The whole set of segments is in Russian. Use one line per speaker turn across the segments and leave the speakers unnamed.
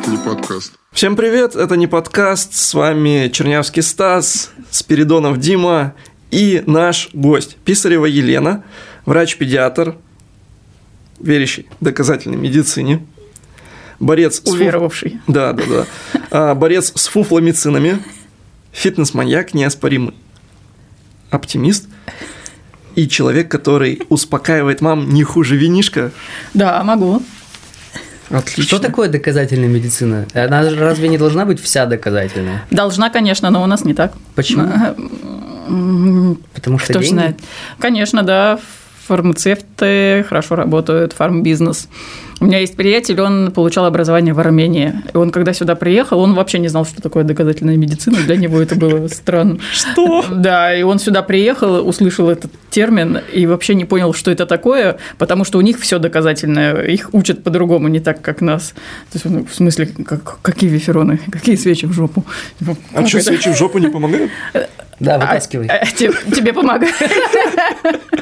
это не подкаст.
Всем привет, это не подкаст, с вами Чернявский Стас, Спиридонов Дима и наш гость Писарева Елена, врач-педиатр, верящий в доказательной медицине, борец с, фуф...
уверовавший.
да, да, да. А, борец с фуфломицинами, фитнес-маньяк неоспоримый, оптимист и человек, который успокаивает мам не хуже винишка.
Да, могу.
Отлично.
Что такое доказательная медицина? Она же разве не должна быть вся доказательная?
Должна, конечно, но у нас не так.
Почему?
э, М,
Потому что
Кто ж
деньги?
знает. Конечно, да, фармацевты хорошо работают, фармбизнес. У меня есть приятель, он получал образование в Армении. И он, когда сюда приехал, он вообще не знал, что такое доказательная медицина. Для него это было странно.
Что?
Да, и он сюда приехал, услышал этот термин и вообще не понял, что это такое, потому что у них все доказательное, их учат по-другому, не так, как нас. То есть, ну, в смысле, как- какие вифероны, какие свечи в жопу. Типа,
А
как
что,
это?
свечи в жопу не помогают?
Да,
А,
вытаскивай.
а, те- Тебе помогает. э,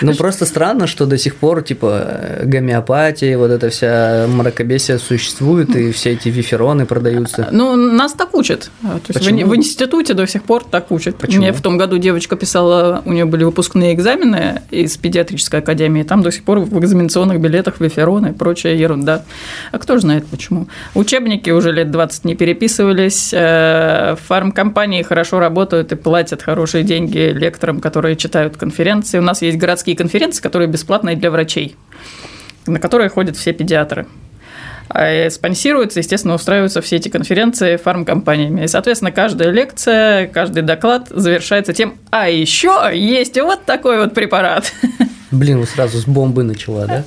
Ну просто странно, что до сих пор типа э, гомеопатия, вот эта вся мракобесия существует, и все эти вифероны продаются.
Ну, нас так учат. А, То есть в, ини-
Почему?
в институте до сих пор так учат.
Почему?
Мне в том году девочка писала, у нее были выпускные экзамены из педиатрической академии, там до сих пор в экзаменационных билетах вифероны и прочая ерунда. А кто же знает почему? Учебники уже лет 20 не переписывались, э, фармкомпании хорошо работают и платят хорошие деньги лекторам, которые читают конференции. У нас есть городские конференции, которые бесплатные для врачей на которые ходят все педиатры. А, э, Спонсируются, естественно, устраиваются все эти конференции фармкомпаниями. И, соответственно, каждая лекция, каждый доклад завершается тем, а еще есть вот такой вот препарат.
Блин, вот сразу с бомбы начала, да?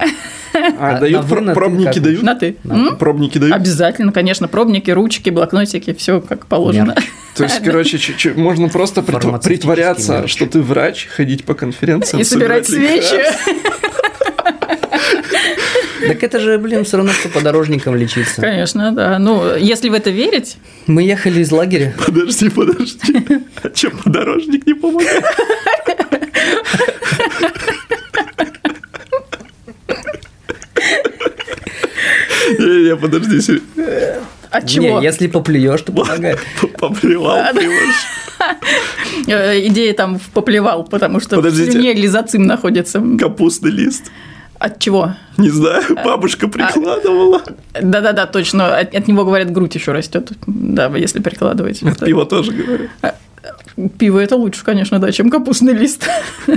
А,
А
дают
на
про-
вы, на
пробники
ты как?
дают? А,
На ты.
На
М?
Пробники дают?
Обязательно, конечно, пробники, ручки, блокнотики, все как положено.
То есть, короче, чу- чу- можно просто притва-
Фармацевтический
притворяться,
мерч.
что ты врач, ходить по конференциям.
И собирать
лекарства.
свечи.
Так это же, блин, все равно, что подорожником лечиться.
Конечно, да. Ну, если в это верить,
Мы ехали из лагеря.
Подожди, подожди. А чем подорожник не помогает? Не, не, подожди, сер-
от чего?
Не, если поплюешь, то помогает.
п-
А,
поплевал, плеваешь.
Э, Идея там в поплевал, потому что в
Подождите.
слюне лизоцим находится.
капустный лист.
От чего?
Не знаю,
А,
бабушка прикладывала.
Да-да-да, точно. От, от него, говорят, грудь еще растет. Да, вы если прикладываете.
От пива тоже говорят.
Пиво это лучше, конечно, да, чем капустный лист.
А,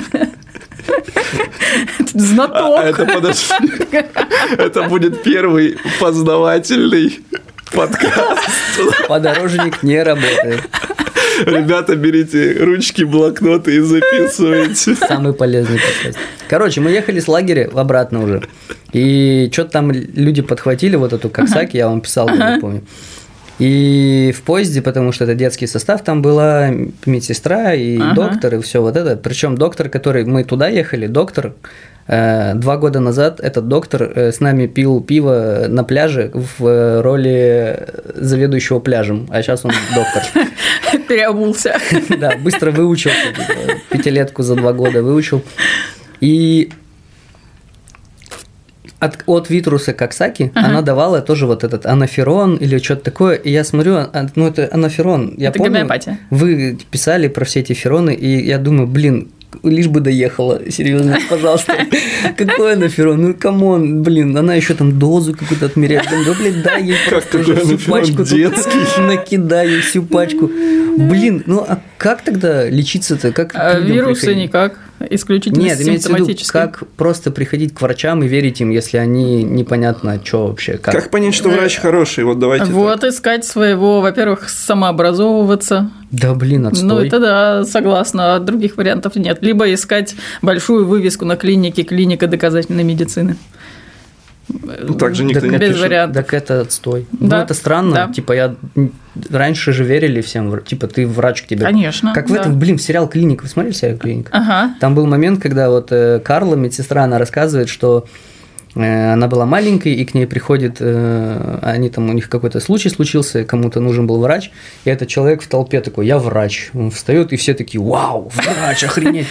а
Знаток.
это подожди. Это будет первый познавательный подкаст.
Подорожник не работает.
Ребята, берите ручки, блокноты и записывайте.
Самый полезный подкаст. Короче, мы ехали с лагеря обратно уже. И что-то там люди подхватили, вот эту коксаки, я вам писал, я не помню. И в поезде, потому что это детский состав, там была медсестра и
Ага.
доктор, и все вот это. Причем доктор, который мы туда ехали, доктор, э, два года назад этот доктор э, с нами пил пиво на пляже в э, роли заведующего пляжем, а сейчас он доктор.
Переобулся.
Да, быстро выучил э, пятилетку за два года выучил. И от, от витруса Коксаки она давала тоже вот этот анаферон или что-то такое. И я смотрю, а, ну это анаферон. Я
Это
помню,
гомеопатия.
Вы писали про все эти фероны, и я думаю, блин, лишь бы доехала, серьезно, пожалуйста. Какой анаферон? Ну, камон, блин, она еще там дозу какую-то отмеряет. Да, блин, дай ей
Как
просто
такой
уже всю
анаферон
пачку тут
детский?
накидай ей всю пачку. Блин, ну а как тогда лечиться-то? Как к
А
людям
Вирусы
приходить?
никак. Исключительно
Нет, имеется в виду,
симптоматически.
как просто приходить к врачам и верить им, если они непонятно, что вообще, как.
Как понять, что врач хороший? Вот давайте. так.
Вот искать своего, во-первых, самообразовываться.
Да блин, отстой.
Ну, это да, согласна, а других вариантов нет. Либо искать большую вывеску на клинике «Клиника доказательной медицины».
Ну, так же никто
Так
не
без
пишет.
вариантов.
Так это отстой.
Да,
Ну, это странно.
да.
Типа, я раньше же верили всем, вр- типа, ты врач к тебе.
Конечно.
Как в
да.
этом, блин, в сериал «Клиник». Вы смотрели сериал «Клиник»?
Ага.
Там был момент, когда вот э, Карла, медсестра, она рассказывает, что э, она была маленькой, и к ней приходит, э, они там, у них какой-то случай случился, кому-то нужен был врач, и этот человек в толпе такой, я врач. Он встает, и все такие, вау, врач, охренеть.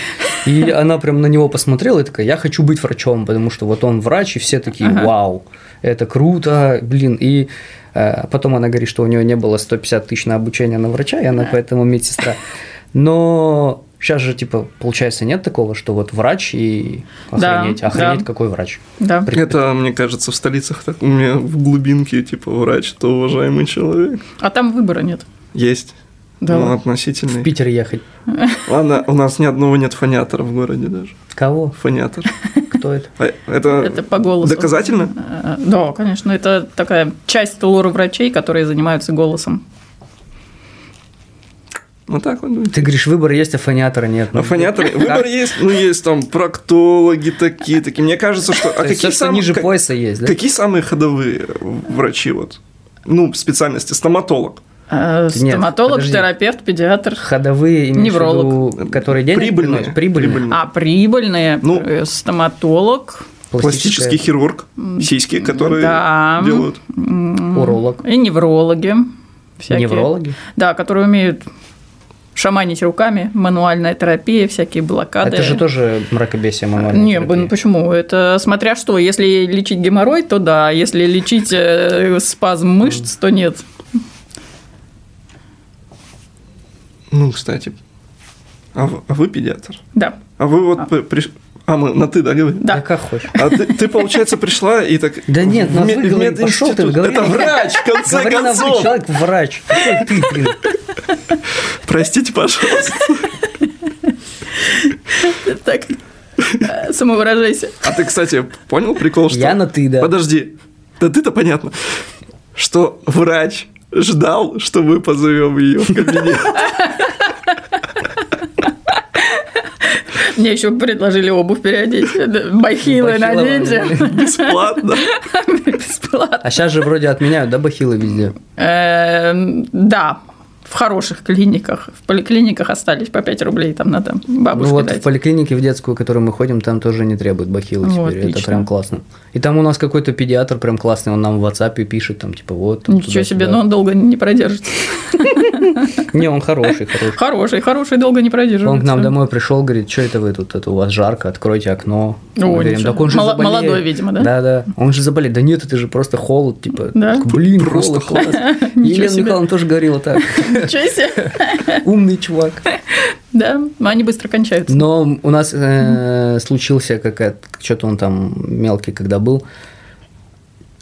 И она прям на него посмотрела и такая, я хочу быть врачом, потому что вот он врач, и все такие,
Ага.
вау. это круто, блин, и э, потом она говорит, что у нее не было 150 тысяч на обучение на врача, и она
Да.
поэтому медсестра. Но сейчас же, типа, получается, нет такого, что вот врач и
Да,
охренеть,
да.
охренеть, какой врач.
Да.
При-
Это, мне кажется, в столицах так. У меня в глубинке, типа, врач, то уважаемый человек.
А там выбора нет.
Есть.
Да.
Ну,
ладно.
относительный.
В Питер ехать.
Ладно, у нас ни одного нет фонятора в городе даже.
Кого?
Фонятор.
Кто это?
А Это,
Это по голосу.
доказательно?
Э, Да, конечно. Это такая часть лора врачей, которые занимаются голосом.
Вот так вот.
Ты говоришь, выбор есть, а фониатора нет.
А фониаторы, выбор есть, ну есть там проктологи такие, такие. Мне кажется, что... А
То есть всё,
какие,
что
сам-
ниже
ка-
пояса есть, да?
какие самые ходовые э, врачи вот? Ну, специальности, стоматолог.
Э,
Нет,
Стоматолог,
подожди.
терапевт, педиатр.
Ходовые, имеешь в
Невролог.
виду, которые денег
Прибыльные.
приносят? Прибыльные.
Прибыльные.
А прибыльные
Ну.
э, стоматолог,
Пластическая-
Пластический хирург, сиськи, которые
да.
делают.
м,
Уролог.
и неврологи. Всякие.
Неврологи.
Да, которые умеют шаманить руками, мануальная терапия, всякие
А
блокады.
Это же тоже мракобесие мануальной
Не,
терапии.
ну почему? Это смотря что. Если лечить геморрой, то да. Если лечить э, спазм мышц, то нет.
Ну, кстати, а в- а вы педиатр?
Да,
А вы вот
А.
при- приш- А, мы на ты, да, говорим?
Да
да.
как хочешь.
А ты, ты, получается, пришла и так...
Да нет,
в
на
ме-
«вы»
в
говори, пошёл ты,
мединститут.
говори.
Это врач, в конце
Говори на «вы»,
концов.
человек врач. Какой ты, блин?
Простите, пожалуйста.
Так, э, самовыражайся.
А ты, кстати, понял прикол, что...
Я на «ты», да.
Подожди, да ты-то понятно, что врач ждал, что мы позовем ее в кабинет.
Мне еще предложили обувь переодеть. Э, Да, Бахилы
Бахилова,
наденьте.
Бесплатно.
Бесплатно.
А сейчас же вроде отменяют, да, бахилы везде?
Эм, Да, в хороших клиниках. В поликлиниках остались по 5 рублей там надо
Ну
бабушке
вот в
дать.
поликлинике, в детскую, в которую мы ходим, там тоже не требуют бахилы
Ну,
теперь. Это
отлично.
прям классно. И там у нас какой-то педиатр прям классный, он нам в WhatsApp пишет, там типа вот. там,
Ничего себе,
туда-сюда.
но он долго не продержится.
Не, он хороший, хороший.
Хороший, хороший, долго не продержится.
Он к нам домой пришел, говорит, что это вы тут, это у вас жарко, откройте окно.
О,
Мы говорим,
ничего.
«Так он же
Мало-
заболеет».
молодой, видимо, да?
Да, да. Он же заболеет. Да нет, это же просто холод, типа.
Да.
Блин,
Просто
просто холод.
Ничего
Елена
себе.
Михайловна тоже говорила так.
Ничего себе.
Умный чувак.
Да, но они быстро кончаются.
Но у нас э, случился какая-то, что-то он там мелкий, когда был.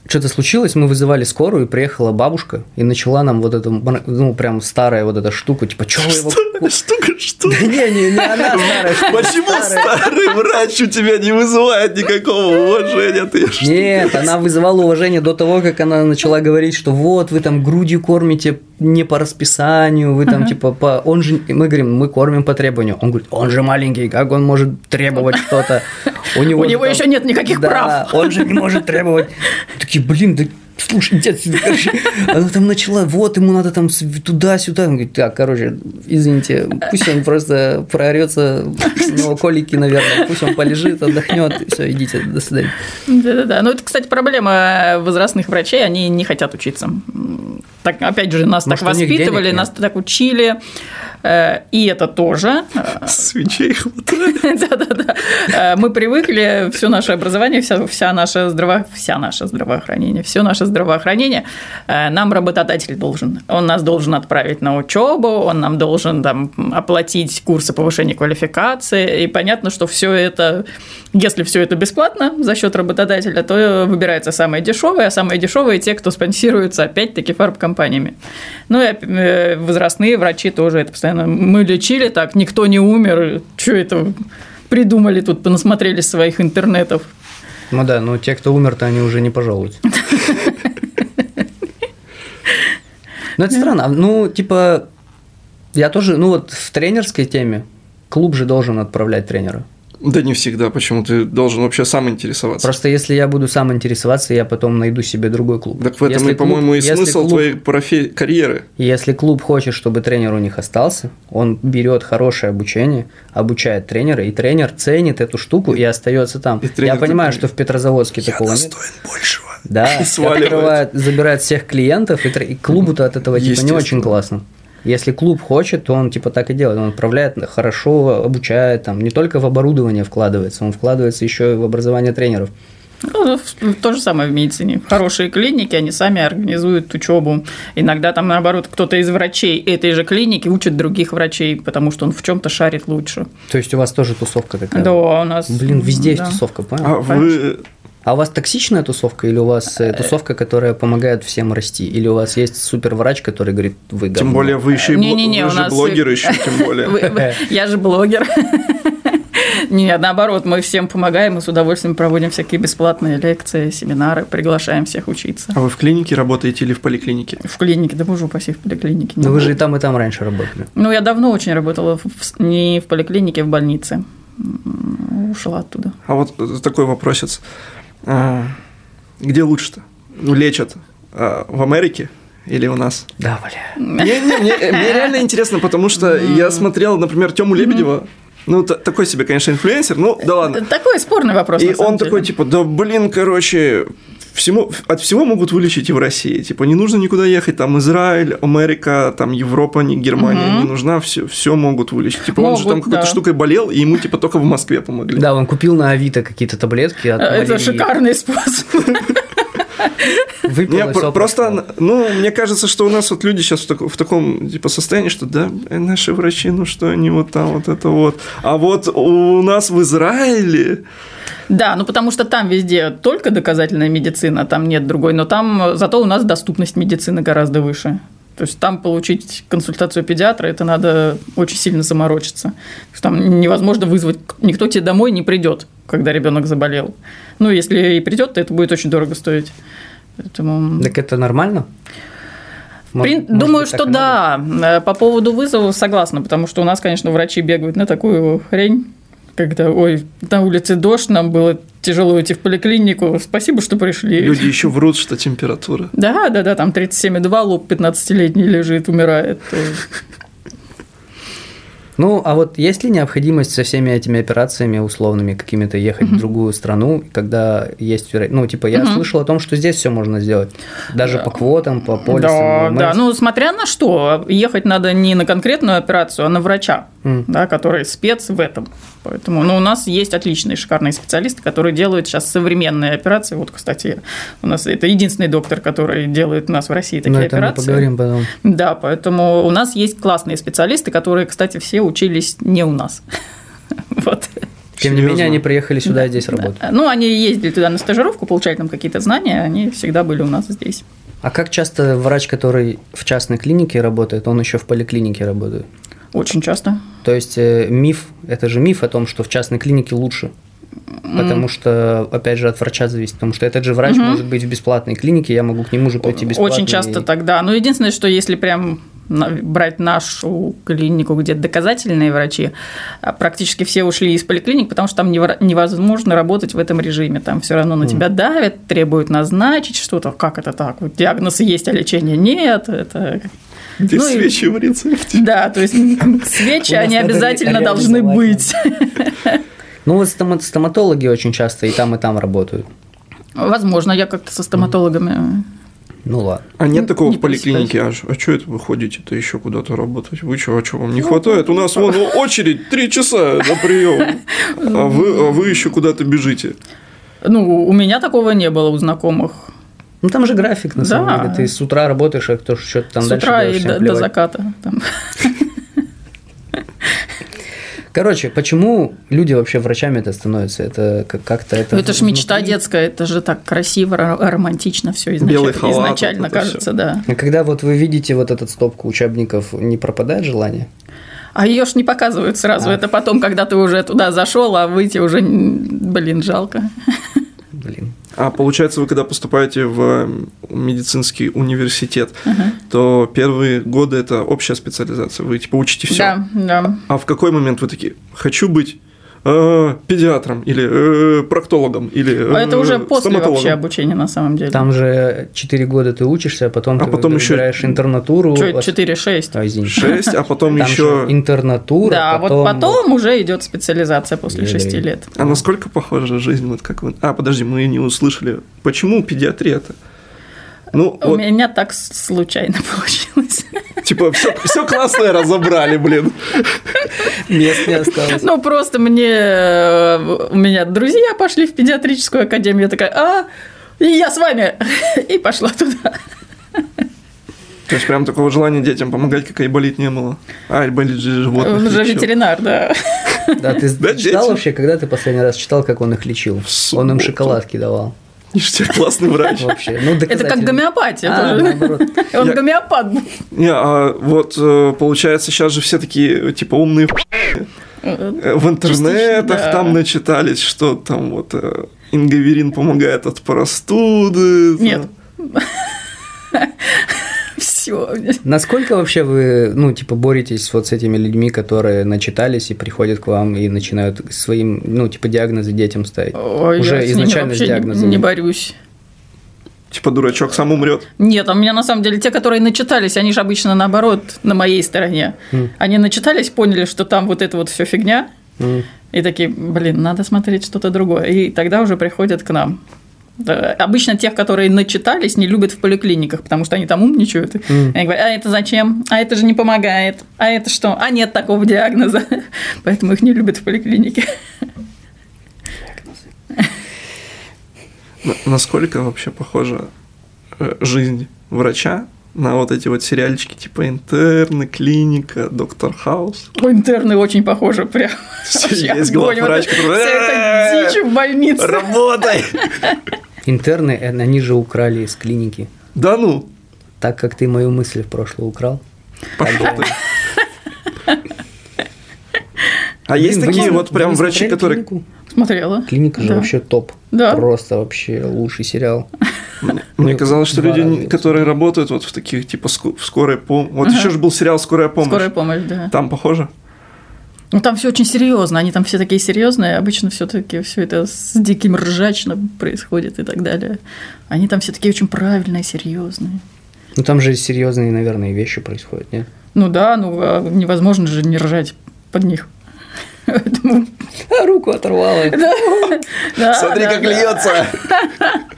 Что-то случилось, мы вызывали скорую, и приехала бабушка, и начала нам вот эту, мра- ну, прям старая вот эта штука, типа, чего вы его...
Штука, что?
Да не, не, не она старая. штука,
Почему
старая.
старый врач у тебя не вызывает никакого уважения? Ты ж-
Нет, она вызывала уважение до того, как она начала говорить, что вот вы там грудью кормите не по расписанию, вы там типа по... Он же... и Мы говорим, мы кормим по требованию. Он говорит, он же маленький, как он может требовать что-то? У
У
же
него
там-
еще нет никаких
Да,
прав.
Он же не может требовать. Такие, блин, да слушай, дед, короче, она там начала, вот ему надо там с- туда-сюда. Он говорит, так, короче, извините, пусть он просто проорется, у него колики, наверное, пусть он полежит, отдохнет, все, идите, до свидания.
Да-да-да. Ну, это, кстати, проблема возрастных врачей, они не хотят учиться. М, Так, опять же, нас
Может,
так
у них денег
воспитывали,
нет?
нас так учили, э, и это тоже.
Свечей хватает.
Да-да-да. Э, Мы привыкли, все наше образование, вся, вся, наша здраво... вся наше здравоохранение, все наше здравоохранение э, нам работодатель должен. Он нас должен отправить на учебу, он нам должен там, оплатить курсы повышения квалификации. И понятно, что все это, если все это бесплатно за счет работодателя, то выбирается самое дешевое, а самые дешевые те, кто спонсируется опять-таки фармкомпаниями. Ну и э, возрастные врачи тоже это постоянно. Мы лечили так, никто не умер. Что это придумали тут, понасмотрели своих интернетов.
Ну да, но те, кто умер-то, они уже не пожалуют. Ну, это странно. Ну, типа, я тоже, ну вот в тренерской теме клуб же должен отправлять тренера.
Да не всегда, почему ты должен вообще сам интересоваться.
Просто если я буду сам интересоваться, я потом найду себе другой клуб.
Так в этом,
Если
и, по-моему,
клуб-
и
если
смысл
клуб-
твоей профи- карьеры.
Если клуб хочет, чтобы тренер у них остался, он берет хорошее обучение, обучает тренера, и тренер ценит эту штуку и остается там.
И тренер
я понимаю,
такой,
что в Петрозаводске такого нет.
большего.
Да,
И сваливает.
открывает, забирает всех клиентов, и, тр- и клубу-то от этого типа не
Естественно.
очень классно. Если клуб хочет, то он типа так и делает. Он отправляет на- хорошо, обучает, там не только в оборудование вкладывается, он вкладывается еще и в образование тренеров.
Ну, в- То же самое в медицине. Хорошие клиники, они сами организуют учебу. Иногда там, наоборот, кто-то из врачей этой же клиники учит других врачей, потому что он в чем-то шарит лучше.
То есть у вас тоже тусовка такая?
Да, у нас...
Блин, везде
да.
есть тусовка,
А
понял?
вы...
А у вас токсичная тусовка или у вас э, тусовка, которая помогает всем расти? Или у вас есть супер врач, который говорит, вы
Тем
говно?
более вы еще и бл-
Не-не-не,
вы
у
же
нас-
блогер еще, тем более.
Вы- вы- Я же блогер. Нет, наоборот, мы всем помогаем и с удовольствием проводим всякие бесплатные лекции, семинары, приглашаем всех учиться.
А вы в клинике работаете или в поликлинике?
В клинике, да боже упаси, в поликлинике. не
Ну вы
было.
же и там, и там раньше работали.
Ну, я давно очень работала в- в с- не в поликлинике, а в больнице. М, Ушла оттуда.
А вот э, такой вопросец. А, Где лучше-то? Ну, лечат а, в Америке или у нас?
Да, бля.
Не, не, мне, э, мне реально интересно, потому что я смотрел, например, Тему Лебедева. Ну, та- такой себе, конечно, инфлюенсер, ну да ладно.
Такой спорный вопрос.
И
на самом
он такой,
деле.
типа, да блин, короче, всему, от всего могут вылечить и в России. Типа, не нужно никуда ехать, там Израиль, Америка, там Европа, не Германия, не нужна, все, все могут вылечить. Типа, он же там
Могут,
какой-то
да.
штукой болел, и ему, типа, только в Москве помогли.
Да, он купил на Авито какие-то таблетки от
Это
малярии,
шикарный способ.
выпил,
Не,
и
про-
всё
просто,
прошло.
ну, мне кажется, что у нас вот люди сейчас в, тако- в таком, типа, состоянии, что да, э, наши врачи, ну что они вот там, вот это вот. А вот у нас в Израиле...
Да, ну потому что там везде только доказательная медицина, там нет другой, но там э, зато у нас доступность медицины гораздо выше. То есть там получить консультацию педиатра, это надо очень сильно заморочиться. Потому что Там невозможно вызвать, никто тебе домой не придет, когда ребенок заболел. Ну, если и придет, то это будет очень дорого стоить. Поэтому...
Так это нормально?
Прин-
Ну, Может- может
Думаю,
быть,
что
так и надо?
да. Э, По поводу вызова согласна, потому что у нас, конечно, врачи бегают на такую хрень, когда, ой, на улице дождь, нам было тяжело идти в поликлинику, спасибо, что пришли.
Люди еще врут, что температура.
Да, да, да, там 37,2, лоб 15-летний лежит, умирает. То-
Ну, а вот есть ли необходимость со всеми этими операциями условными какими-то ехать в другую страну, когда есть веро- Ну, типа, я
Мгм.
слышал о том, что здесь все можно сделать. Даже
Да.
по квотам, по полисам.
да,
ОМС.
да, ну смотря на что, ехать надо не на конкретную операцию, а на врача.
М.
да, которые спец в этом. Поэтому ну, у нас есть отличные, шикарные специалисты, которые делают сейчас современные операции. Вот, кстати, у нас это единственный доктор, который делает у нас в России такие
Но Ну, это мы
операции.
поговорим потом.
Да, поэтому у нас есть классные специалисты, которые, кстати, все учились не у нас. Вот.
Тем не менее,
Серьезно?
они приехали сюда и здесь
Да.
работать.
Ну, они ездили туда на стажировку, получали там какие-то знания, они всегда были у нас здесь.
А как часто врач, который в частной клинике работает, он еще в поликлинике работает?
Очень часто.
То есть э, миф, это же миф о том, что в частной клинике лучше. Потому что, опять же, от врача зависит. Потому что этот же врач
Мгм.
может быть в бесплатной клинике, я могу к нему же пойти бесплатно.
Очень часто
и-
тогда. Ну, единственное, что если прям на- брать нашу клинику, где доказательные врачи, а, практически все ушли из поликлиник, потому что там невра- невозможно работать в этом режиме. Там все равно на
Мгм.
тебя давят, требуют назначить что-то. Как это так? Вот диагноз есть, а лечения нет. Это...
Где
Ну и-
свечи в рецепте?
Да, то есть м, свечи,
У нас
они
надо
обязательно
ре-
должны
реализовать,
быть.
Ну вот стома- стоматологи очень часто и там, и там работают.
Возможно, я как-то со стоматологами.
Ну ладно.
А нет такого
не
в поликлинике аж. А что это вы ходите-то еще куда-то работать? Вы что, а что вам не хватает? У нас вон очередь три часа на прием. А вы, а вы еще куда-то бежите.
Ну, у меня такого не было у знакомых.
Ну там же график, на самом
Да.
деле. Ты с утра работаешь, а кто ж что-то там
С
дальше
утра
делаешь,
и
всем
до, до
плевать.
заката. там.
Короче, почему люди вообще врачами-то становятся? Это как- как-то это...
Ну, это же мечта
внутри.
детская, это же так красиво, ро- романтично все
Белый халат, вот
изначально
это
кажется, да.
А когда вот вы видите вот этот стопку учебников, не пропадает желание?
А ее ж не показывают сразу,
А.
это потом, когда ты уже туда зашел, а выйти уже, м, блин, жалко.
Блин.
А получается, вы когда поступаете в м, медицинский университет, то первые годы это общая специализация. Вы типа учите все.
Да, да.
А в какой момент вы такие, хочу быть э, педиатром или э, проктологом или
А это
э,
уже после
стоматологом?
вообще обучения на самом деле.
Там же 4 года ты учишься, а потом
А
ты
потом ещё-
выбираешь интернатуру.
Чё,
Ос-
4-6.
А, извини.
Шесть, а потом
Там
еще.
же интернатура,
Да, а
потом...
вот потом уже идет специализация после
Блин.
6 лет.
А насколько похожа жизнь, вот как вы... А, подожди, мы не услышали. Почему педиатрия-то? Ну,
У
вот,
меня так с- случайно получилось.
типа, все, все классное разобрали, блин.
Мест не осталось.
Ну, просто мне... э, У меня друзья пошли в педиатрическую академию. Я такая, а, и я с вами. И пошла туда.
То есть прям такого желания детям помогать, как айболит не было. А, айболит же животных.
Он же
лечил.
ветеринар, да.
Да, ты
Да,
читал
дети.
вообще, когда ты последний раз читал, как он их лечил?
субботу.
Он им шоколадки давал
Ништяк, классный врач.
вообще. Ну,
Это как
доказательно.
гомеопатия.
А,
тоже.
наоборот.
Он
Я-
гомеопат. был.
Не, а вот э, получается, сейчас же все такие, типа, умные э, в интернетах
Частично, да.
там начитались, что там вот э, ингаверин помогает от простуды.
Нет.
Ну.
Все.
Насколько вообще вы, ну, типа, боретесь вот с этими людьми, которые начитались и приходят к вам и начинают своим, ну, типа, диагнозы детям ставить? Уже
я с ними
изначально с
вообще не-
диагнозами.
Не борюсь.
Типа дурачок сам умрет.
Нет, а у меня на самом деле те, которые начитались, они же обычно наоборот на моей стороне.
М.
Они начитались, поняли, что там вот это вот все фигня,
М.
и такие, блин, надо смотреть что-то другое. И тогда уже приходят к нам. Да, Обычно тех, которые начитались, не любят в поликлиниках, потому что они там умничают.
М.
Они говорят, а это зачем? А это же не помогает. А это что? А нет такого диагноза. Поэтому их не любят в поликлинике.
На- Насколько вообще похожа э, жизнь врача на вот эти вот сериальчики типа интерны, клиника, доктор хаус.
Ой, Интерны очень похожи прям. Вообще
Есть
огонь. Вот
главврач,
это-
который,
Вся
«Э,
эта дичь в больнице.
Работай!
Интерны, э, они же украли из клиники.
Да ну,
Так как ты мою мысль в прошлое украл.
пошел ты. А есть
Блин, вы
такие
не-
вот
вы
прям
не
врачи,
смотрели
которые...
Клинику,
Смотрела.
Клиника же
Да.
вообще топ.
Да.
Просто вообще лучший сериал.
Мне казалось, что
Два
люди,
раза
не-
был.
которые работают вот в таких, типа, ску- в скорой помощи... Вот еще же был сериал «Скорая
Скорая
помощь».
помощь, да.
Там похоже?
Ну там все очень серьезно, они там все такие серьезные, обычно все-таки все это с диким ржачным происходит и так далее. Они там все такие очень правильные, серьезные.
Ну, там же серьезные, наверное, вещи происходят, нет?
Ну да, ну а невозможно же не ржать под них. Поэтому,
А, руку оторвала.
да, да, да.
льется!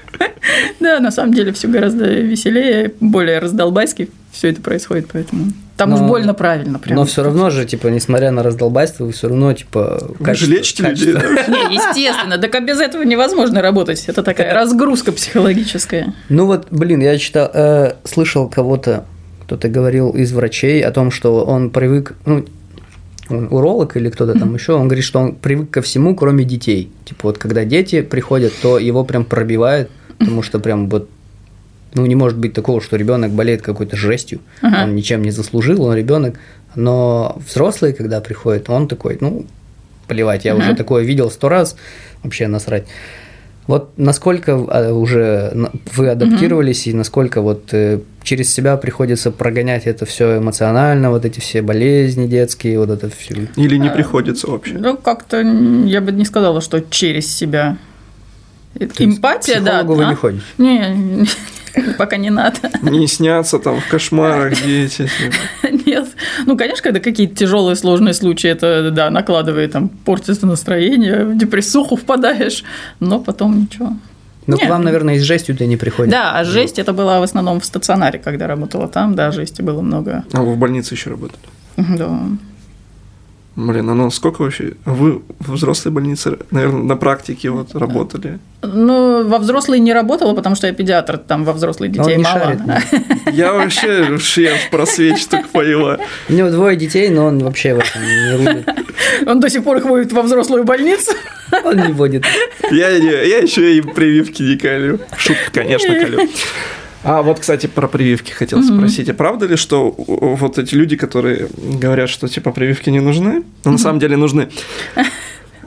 Да, на самом деле все гораздо веселее, более раздолбайски все это происходит, поэтому там
Но-
уж больно правильно прям.
Но все равно же, типа, несмотря на раздолбайство, вы все равно, типа,
Вы же лечите людей, да?
Не, естественно, так а без этого невозможно работать. Это такая разгрузка психологическая.
Ну вот, блин, я читал, э, слышал кого-то, кто-то говорил из врачей о том, что он привык, ну, он уролог или кто-то там еще, он говорит, что он привык ко всему, кроме детей. Типа вот, когда дети приходят, то его прям пробивает, потому что прям вот, ну, не может быть такого, что ребенок болеет какой-то жестью,
Ага.
он ничем не заслужил, он ребенок, но взрослые, когда приходят, он такой, ну, плевать, я уже
Мгм.
такое видел сто раз, вообще насрать. Вот насколько а, уже на- вы адаптировались и насколько вот э, через себя приходится прогонять это все эмоционально, вот эти все болезни детские, вот это все.
Или не приходится вообще?
Ну, как-то м, я бы не сказала, что через себя. Э, Эмпатия, да.
вы
а?
не ходите.
Не, пока не надо.
Не снятся там в кошмарах дети.
Нет. Ну, конечно, когда какие-то тяжелые, сложные случаи, это, да, накладывает, там, портится настроение, в депрессуху впадаешь, но потом ничего.
Но Ну, к
Нет.
вам, наверное, и с жестью то не приходит.
Да, а жесть это была в основном в стационаре, когда работала там, да, жести было много.
А вы в больнице еще работали?
Да.
Блин, а ну сколько вообще? А Вы в взрослой больнице, наверное, на практике вот работали.
Ну, во взрослой не работала, потому что я педиатр, там во взрослых
А он
детей
не
мало.
шарит, ну.
Я вообще я в просвете штук поняла.
У него двое детей, но он вообще в этом не рубит.
Он до сих пор их водит во взрослую больницу.
Он не водит.
Я, не- я еще и прививки не колю. Шутка, конечно, колю. А вот, кстати, про прививки хотел
Мгм.
спросить. А правда ли, что у- у- вот эти люди, которые говорят, что типа прививки не нужны, но на самом деле нужны,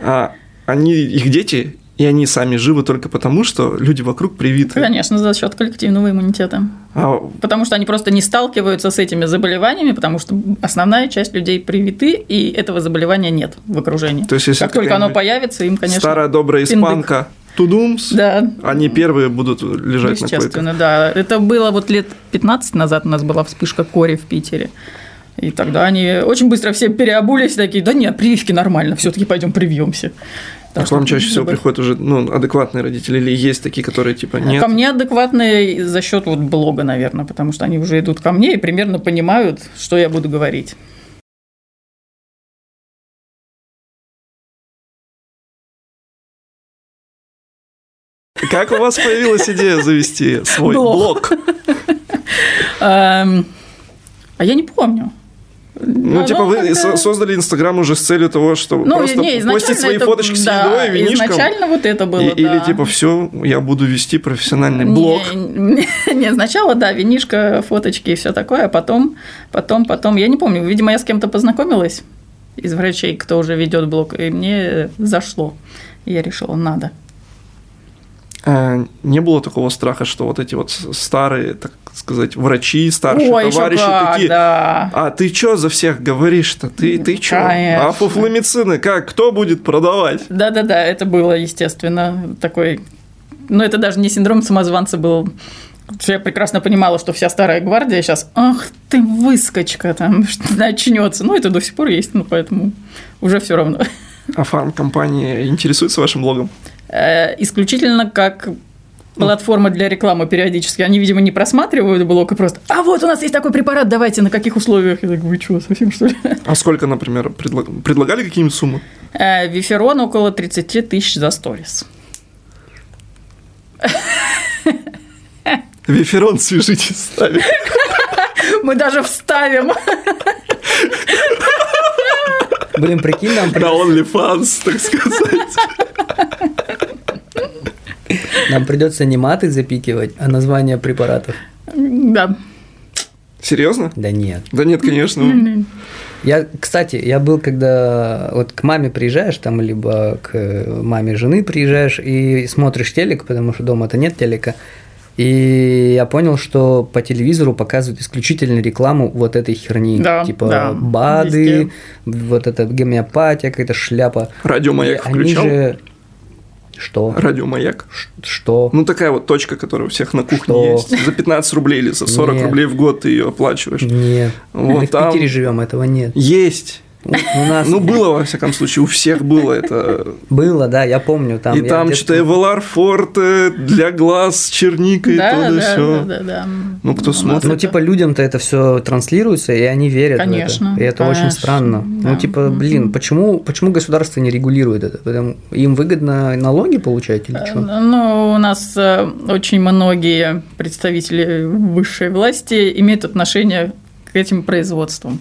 а они, их дети, и они сами живы только потому, что люди вокруг привиты.
Конечно, за счет коллективного иммунитета.
А
Потому что они просто не сталкиваются с этими заболеваниями, потому что основная часть людей привиты, и этого заболевания нет в окружении.
То есть, если
как только оно
какая-нибудь
появится, им, конечно,
старая добрая
пиндык.
испанка Тудумс,
да,
они первые будут лежать на койках.
естественно, да. Это было вот лет 15 назад у нас была вспышка кори в Питере. И тогда они очень быстро все переобулись, такие, да нет, прививки нормально, все-таки пойдем привьемся.
А
Так
к вам
что
чаще всего
забыл.
приходят уже ну, адекватные родители, или есть такие, которые типа нет.
А Ко мне адекватные за счет вот блога, наверное, потому что они уже идут ко мне и примерно понимают, что я буду говорить.
Как у вас появилась идея завести свой
Блог.
блог?
Эм, А я не помню.
Ну, типа, вы со-
как-то-
создали Инстаграм уже с целью того, чтобы
Ну,
просто
не, изначально
постить свои
это-
фоточки с
да,
едой, винишком.
Изначально вот это было,
И- Или
да.
типа, все, я буду вести профессиональный
Не,
блог.
Не, не, сначала, да, винишка, фоточки и все такое, а потом, потом, потом, я не помню, видимо, я с кем-то познакомилась из врачей, кто уже ведет блог, и мне зашло. Я решила, надо.
А, не было такого страха, что вот эти вот с- старые, так сказать, врачи, старшие
Ой, ещё
товарищи
как,
такие.
да.
А ты чё за всех говоришь-то? Ты, ты чё?
Конечно.
А фуфломицины как? Кто будет продавать?
Да-да-да, это было, естественно, такой... Но это даже не синдром самозванца был. Потому что Я прекрасно понимала, что вся старая гвардия сейчас, ах ты выскочка, там начнется. Ну, это до сих пор есть, ну, поэтому уже все равно.
А фан-компания интересуется вашим блогом?
Э, исключительно как платформа для рекламы периодически. Они, видимо, не просматривают блок и просто «А вот у нас есть такой препарат, давайте, на каких условиях?» Я так, вы что, совсем что ли?
А сколько, например, предлаг- предлагали какие-нибудь суммы?
Э, Виферон около 30 тысяч за сторис.
Виферон свяжитесь с нами.
Мы даже вставим.
Блин, прикинь, нам, при-
На OnlyFans, так сказать.
нам придется не маты запикивать, а название препаратов.
Да.
Серьезно?
Да нет.
Да нет, конечно.
Я, кстати, я был, когда вот к маме приезжаешь, там, либо к э, маме жены приезжаешь и смотришь телек, потому что дома-то нет телека. И я понял, что по телевизору показывают исключительно рекламу вот этой херни.
Да,
типа
да,
БАДы,
везде.
вот эта гомеопатия, какая-то шляпа.
Радиомаяк
И они
включал?
же... Что?
Радиомаяк.
Ш- Что?
Ну, такая вот точка, которая у всех на кухне
Что?
есть. За 15 рублей или за 40
Нет.
рублей в год ты ее оплачиваешь.
Нет.
Вот
Мы
там-
в Питере А живем, этого нет.
Есть.
У у нас
Ну, было, во всяком случае, у всех было это.
было, да, я помню. Там
и
я
там
в
что-то
детстве-
Эвелар Форте для глаз, черника и
Да,
то да
да,
сё.
да, да, да.
Ну, кто
У нас
смотрит?
Ну,
это-
типа, людям-то это все транслируется, и они верят
Конечно,
в это. И это
конечно,
очень странно.
да.
Ну, типа, блин, почему, почему государство не регулирует это? Потому им выгодно налоги получать или что?
Э, Ну, у нас э, очень многие представители высшей власти имеют отношение к этим производствам.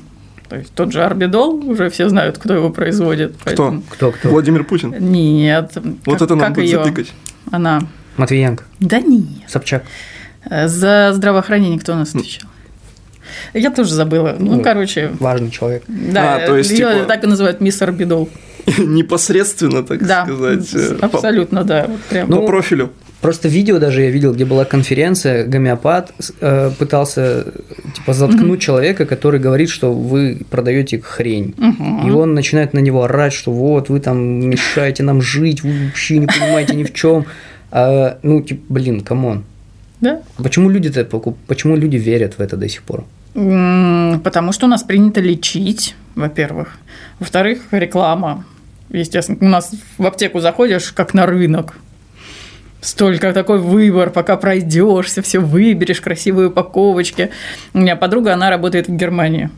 То есть тот же Арбидол, уже все знают, кто его производит. поэтому-
Кто, кто?
Владимир Путин.
Нет.
Вот
Э, как-
это нам
как
будет
её?
затыкать.
Она.
Матвиенко,
Да нет.
Собчак.
Э, За здравоохранение кто у
Хм.
нас отвечал? Я тоже забыла. Ну,
Ну,
короче,
Важный человек.
да,
а, то есть,
её
типа-
так и называют мисс Арбидол.
Непосредственно, так
Да,
сказать. э, по-
абсолютно, да. вот прям.
Ну,
По профилю.
Просто видео даже я видел, где была конференция, гомеопат с- э, пытался типа заткнуть человека, который говорит, что вы продаете хрень.
Мгм.
И он начинает на него орать, что вот вы там мешаете нам жить, вы вообще не понимаете ни в чем. ну, типа, блин, камон.
Да?
Почему люди-то покуп... Почему люди верят в это до сих пор?
М, Потому что у нас принято лечить, во-первых. Во-вторых, реклама. Естественно, у нас в аптеку заходишь, как на рынок. Столько такой выбор, пока пройдешься, все выберешь, красивые упаковочки. У меня подруга, она работает в Германии.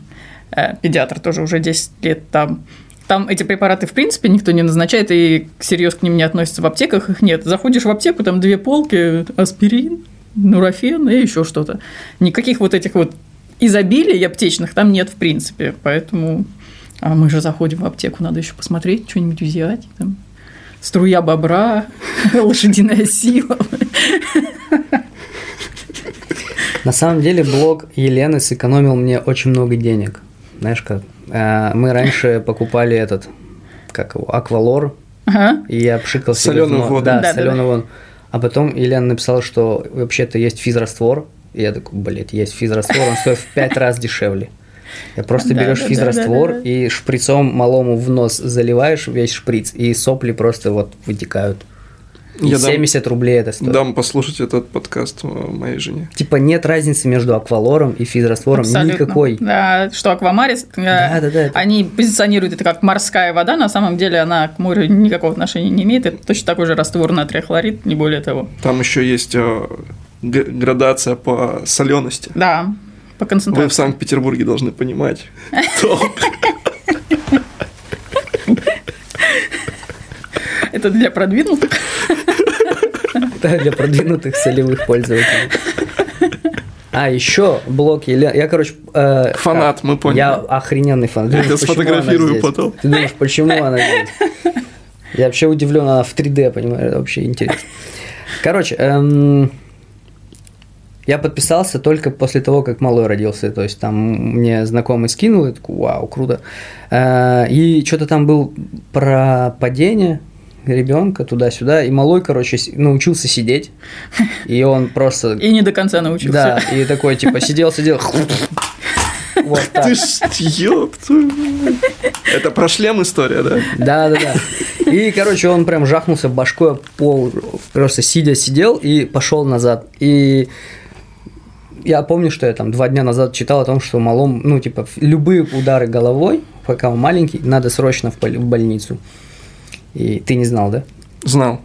Э, Педиатр тоже уже 10 лет там. Там эти препараты, в принципе, никто не назначает и серьез к ним не относится. В аптеках их нет. Заходишь в аптеку, там две полки, аспирин, нурофен и еще что-то. Никаких вот этих вот изобилий аптечных там нет, в принципе. Поэтому а мы же заходим в аптеку, надо еще посмотреть, что-нибудь взять. Там. Струя бобра, лошадиная сила.
На самом деле блог Елены сэкономил мне очень много денег. Знаешь как? Э, Мы раньше покупали этот, как его, аквалор,
Ага.
и я пшикал себе в
Солёную
нос.
воду.
Да,
Да-да-да.
солёную воду. А потом Елена написала, что вообще-то есть физраствор. И я такой, блядь, есть физраствор, он стоит в пять раз дешевле. И просто берешь
Да-да-да-да-да.
физраствор и шприцом малому в нос заливаешь весь шприц, и сопли просто вот вытекают. И
Я дам-
70 рублей это стоит.
Дам послушать этот подкаст э, моей жене.
Типа нет разницы между аквалором и физраствором
Абсолютно.
никакой.
Да, что аквамарис, э,
Да-да-да, это-
они позиционируют это как морская вода, на самом деле она к морю никакого отношения не имеет, это точно такой же раствор натрия хлорид, не более того.
Там еще есть э, г- градация по солености.
Да, по
Вы в
концентрации.
Санкт-Петербурге должны понимать. То-
Это для продвинутых.
Это для продвинутых солевых пользователей. А, еще блок Елена. Я, короче... э,
Фанат, мы поняли.
Я охрененный фанат.
Я
Думаешь,
тебя
почему она
сфотографирую
здесь?
потом.
Ты думаешь, почему она здесь? Я вообще удивлен, она в 3D, понимаешь, вообще интересно. Короче, эм, я подписался только после того, как малой родился. То есть там мне знакомый скинул, я такой, вау, круто. Э, И что-то там был про падение ребенка туда-сюда. И малой, короче, с- научился сидеть. И он просто...
И не до конца научился.
Да, и такой, типа, сидел, сидел. Вот так.
Ты ж, ёпта. Это про шлем история, да?
Да, да, да. И, короче, он прям жахнулся башкой об пол, просто сидя сидел и пошел назад. И я помню, что я там два дня назад читал о том, что малом, ну, типа, любые удары головой, пока он маленький, надо срочно в пол- в больницу. И ты не знал, да?
Знал.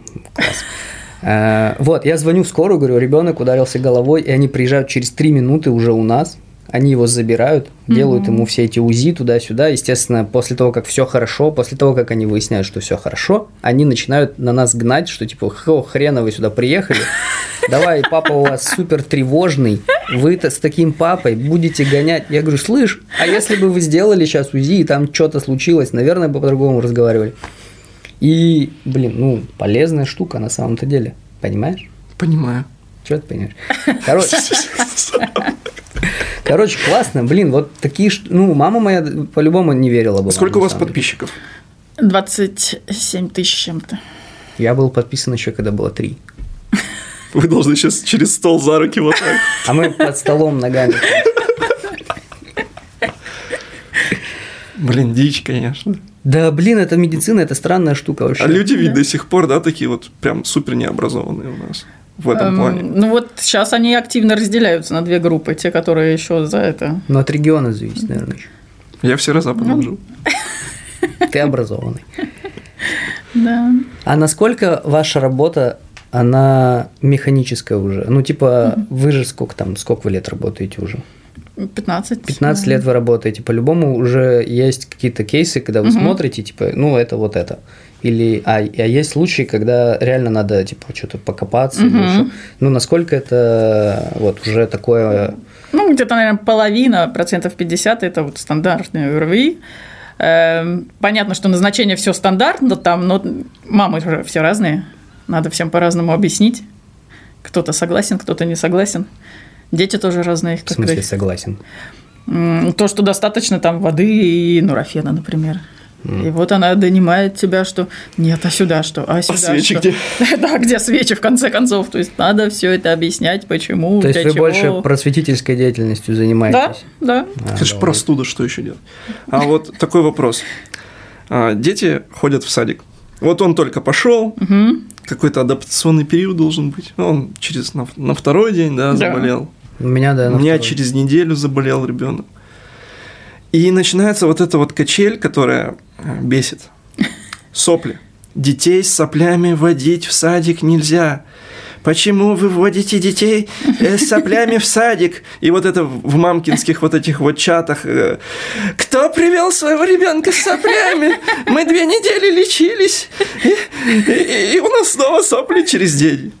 Э, Вот, я звоню в скорую, говорю, ребенок ударился головой, и они приезжают через 3 минуты уже у нас. Они его забирают, делают ему все эти УЗИ туда-сюда. Естественно, после того, как все хорошо, после того, как они выясняют, что все хорошо, они начинают на нас гнать, что типа, «Хо, хрена вы сюда приехали, давай, папа у вас супер тревожный, вы-то с таким папой будете гонять. Я говорю, слышь, а если бы вы сделали сейчас УЗИ, и там что-то случилось, наверное, бы по-другому разговаривали. И, блин, ну, полезная штука на самом-то деле. Понимаешь?
Понимаю.
Чего ты понимаешь? Короче, короче, классно, блин, вот такие, ш- ну, мама моя по-любому не верила бы.
Сколько
вам,
у
на
вас
самом деле.
подписчиков?
27 тысяч с чем-то.
Я был подписан еще, когда было три.
Вы должны сейчас через стол за руки вот так.
А мы под столом ногами.
Блин, дичь, конечно.
Да, блин, это медицина, это странная штука вообще.
А люди ведь до сих пор, да, такие вот прям супер необразованные у нас в этом
Эм,
плане.
Ну вот сейчас они активно разделяются на две группы, те, которые еще за это.
Ну, от региона зависит, наверное, еще.
Я в северо-западном жил.
Ты образованный.
Да.
А насколько ваша работа, она механическая уже? Ну, типа, вы же сколько там, сколько вы лет работаете уже?
15.
15
да.
лет вы работаете, по-любому уже есть какие-то кейсы, когда вы
Мгм.
смотрите, типа, ну, это вот это. Или, а, а есть случаи, когда реально надо, типа, что-то покопаться. или
Мгм.
ещё. Ну, насколько это вот уже такое...
Ну, где-то, наверное, половина, процентов 50 – это вот стандартные РВИ. Эм, Понятно, что назначение все стандартно там, но мамы же все разные. Надо всем по-разному объяснить. Кто-то согласен, кто-то не согласен. Дети тоже разные. их
В смысле,
как-то-
согласен.
М, То, что достаточно там воды и нурофена, например. И вот она донимает тебя, что нет, а сюда что, а сюда
свечи
что.
где?
Да, где свечи, в конце концов. То есть надо все это объяснять, почему,
То есть
для
вы
чего.
больше просветительской деятельностью
типа Да,
занимаетесь?
да.
А,
Это же
да.
простуда, что еще делать? А вот такой вопрос. А, Дети ходят в садик. Вот он только пошел,
Мгм.
какой-то адаптационный период должен быть. Ну, Он через на, на второй день, да,
Да.
заболел.
У меня, да.
У
на
меня
второй.
через неделю заболел ребенок. И начинается вот эта вот качель, которая э, бесит. Сопли. Детей с соплями водить в садик нельзя. Почему вы вводите детей э, с соплями в садик? И вот это в в мамкинских вот этих вот чатах. э, Кто привел своего ребенка с соплями? Мы две недели лечились. И- и- и у нас снова сопли через день.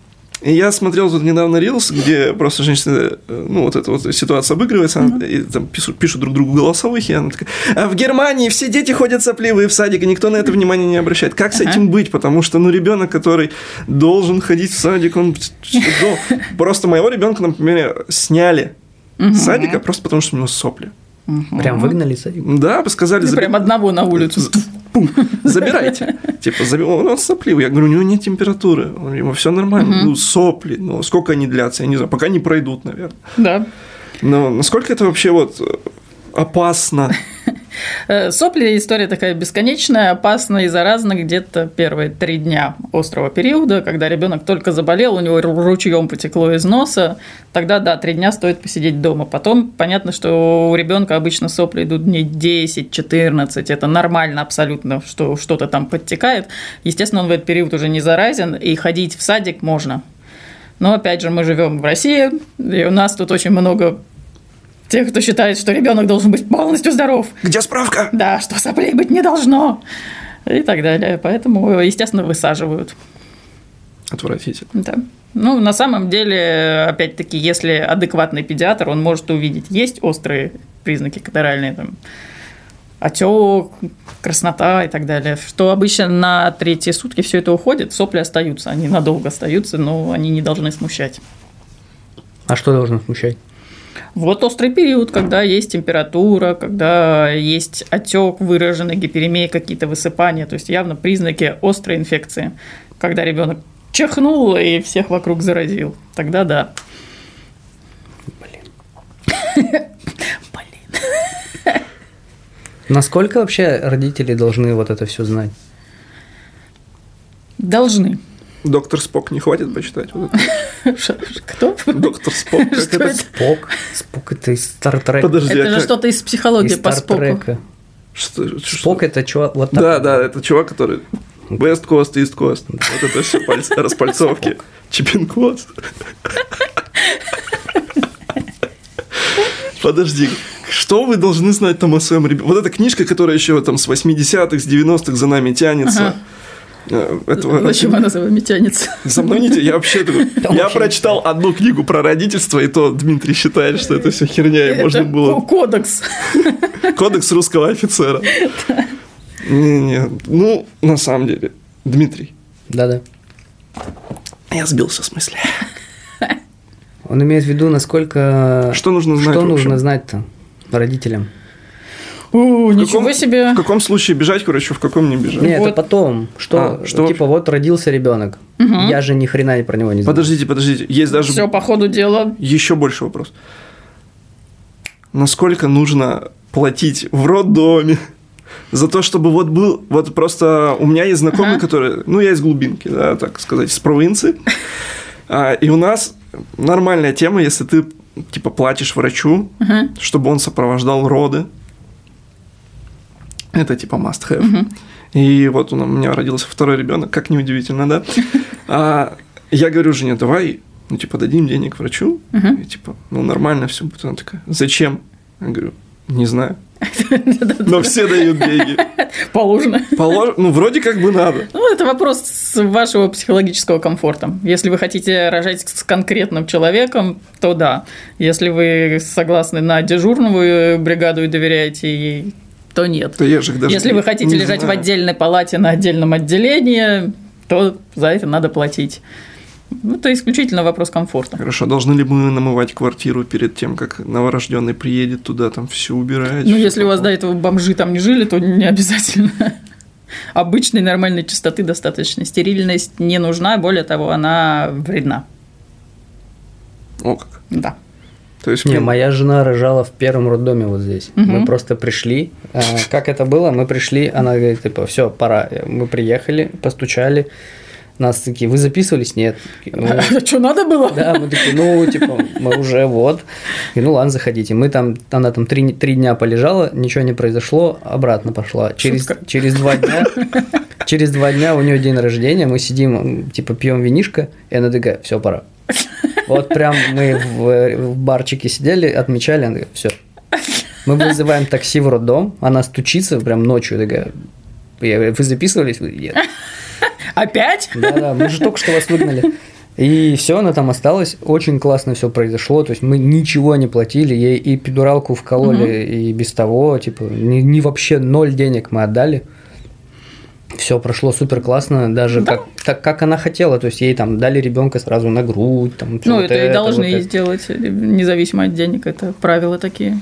И я смотрел тут недавно рилс, где просто женщины, э, ну, вот эта вот ситуация обыгрывается, она- и там пишут, пишут друг другу голосовых, и она такая, «А в Германии все дети ходят сопливые в садик, и никто на это внимания не обращает. Как с этим быть? Потому что, ну, ребенок, который должен ходить в садик, он... ну, Просто моего ребенка, например, сняли с садика просто потому, что у него сопли.
Прям выгнали Э, из садика?
Да, сказали,
Ты
«Забер-
Ну, прям одного на улицу.
З- пум, забирайте. Типа, заби- он, он сопливый. Я говорю, у него нет температуры. Он- Ему все нормально. Ну, сопли. Ну, сколько они длятся, я не знаю. Пока не пройдут, наверное.
Да.
Но насколько это вообще вот э, опасно?
Э, Сопли история такая бесконечная, опасная и заразная где-то первые три дня острого периода, когда ребенок только заболел, у него ру- ручьем потекло из носа. Тогда, да, три дня стоит посидеть дома. Потом понятно, что у ребенка обычно сопли идут дней 10-14. Это нормально абсолютно, что что-то там подтекает. Естественно, он в этот период уже не заразен, и ходить в садик можно. Но опять же, мы живем в России, и у нас тут очень много тех, кто считает, что ребенок должен быть полностью здоров.
Где справка?
Да, что соплей быть не должно. И так далее. Поэтому, естественно, высаживают.
Отвратительно.
Да. Ну, на самом деле, опять-таки, если адекватный педиатр, он может увидеть, есть острые признаки катаральные, там, отек, краснота и так далее. Что обычно на третьи сутки все это уходит, сопли остаются, они надолго остаются, но они не должны смущать.
А что должно смущать?
Вот острый период, когда есть температура, когда есть отек выраженный, гиперемия, какие-то высыпания, то есть явно признаки острой инфекции, когда ребенок чихнул и всех вокруг заразил. Тогда да.
Блин.
Блин.
Насколько вообще родители должны вот это все знать?
Должны.
Доктор Спок не хватит почитать? Вот это?
Ш- Кто?
Доктор Спок. Как
Что
это?
это?
Спок? Спок это из Стартрека.
Подожди, а
Это же
как-
что-то из психологии
Из
по споку.
Стартрека.
что- что-
Спок это чувак, вот так.
Да, да, это чувак, который West Coast, East Coast. Вот это все пальцы, распальцовки. Чипин Coast. Подожди, что вы должны знать там о своем ребенке? Вот эта книжка, которая еще там с 80-х, с 90-х за нами тянется. Э, этого-
Зачем она за вами тянется?
Со мной не тя- Я вообще такой- Я
вообще
прочитал одну книгу про родительство, и то Дмитрий считает, что это все херня, и можно
Это
было...
ко- Кодекс.
Кодекс русского офицера. Не-не, ну, на самом деле, Дмитрий,
Да-да.
я сбился с мысли.
Он имеет в виду, насколько...
Что нужно знать
Что
вообще?
нужно знать-то родителям?
У,
В
Ничего
каком-
себе.
В каком случае бежать, короче, в каком не бежать?
Не, это
Вот.
потом. Что,
Ну А, что
типа, вот родился ребенок.
Мгм.
Я же ни хрена про него не знаю.
Подождите, подождите, есть даже
Все по ходу дела.
еще больше вопрос. Насколько нужно платить в роддоме за то, чтобы вот был... Вот просто у меня есть знакомый,
Ага.
который... Ну, я из глубинки, да, так сказать, с провинции. А, И у нас нормальная тема, если ты, типа, платишь врачу,
Ага.
чтобы он сопровождал роды. Это типа must have. И вот он, у меня родился второй ребенок, как неудивительно, да? А я говорю жене, давай, ну, типа, дадим денег врачу.
Мгм.
И, типа, ну, нормально все будет. Она такая, зачем? Я говорю, не знаю. Но все дают деньги.
Положено.
Полож- Ну, вроде как бы надо.
Ну, это вопрос с вашего психологического комфорта. Если вы хотите рожать с конкретным человеком, то да. Если вы согласны на дежурную бригаду и доверяете ей, то нет.
То я же их даже
Если
не-
вы хотите
не
лежать в
знаю.
отдельной палате на отдельном отделении, то за это надо платить. Ну, это исключительно вопрос комфорта.
Хорошо, должны ли мы намывать квартиру перед тем, как новорожденный приедет туда, там все убирать?
Ну,
всё
если у вас до
такое?
этого бомжи там не жили, то не обязательно. Обычной нормальной чистоты достаточно. Стерильность не нужна, более того, она вредна.
О, как.
Да.
То есть,
Не,
блин,
моя жена рожала в первом роддоме вот здесь.
Мгм.
Мы просто пришли. э, Как это было? Мы пришли, она говорит, типа, все, пора. Мы приехали, постучали. Нас такие, вы записывались? Нет. Такие, «Ну,
Что надо было?
Да, мы такие, ну, типа, мы уже вот. И ну ладно, заходите. Мы там, она там три, три дня полежала, ничего не произошло, обратно пошла. Через,
Шутка.
через два дня, через два дня у нее день рождения, мы сидим, м, типа, пьем винишко, и она такая, все, пора. Вот прям мы в, в барчике сидели, отмечали, она такая, все. Мы вызываем такси в роддом, она стучится прям ночью, такая, я говорю, вы записывались? Нет.
Опять?
Да, да, мы же только что вас выгнали. И все, она там осталась. Очень классно все произошло. То есть мы ничего не платили, ей и педуралку вкололи, и без того, типа, не, не вообще ноль денег мы отдали. Все прошло супер классно, даже как, так, как она хотела. То есть ей там дали ребенка сразу на грудь. Там, всё
Ну,
вот
это и
это,
должны
вот это.
сделать, э, независимо от денег, это правила такие.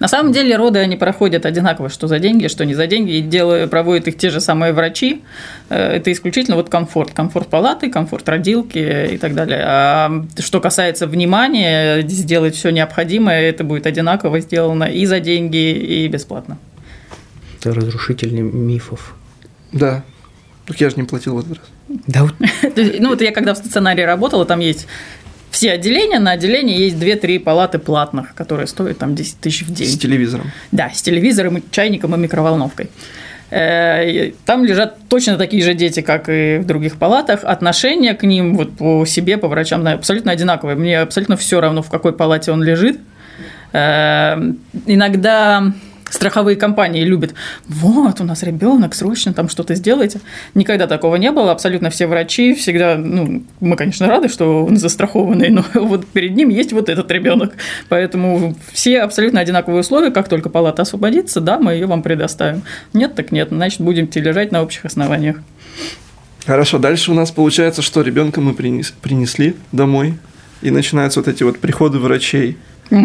На самом деле роды они проходят одинаково, что за деньги, что не за деньги, и делают, проводят их те же самые врачи. Э, Это исключительно вот комфорт, комфорт палаты, комфорт родилки и так далее. А что касается внимания, сделать все необходимое, это будет одинаково сделано и за деньги, и бесплатно.
Ты разрушитель мифов.
Да. Так я же не платил в этот раз.
Да, вот
То есть, Ну, вот я когда в стационаре работала, там есть все отделения, на отделении есть 2-3 палаты платных, которые стоят там 10 тысяч в день.
С телевизором.
Да, с телевизором, и чайником и микроволновкой. Э, и Там лежат точно такие же дети, как и в других палатах. Отношение к ним вот по себе, по врачам, да, абсолютно одинаковое. Мне абсолютно все равно, в какой палате он лежит. Э, Эм, Иногда страховые компании любят. Вот, у нас ребенок, срочно там что-то сделайте. Никогда такого не было. Абсолютно все врачи всегда, ну, мы, конечно, рады, что он застрахованный, но вот перед ним есть вот этот ребенок. Поэтому все абсолютно одинаковые условия. Как только палата освободится, да, мы ее вам предоставим. Нет, так нет. Значит, будем лежать на общих основаниях.
Хорошо, дальше у нас получается, что ребенка мы принес, принесли домой, и начинаются вот эти вот приходы врачей.
Угу.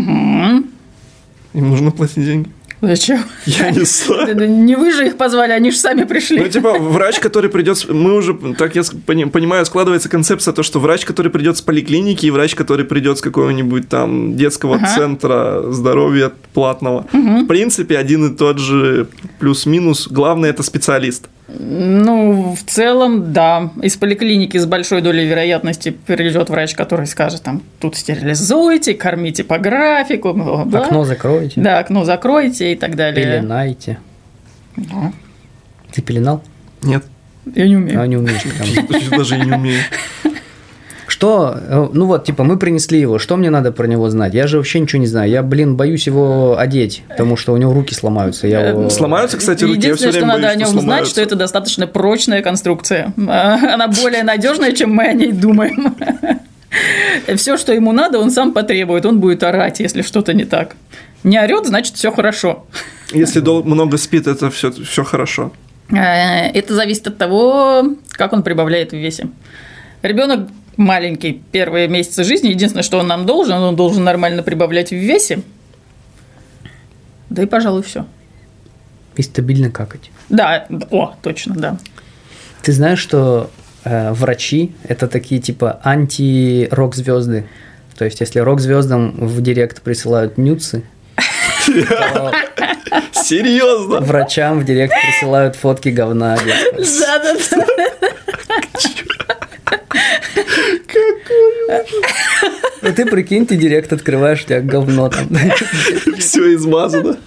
Им нужно платить деньги.
Зачем?
Я не знаю.
Это Не вы же их позвали, они же сами пришли.
Ну, типа, врач, который придет... с- Мы уже, так я с- пони- понимаю, складывается концепция, то, что врач, который придет с поликлиники, и врач, который придет с какого-нибудь там детского
Ага.
центра здоровья платного. В принципе, один и тот же плюс-минус. Главное, это специалист.
Ну, в целом, да. Из поликлиники с большой долей вероятности придет врач, который скажет, там, тут стерилизуйте, кормите по графику, бла-бла-бла.
Окно закройте,
Да, окно закройте и так далее.
пеленайте.
Да.
Ты пеленал?
Нет,
Я не умею.
А не умеешь. потому что-
я даже и не умею.
Что, э, ну вот, типа, мы принесли его, что мне надо про него знать? Я же вообще ничего не знаю. Я, блин, боюсь его одеть, потому что у него руки сломаются. Я его-
Сломаются, кстати, руки. Я всё
Единственное, что
время
надо о
боюсь,
нем
что
знать,
сломаются.
что это достаточно прочная конструкция. А, Она более надежная, чем мы о ней думаем. Все, что ему надо, он сам потребует. Он будет орать, если что-то не так. Не орет, значит, все хорошо.
Если дол- много спит, это все, все хорошо.
Э, Это зависит от того, как он прибавляет в весе. Ребенок маленький, первые месяцы жизни, единственное, что он нам должен, он должен нормально прибавлять в весе. Да и, пожалуй, все.
И стабильно какать.
Да, о, точно, да.
Ты знаешь, что э, врачи – это такие, типа, анти-рок-звезды. То есть, если рок-звездам в директ присылают нюцы, то
Серьезно?
врачам в директ присылают фотки говна. детского.
Да, да, да.
Ну, ты прикинь, ты директ открываешь, у тебя говно там.
Все измазано.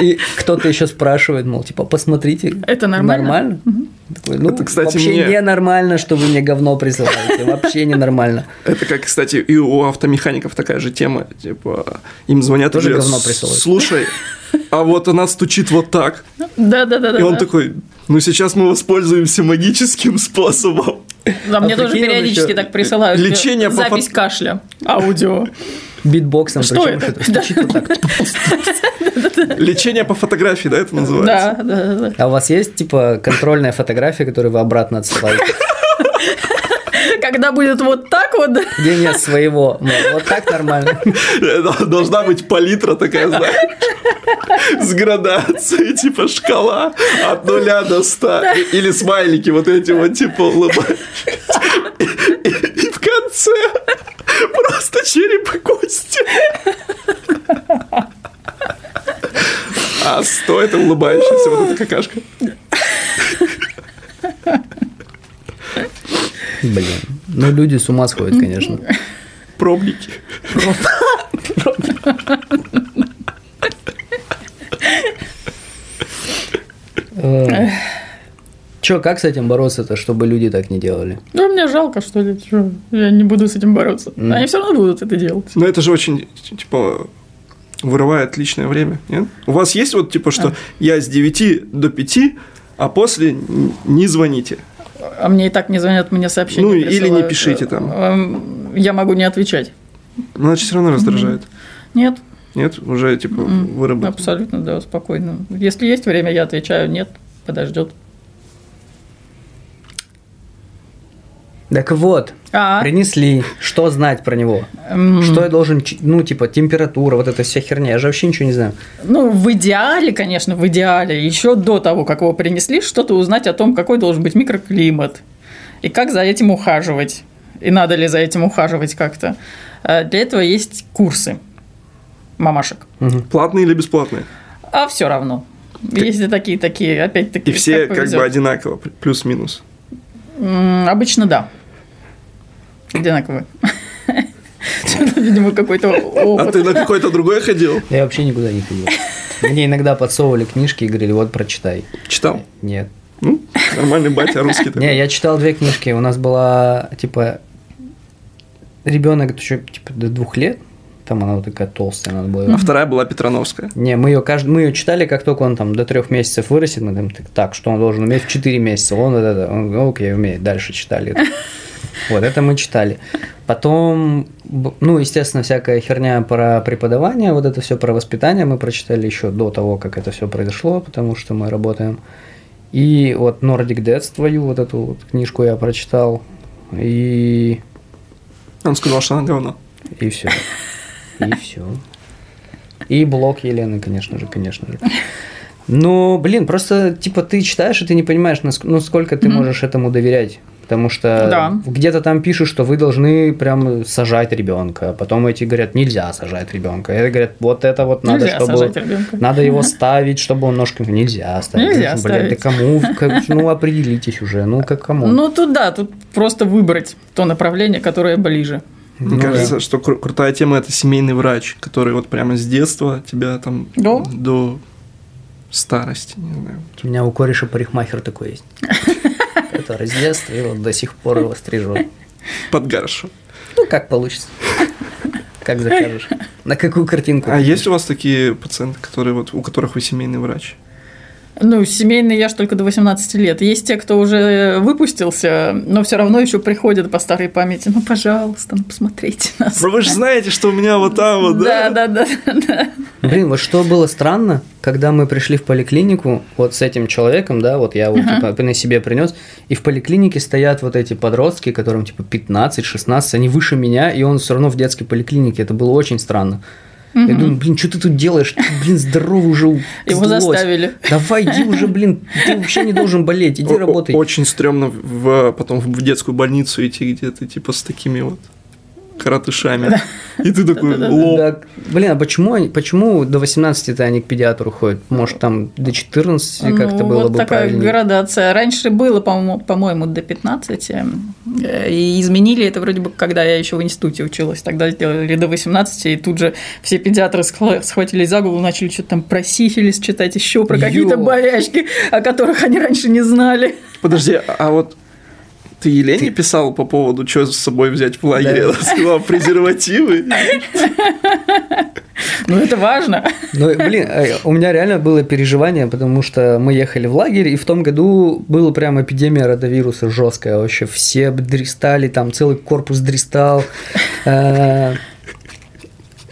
И кто-то еще спрашивает, мол, типа, посмотрите.
Это нормально?
Нормально? Такой, ну,
Это, кстати,
вообще
мне.
ненормально, что вы мне говно присылаете. Вообще ненормально.
Это как, кстати, и у автомехаников такая же тема. Типа, им звонят
Тоже
и говорят,
говно присылают.
слушай, а вот она стучит вот так.
Да, да, да.
И он такой, ну сейчас мы воспользуемся магическим способом.
Да, мне
А
тоже
прикинь, он
периодически
еще
так присылают. э,
лечение по
Запись
фот-
кашля. Аудио.
Битбоксом
Что
причем
это?
что-то стучит вот так.
Лечение по фотографии, да, это называется?
Да, да, да, да.
А у вас есть, типа, контрольная фотография, которую вы обратно отсылаете?
Когда будет вот так вот, да,
Где нет своего? Мол, Вот так нормально.
Да. Должна быть палитра такая, знаешь, с градацией, типа шкала от нуля до ста. И- Или смайлики вот эти вот, типа, улыбаются. И- И и в конце просто череп и кости. А сто это улыбающаяся вот эта какашка.
Блин. Ну, люди с ума сходят, конечно.
Пробники.
Че, Э, как с этим бороться-то, чтобы люди так не делали?
Ну, мне жалко, что ли. чё, Я не буду с этим бороться.
Мгм.
Они все равно будут это делать.
Но это же очень, типа, вырывает личное время, нет? У вас есть вот, типа, что я с 9 до 5, а после н- не звоните.
А мне и так не звонят, мне сообщения
Ну, или не
присылают.
пишите там.
Эм, Я могу не отвечать.
Но Значит, все равно раздражает.
Нет,
Нет? Уже, типа,
Мгм.
выработано.
абсолютно, да, спокойно. Если есть время, я отвечаю, нет, подождет.
Так вот,
А,
принесли, что знать про него?
эм,
Что я должен, чи- ну, типа, температура, вот эта вся херня, я же вообще ничего не знаю.
ну, в идеале, конечно, в идеале, еще до того, как его принесли, что-то узнать о том, какой должен быть микроклимат, и как за этим ухаживать, и надо ли за этим ухаживать как-то. Э, Для этого есть курсы мамашек.
Мгм.
Платные или бесплатные?
А все равно. Есть и такие, такие, опять-таки.
И все
как
как бы
повезёт.
одинаково, пр- плюс-минус.
М, Обычно да. Одинаковые. Что-то, видимо, какой-то
А
опыт.
ты на какой-то другой ходил?
Я вообще никуда не ходил. Мне иногда подсовывали книжки и говорили, вот, прочитай.
Читал?
Нет.
Ну, нормальный батя русский
Не,
такой.
я читал две книжки. У нас была, типа, ребенок еще, типа, до двух лет, Там она вот такая толстая, надо было её
А вторая была Петрановская.
не, мы ее, кажд... мы ее читали, как только он там до трех месяцев вырастет, мы там, так, так, что он должен уметь в четыре месяца, он это, это, он, ну, окей, умеет, дальше читали. Вот, это мы читали. Потом, б- ну, естественно, всякая херня про преподавание, вот это все про воспитание мы прочитали еще до того, как это все произошло, потому что мы работаем. И вот Nordic Death твою, вот эту вот книжку я прочитал, и,
Он сказал, что она говно.
и все. И все. И блог Елены, конечно же, конечно же. Ну, блин, просто, типа, ты читаешь, и ты не понимаешь, наск- ну, сколько ты
Мгм.
можешь этому доверять. Потому что
Да.
где-то там пишут, что вы должны прям сажать ребенка. Потом эти говорят, нельзя сажать ребенка. Это говорят, вот это вот надо,
Нельзя
чтобы.
сажать ребенка.
Надо его ставить, чтобы он ножками. Нельзя ставить.
Нельзя
Ну, блин, да
ставить.
кому? Как- ну, определитесь уже. Ну, как кому?
Ну, тут да, тут просто выбрать то направление, которое ближе.
Мне
Ну,
кажется,
да.
что кру- крутая тема это семейный врач, который вот прямо с детства тебя там
Да.
до старости, не знаю.
У меня у кореша парикмахер такой есть. Это раздетство, и вот до сих пор его стрижет.
Подгаршу.
Ну, как получится. Как закажешь. На какую картинку?
А есть у вас такие пациенты, которые вот у которых вы семейный врач?
Ну, семейный я ж только до 18 лет. Есть те, кто уже выпустился, но все равно еще приходят по старой памяти. Ну, пожалуйста, ну, посмотрите нас.
Ну вы же знаете, что у меня вот там вот,
Да,
да?
да, да, да.
Блин, вот что было странно, когда мы пришли в поликлинику, вот с этим человеком, да, вот я его типа, на себе принес, и в поликлинике стоят вот эти подростки, которым типа 15-16, они выше меня, и он все равно в детской поликлинике, это было очень странно. Я думаю, блин, что ты тут делаешь? Ты, блин, здоровый уже у-
Его
злость.
заставили.
Давай, иди уже, блин, ты вообще не должен болеть, иди
О- о-
работай.
Очень стрёмно в, потом в детскую больницу идти, где ты типа с такими вот коротышами. И ты такой лоб.
Да, блин, а почему, они- почему до 18-то они к педиатру ходят? Может, там до 14 как-то
Ну,
было
вот
бы
такая
правильнее?
градация. Раньше было, по-моему, по-моему, до 15. э, И изменили это вроде бы, когда я еще в институте училась. Тогда сделали до 18, и тут же все педиатры схла- схватились за голову, начали что-то там про сифилис читать, еще про какие-то
Ё.
болячки, о которых они раньше не знали.
Подожди, а- а вот ты Елене писал по поводу, что с собой взять в лагере? Она сказала, презервативы.
Ну, это важно.
Ну, блин, э, у меня реально было переживание, потому что мы ехали в лагерь, и в том году была прям эпидемия родовируса жесткая вообще. Все б- дристали, там целый корпус дристал. Э,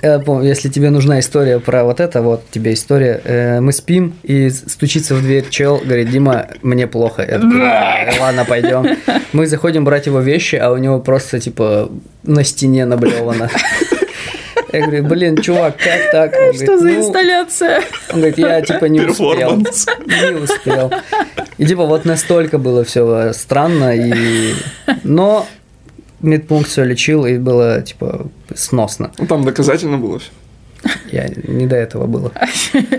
я помню, если тебе нужна история про вот это, вот тебе история. Э, Мы спим, и с- стучится в дверь чел, говорит, Дима, мне плохо. Я такой, «Э, Ладно, пойдем. Мы заходим брать его вещи, а у него просто, типа, на стене наблевано. Я говорю, блин, чувак, как так? Он говорит,
Что за
«Ну,
инсталляция?
он говорит, я типа не успел.
Перформанс.
Не успел. И типа вот настолько было все странно. И... Но медпункт все лечил, и было типа сносно.
Ну, Там доказательно было все.
Я не до этого было.
А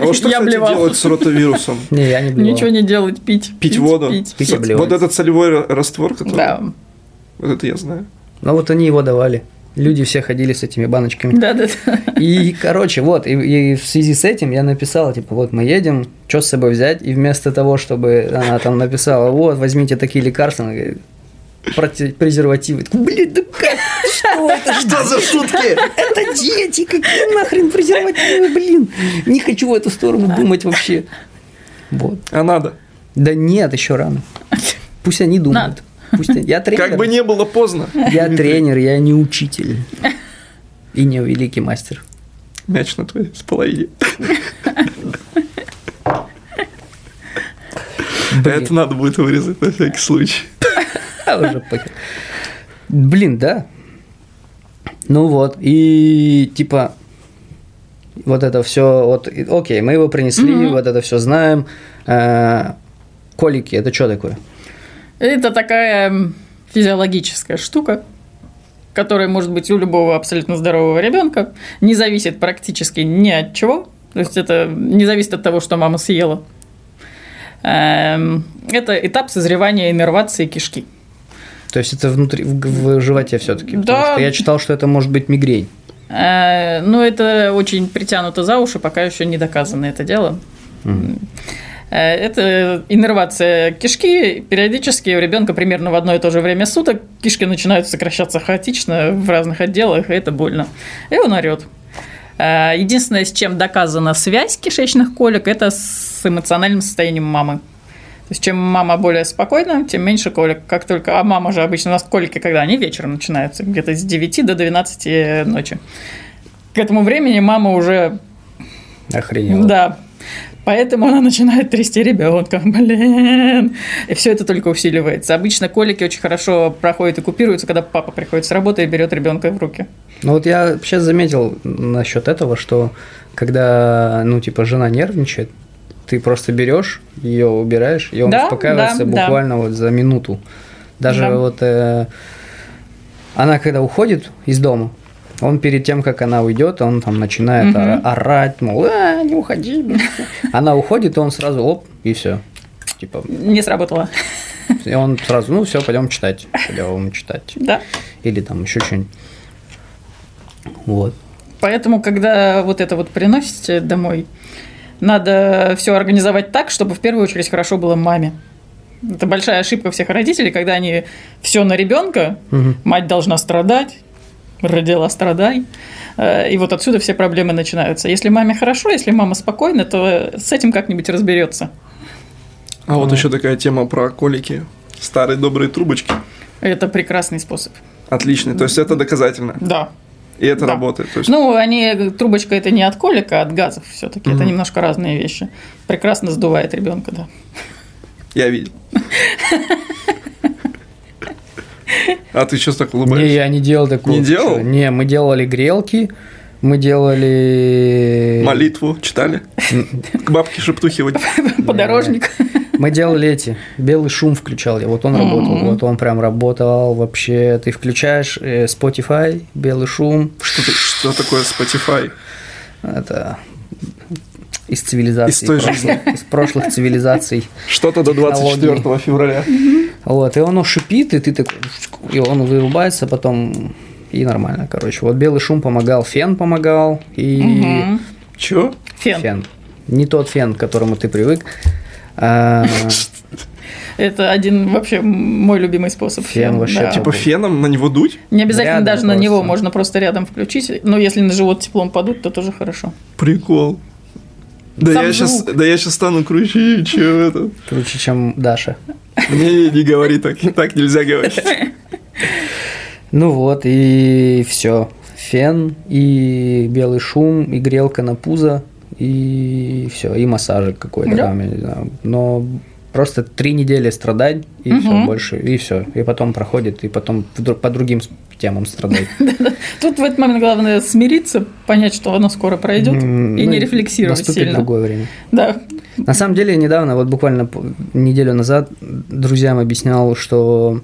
вот что,
Я
кстати,
блевал.
делать с ротовирусом?
Не, я не блевал.
Ничего не делать, пить.
Пить воду?
пить.
Пить и
Вот-
блевать.
Вот этот солевой ра- раствор, который...
Да.
Вот это я знаю.
Но вот они его давали. Люди все ходили с этими баночками.
Да, да, да.
И, короче, вот, и, и в связи с этим я написал, типа, вот мы едем, что с собой взять, и вместо того, чтобы она там написала, вот, возьмите такие лекарства, она говорит, «Проти- презервативы. Я такой, Блин, да как? Что это?
Что за шутки?
Это дети, какие нахрен презервативы, блин. Не хочу в эту сторону думать вообще. Вот.
А надо.
Да нет, еще рано. Пусть они думают. Пусть они- Я тренер.
Как бы не было поздно.
Я
Дмитрий,
тренер, я не учитель. И не великий мастер.
Мяч на твоей с половине.
Блин.
Это надо будет вырезать на всякий случай.
А уже похер. Блин, да. Ну вот, и типа вот это все, вот, и- окей, мы его принесли, вот это все знаем. Э, Колики, это что такое?
Это такая м, физиологическая штука, которая может быть у любого абсолютно здорового ребенка, не зависит практически ни от чего. То есть это не зависит от того, что мама съела. Эм, Это этап созревания иннервации кишки.
То есть это внутри, в, в животе все-таки. Потому
Да.
что я читал, что это может быть мигрень.
Э, Но это очень притянуто за уши, пока еще не доказано это дело. Э, Это иннервация кишки. Периодически у ребенка примерно в одно и то же время суток кишки начинают сокращаться хаотично в разных отделах, и это больно. И он орет. Единственное, с чем доказана связь кишечных колик, это с эмоциональным состоянием мамы. То есть, чем мама более спокойна, тем меньше колик. Как только... А мама же обычно у нас колики, когда они вечером начинаются, где-то с 9 до 12 ночи. К этому времени мама уже...
Охренела.
Да. Поэтому она начинает трясти ребенка. Блин. И все это только усиливается. Обычно колики очень хорошо проходят и купируются, когда папа приходит с работы и берет ребенка в руки.
Ну вот я сейчас заметил насчет этого, что когда, ну, типа, жена нервничает, ты просто берешь ее, убираешь, и он
Да,
успокаивается
да, да.
буквально вот за минуту. Даже
Да.
вот э, она когда уходит из дома, он перед тем, как она уйдет, он там начинает
Мгм.
ора- орать, мол, «А, не уходи. блин». Она уходит, и он сразу оп, и все. Типа,
Не сработало.
и он сразу, ну все, пойдем читать. Пойдем читать.
Да.
Или там еще что-нибудь. Вот.
Поэтому, когда вот это вот приносите домой, надо все организовать так, чтобы в первую очередь хорошо было маме. Это большая ошибка всех родителей, когда они все на ребенка,
Мгм.
мать должна страдать, родила страдай. Э, И вот отсюда все проблемы начинаются. Если маме хорошо, если мама спокойна, то с этим как-нибудь разберется.
А
Ну.
вот еще такая тема про колики. Старые добрые трубочки.
Это прекрасный способ.
Отлично. То есть это доказательно.
Да.
И это
Да.
работает. То есть
Ну, они, трубочка это не от колика, а от газов все-таки. Это
Мгм.
немножко разные вещи. Прекрасно сдувает ребенка, да.
я видел. А ты что так
Не,
улыбаешься?
я не делал такого.
Не
Ты
делал?
чё? Не, мы делали грелки, мы делали...
Молитву читали? К бабке шептухивать.
Подорожник.
Мы делали эти. Белый шум включал я. Вот он работал.
Мгм.
Вот он прям работал вообще. Ты включаешь э, Spotify, белый шум.
Что, ты- что такое Spotify?
Это из цивилизации.
Из той
прошлых-
жизни.
Из прошлых цивилизаций.
Что-то до 24 февраля.
Вот, и оно шипит, и ты такой, и он вырубается потом, и нормально, короче. Вот белый шум помогал, фен помогал, и
Мгм.
Чё?
Фен.
фен. Не тот фен, к которому ты привык. а,
Это один вообще мой любимый способ.
Фен вообще
да.
типа
По фенам на него дуть?
Не обязательно
Рядом
даже на
просто.
него, можно просто рядом включить. Но если на живот теплом подуть, то тоже хорошо.
Прикол. Да
Сам
я, сейчас,
звук.
да я сейчас стану круче, чем это.
Круче, чем Даша.
Не, не, не говори так, так нельзя говорить.
Ну вот, и все. Фен, и белый шум, и грелка на пузо, и все, и массажик какой-то
Да.
там, я не знаю. Но просто три недели страдать, и все,
Мгм.
больше, и все. И потом проходит, и потом вдруг по другим с- темам страдать.
Тут в этот момент главное смириться, понять, что оно скоро пройдет,
М,
и
ну,
не рефлексировать
наступит
сильно.
другое время.
Да.
На самом деле, я недавно, вот буквально п- неделю назад, друзьям объяснял, что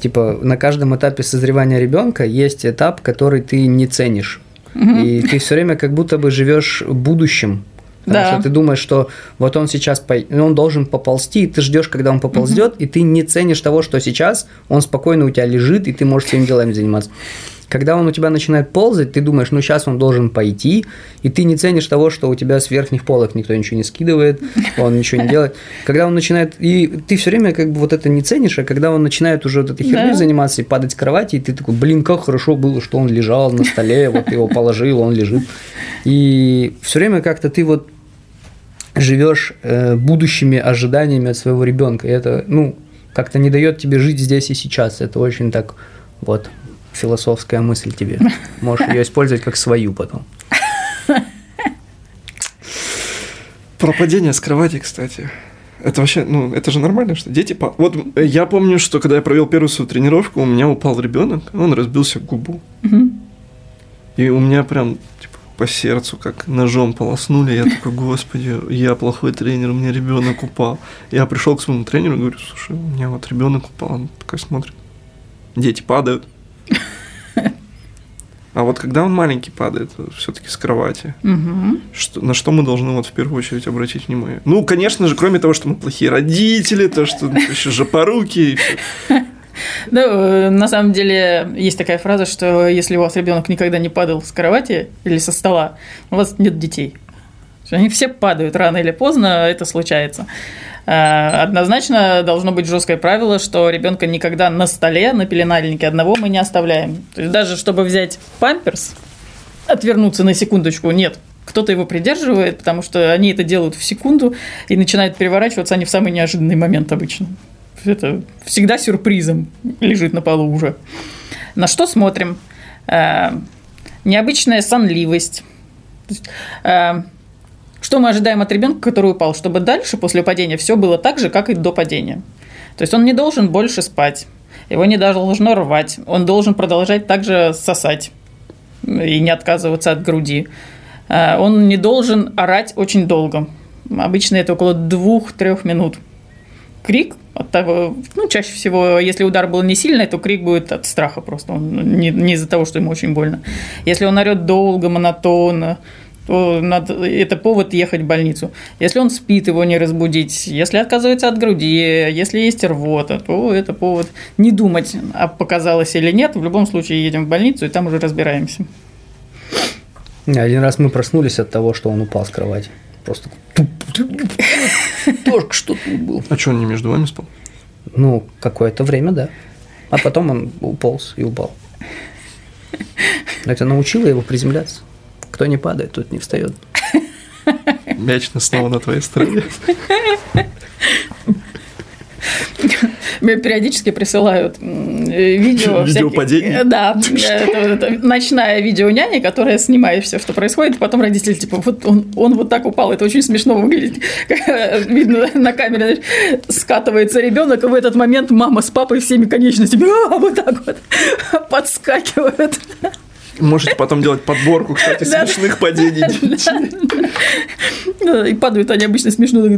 типа на каждом этапе созревания ребенка есть этап, который ты не ценишь.
Мгм.
И ты все время как будто бы живешь будущим. Потому
Да.
что ты думаешь, что вот он сейчас пой- ну, он должен поползти, и ты ждешь, когда он поползет, и ты не ценишь того, что сейчас он спокойно у тебя лежит, и ты можешь своими делами заниматься. Когда он у тебя начинает ползать, ты думаешь, ну сейчас он должен пойти, и ты не ценишь того, что у тебя с верхних полок никто ничего не скидывает, он ничего не делает. Когда он начинает, и ты все время как бы вот это не ценишь, а когда он начинает уже вот этой херней
Да.
заниматься и падать с кровати, и ты такой, блин, как хорошо было, что он лежал на столе, вот ты его положил, он лежит. И все время как-то ты вот живешь э, будущими ожиданиями от своего ребенка. И это, ну, как-то не дает тебе жить здесь и сейчас. Это очень так вот философская мысль тебе. Можешь ее использовать как свою потом.
Про падение с кровати, кстати. Это вообще, ну, это же нормально, что дети... па- Вот э, я помню, что когда я провел первую свою тренировку, у меня упал ребенок, он разбился в губу.
Мгм.
И у меня прям типа, по сердцу как ножом полоснули. Я такой, господи, я плохой тренер, у меня ребенок упал. Я пришел к своему тренеру и говорю, слушай, у меня вот ребенок упал. Он такой смотрит, дети падают. А вот когда он маленький падает, все-таки с кровати,
Мгм.
что- на что мы должны вот в первую очередь обратить внимание? Ну, конечно же, кроме того, что мы плохие родители, то, что еще же поруки.
Да, э, на самом деле есть такая фраза, что если у вас ребенок никогда не падал с кровати или со стола, у вас нет детей. Они все падают рано или поздно, это случается. Э, Однозначно должно быть жесткое правило, что ребенка никогда на столе, на пеленальнике одного мы не оставляем. То есть даже чтобы взять памперс, отвернуться на секундочку. Нет, кто-то его придерживает, потому что они это делают в секунду и начинают переворачиваться они в самый неожиданный момент обычно. Это всегда сюрпризом лежит на полу уже. На что смотрим? Э, Необычная сонливость. То есть, э, Что мы ожидаем от ребенка, который упал, чтобы дальше после падения все было так же, как и до падения. То есть он не должен больше спать, его не должно рвать, он должен продолжать также сосать и не отказываться от груди. Э, Он не должен орать очень долго. Обычно это около 2-3 минут. Крик от того, ну, чаще всего, если удар был не сильный, то крик будет от страха просто, он не, не из-за того, что ему очень больно. Если он орет долго, монотонно, то надо, это повод ехать в больницу. Если он спит, его не разбудить. Если отказывается от груди, если есть рвота, то это повод не думать, а показалось или нет. В любом случае едем в больницу и там уже разбираемся.
Один раз мы проснулись от того, что он упал с кровати. Просто только что тут был.
А что он не между вами спал?
Ну, какое-то время, да. А потом он уполз и упал. Это научило его приземляться. Кто не падает, тот не встает.
Мяч на- снова на твоей стороне.
Мне периодически присылают м, э, видео.
Видео
всяких- э,
падений?
Да. это- это Ночная видео няни, которая снимает все, что происходит, и потом родители типа, вот он, он вот так упал, это очень смешно выглядит. Видно на камере, знаешь, скатывается ребенок, и в этот момент мама с папой всеми конечностями «А, вот так вот подскакивают.
Можете потом делать подборку, кстати,
Да.
смешных падений.
Да, И падают они обычно смешно. так,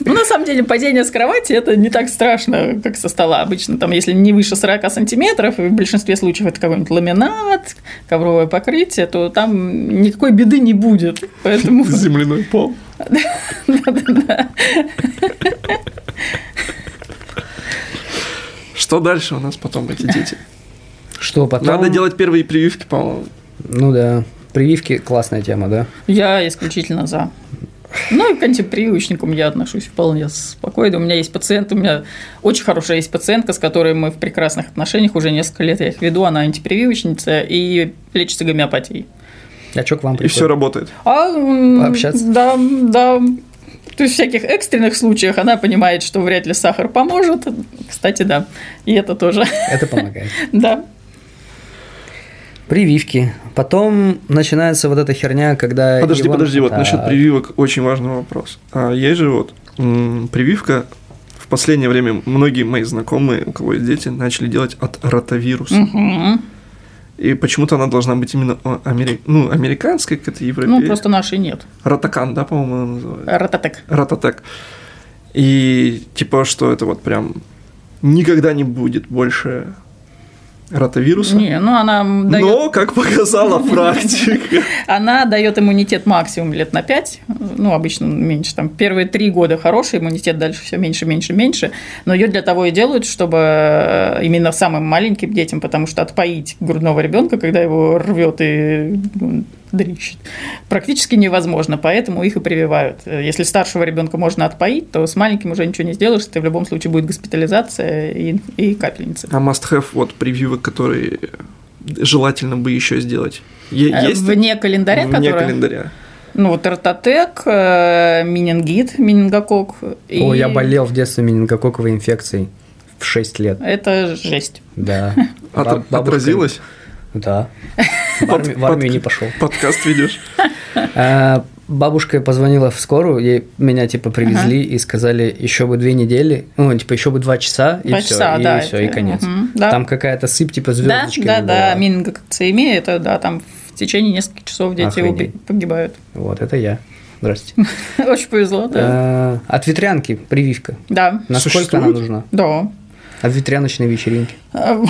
Ну, на самом деле, падение с кровати – это не так страшно, как со стола обычно. Там, если не выше 40 сантиметров, и в большинстве случаев это какой-нибудь ламинат, ковровое покрытие, то там никакой беды не будет. Поэтому...
Земляной пол.
Да-да-да.
Что дальше у нас потом эти дети?
Что потом?
Надо делать первые прививки, по-моему.
Ну да. Прививки – классная тема, да?
Я исключительно за. Ну и к антипривычникам я отношусь вполне спокойно. У меня есть пациент, у меня очень хорошая есть пациентка, с которой мы в прекрасных отношениях уже несколько лет я их веду, она антипрививочница и лечится гомеопатией.
А что к вам
И все
приходит?
работает.
А, м,
Пообщаться?
Да, да. То есть в всяких экстренных случаях она понимает, что вряд ли сахар поможет. Кстати, да. И это тоже.
Это помогает.
Да.
Прививки. Потом начинается вот эта херня, когда...
Подожди,
Иван- А,
подожди, вот
Так.
насчет прививок очень важный вопрос. А, Есть же вот м, прививка. В последнее время многие мои знакомые, у кого есть дети, начали делать от ротавируса.
Мгм.
И почему-то она должна быть именно о, амери- ну, американской, какая-то европейская.
Ну, просто нашей нет.
Ротакан, да, по-моему, она называется.
Рататек.
Ротатек. И типа, что это вот прям никогда не будет больше ротавируса.
Не, ну она м, дает
Но, как показала практика,
Она дает иммунитет максимум лет на 5, ну, обычно меньше, там, первые 3 года хороший иммунитет, дальше все меньше, меньше, меньше, но ее для того и делают, чтобы э, именно самым маленьким детям, потому что отпоить грудного ребенка, когда его рвет и ну, дрищет, практически невозможно, поэтому их и прививают. Э, Если старшего ребенка можно отпоить, то с маленьким уже ничего не сделаешь, ты в любом случае будет госпитализация и, и капельницы.
А must-have вот прививок, которые желательно бы еще сделать. Е-
Э,
Есть
Вне календаря,
Вне
которая-
календаря.
Ну, вот рототек, э, менингит, менингокок. и-
Ой, я болел в детстве менингококковой инфекцией в 6 лет.
Это жесть.
Да.
От-
Баб- бабушка-
отразилось?
Да. В арми- в армию не пошел.
Подкаст ведешь?
А, Бабушка позвонила в скорую, ей меня типа привезли и сказали еще бы две недели, ну типа еще бы два часа и
Два
все,
часа,
и
да,
все, и
это-
конец.
мгм, да.
Там какая-то сыпь типа
Да,
звездочки.
да, да, мингокцемия, это да, там в течение нескольких часов дети
Охренеть.
убе- погибают.
Вот это я. Здрасте.
Очень повезло, да.
А, От ветрянки прививка.
Да.
Насколько она
Существует?
нужна?
Да.
От ветряночной вечеринки.
А, вот.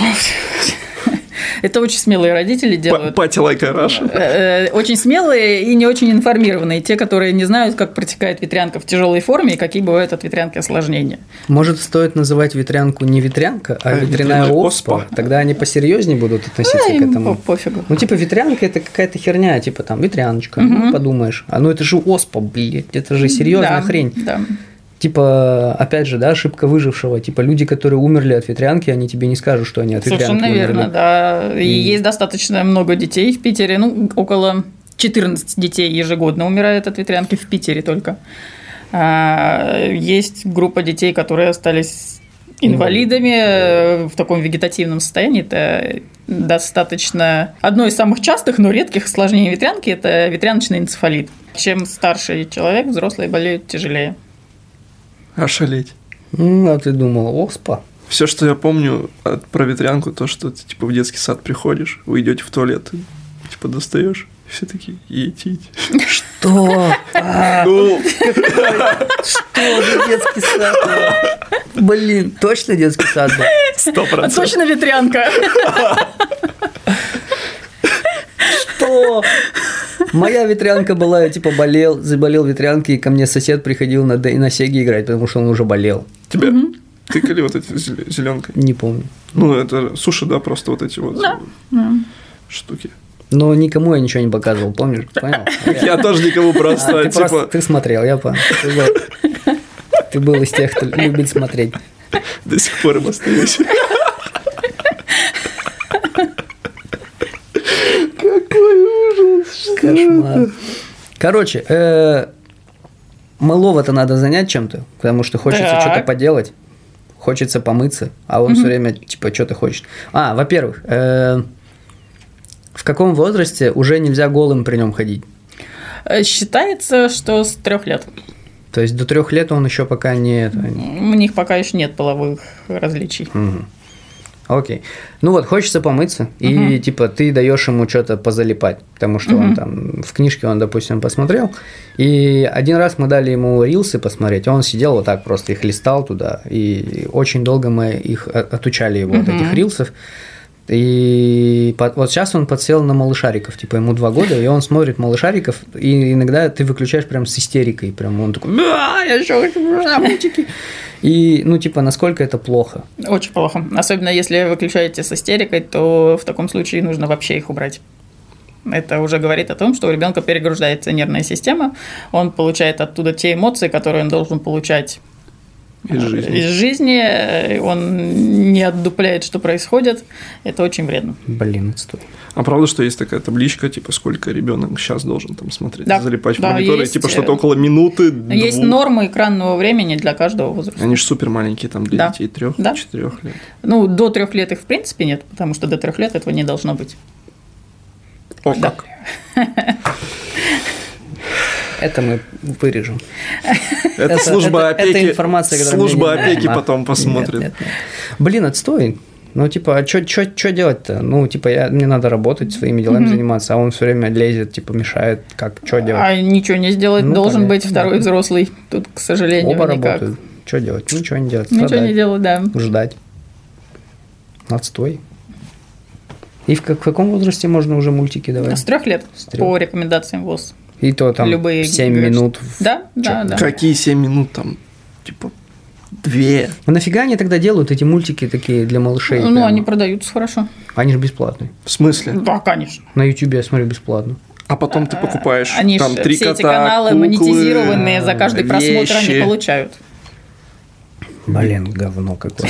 Это очень смелые родители
Па-
делают.
Пати лайка Раша.
Э, Очень смелые и не очень информированные. Те, которые не знают, как протекает ветрянка в тяжелой форме и какие бывают от ветрянки осложнения.
Может, стоит называть ветрянку не ветрянка, а
А,
Э,
ветряная
ветряная
оспа?
оспа.
Тогда они посерьезнее будут относиться
Да,
к
Э, им по-
этому.
пофигу.
Ну, типа, ветрянка это какая-то херня, типа там ветряночка, ну,
Мгм.
подумаешь. А ну это же оспа, блядь, это же серьезная
Да,
хрень.
Да.
типа, опять же, да, ошибка выжившего, типа, люди, которые умерли от ветрянки, они тебе не скажут, что они от ветрянки
Совершенно
умерли.
верно, да. И...
И-
есть достаточно много детей в Питере, ну, около 14 детей ежегодно умирает от ветрянки в Питере только. А, Есть группа детей, которые остались
Ну,
инвалидами э, в таком вегетативном состоянии. Это достаточно одно из самых частых, но редких осложнений ветрянки – это ветряночный энцефалит. Чем старше человек, взрослые болеют тяжелее.
Ошалеть.
М, А ты думал, оспа?
Все, что я помню от- про ветрянку, то, что ты типа в детский сад приходишь, вы идете в туалет, и, типа достаешь, и все такие, етить.
Что? А,
Ну,
Что же детский сад? был? Блин, точно детский сад был?
сто
А
процентов.
точно ветрянка?
Что? Моя ветрянка была, я типа болел, заболел ветрянкой, и ко мне сосед приходил на, Д- на Сеге играть, потому что он уже болел.
Тебя тыкали вот эти зеленкой.
Не помню.
Ну, это суши, да, просто вот эти вот
Да.
штуки.
Но никому я ничего не показывал, помнишь? Понял?
Я тоже никому
А,
просто,
ты, просто-
типа,
ты смотрел, я понял. Ты был, ты был из тех, кто любит смотреть.
до сих пор им остаюсь.
Кошмар. Короче, э, малого-то надо занять чем-то, потому что хочется
Так.
что-то поделать, хочется помыться, а он все время типа что-то хочет. А, во-первых, э, в каком возрасте уже нельзя голым при нем ходить?
Э, Считается, что с трех лет.
То есть до трех лет он еще пока не. это, не-
У них пока еще нет половых различий.
Мгм. Окей. Ну вот, хочется помыться, и
Мгм.
типа ты даешь ему что-то позалипать, потому что он
Мгм.
там в книжке он, допустим, посмотрел. И один раз мы дали ему рилсы посмотреть, а он сидел вот так просто их листал туда, и очень долго мы их о- отучали его от
Мгм.
этих рилсов. И по- вот сейчас он подсел на малышариков, типа ему два года, и он смотрит малышариков, и иногда ты выключаешь прям с истерикой, прям он такой, «А, я еще хочу а, мультики. И ну типа насколько это плохо?
Очень плохо. Особенно если выключаете с истерикой, то в таком случае нужно вообще их убрать. Это уже говорит о том, что у ребенка перегружается нервная система, он получает оттуда те эмоции, которые он должен получать
Из
э,
жизни.
из жизни, э, он не отдупляет, что происходит. Это очень вредно.
Блин, отстой.
А правда, что есть такая табличка, типа, сколько ребенок сейчас должен там смотреть,
Да.
залипать в
Да,
мониторы,
есть,
типа, что-то
э,
около минуты,
Ну.
Есть
двух.
нормы экранного времени для каждого возраста.
Они же супер маленькие, там, для
Да.
детей трех,
Да.
четырех лет.
Ну, до трех лет их в принципе нет, потому что до трех лет этого не должно быть.
О,
Да.
как.
Это мы вырежем.
Это, служба
это- это
опеки.
информация, которая
служба
мне не
опеки
нужна.
потом
Нет,
посмотрит.
нет, нет. Блин, отстой. Ну, типа, а что делать-то? Ну, типа, я, мне надо работать, своими делами
Мгм.
заниматься, а он все время лезет, типа, мешает, как, что делать?
А ничего не сделать,
Ну,
должен
понятно,
быть второй
да.
взрослый. Тут, к сожалению,
Оба
никак.
работают. Что делать? Ничего не делать.
Ничего не
страдать,
делать, да.
Ждать. Отстой. И в, как- в каком возрасте можно уже мультики давать?
С трех лет
С трёх.
по рекомендациям ВОЗ.
И то там
Любые,
7
говоришь.
минут. в-
Да, да,
Чё?
да.
Какие 7 минут там? Типа, две.
А нафига они тогда делают эти мультики такие для малышей?
Ну,
прямо?
они продаются хорошо.
Они же бесплатные.
В смысле?
Да, конечно.
На Ютубе я смотрю бесплатно.
А потом ты покупаешь
Они
там
ж-
три
все
кота,
эти каналы
куклы, э,
монетизированные за каждый просмотр они
вещи.
получают.
Блин, говно какое.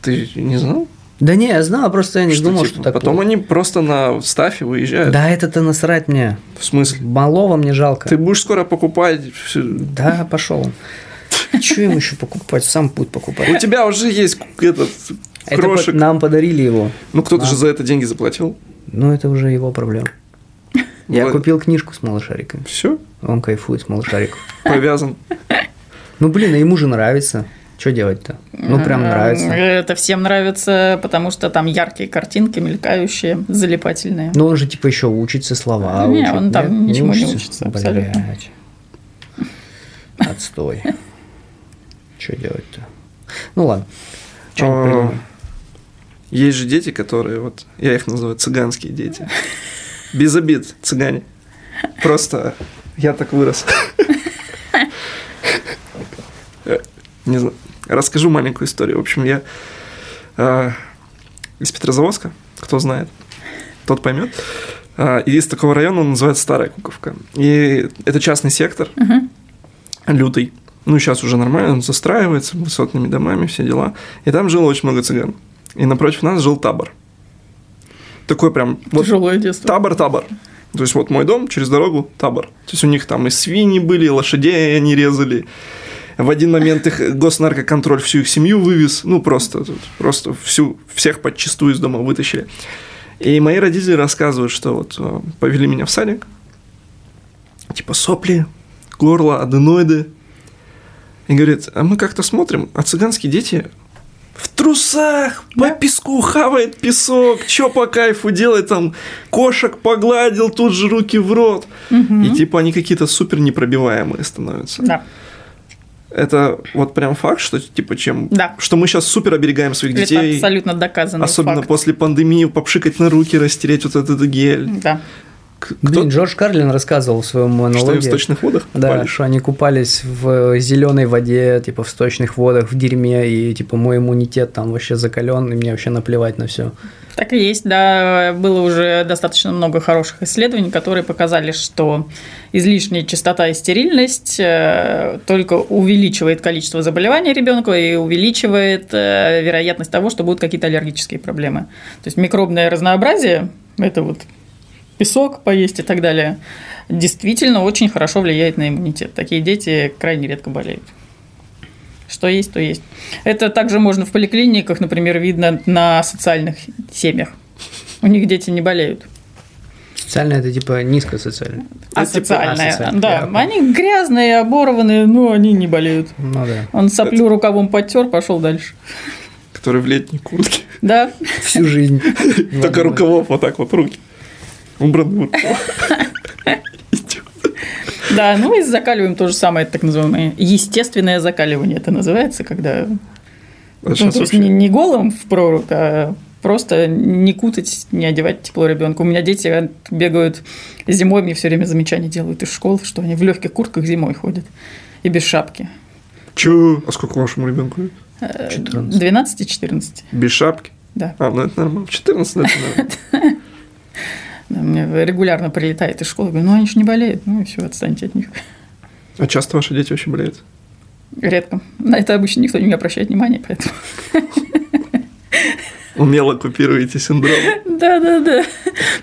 Ты не знал?
Да не, я знал, просто я не
Что,
думал,
типа,
что так
Потом
плохо.
они просто на стафе
Э.
выезжают.
Да это-то насрать мне.
В смысле?
Малого мне жалко.
Ты будешь скоро покупать... всё-
Да, пошел он. Че им еще покупать? Сам путь
У
покупать.
тебя уже есть этот
А Это
крошек.
по- нам подарили его.
Ну, кто-то
Да.
же за это деньги заплатил.
Но это уже его проблема. Я купил книжку с малышариками.
Все,
Он кайфует с малышариков.
повязан.
Ну блин, а ему же нравится. Что делать-то? Ну прям
Э,
нравится.
Это всем нравится, потому что там яркие картинки, мелькающие, залипательные.
Но он же типа еще учится слова.
Не,
учит.
он там
Нет,
ничему не учится, абсолютно.
Блядь. Отстой. Что делать-то? Ну ладно. Что-нибудь
А,
придумаем.
Есть же дети, которые вот, я их называю цыганские дети. Без обид, цыгане. Просто я так вырос. Э, Не знаю. Расскажу маленькую историю. В общем, я э, из Петрозаводска, кто знает, тот поймет. Э, И из такого района он называется Старая Куковка. И это частный сектор.
Мгм.
Э, лютый. Ну, сейчас уже нормально, он застраивается высотными домами, все дела. И там жило очень много цыган. И напротив нас жил табор. Такой прям... вот
Тяжелое детство.
Табор-табор. То есть вот мой дом, через дорогу табор. То есть у них там и свиньи были, и лошадей они резали. В один момент их госнаркоконтроль всю их семью вывез. Ну, просто, тут просто всю, всех подчистую из дома вытащили. И мои родители рассказывают, что вот э, повели меня в садик. Типа сопли, горло, аденоиды. И говорит, а мы как-то смотрим, а цыганские дети в трусах по песку хавает песок, чё по кайфу делает там, кошек погладил, тут же руки в рот. И типа они какие-то супер непробиваемые становятся.
Да.
Это вот прям факт, что типа чем,
Да.
что мы сейчас супер оберегаем своих
Это
детей,
абсолютно доказанный
особенно
факт.
после пандемии, попшикать на руки, растереть вот этот гель.
Да.
К- Кто
Блин, Джордж Карлин рассказывал в своем
что им в
монологе,
сточных водах
да,
палишь?
что они купались в зеленой воде, типа в сточных водах, в дерьме, и типа мой иммунитет там вообще закален, и мне вообще наплевать на все.
Так и есть, да. Было уже достаточно много хороших исследований, которые показали, что излишняя частота и стерильность э, только увеличивает количество заболеваний ребенка и увеличивает э, вероятность того, что будут какие-то аллергические проблемы. То есть микробное разнообразие – это вот песок поесть и так далее – действительно очень хорошо влияет на иммунитет. Такие дети крайне редко болеют. Что есть, то есть. Это также можно в поликлиниках, например, видно на социальных семьях. У них дети не болеют.
Социально это типа низко социально.
Это
А
типа
социальные,
асоциальные,
да.
понятно.
Они грязные, оборванные, но они не болеют.
Ну да.
Он соплю рукавом подтер, пошел дальше.
Который в летней куртке.
Да,
Всю жизнь.
Только рукавов вот так вот руки. Убраны А
да. Ну и закаливаем то же самое, это так называемое естественное закаливание. Это называется, когда
А
Ну,
сейчас
то есть
вообще-
не, не голым в прорубь, а просто не кутать, не одевать тепло ребенка. У меня дети э, бегают зимой, мне все время замечания делают из школы, что они в легких куртках зимой ходят и без шапки.
Чё? А сколько вашему ребенку? лет?
Э,
14.
12 и 14.
Без шапки?
Да.
А, ну это нормально. В 14 лет это нормально.
Да, Мне регулярно прилетает из школы, говорю, ну они же не болеют, ну и все, отстаньте от них.
А часто ваши дети вообще болеют?
Редко. На это обычно никто не обращает внимания, поэтому.
Умело купируете синдром.
Да, да, да.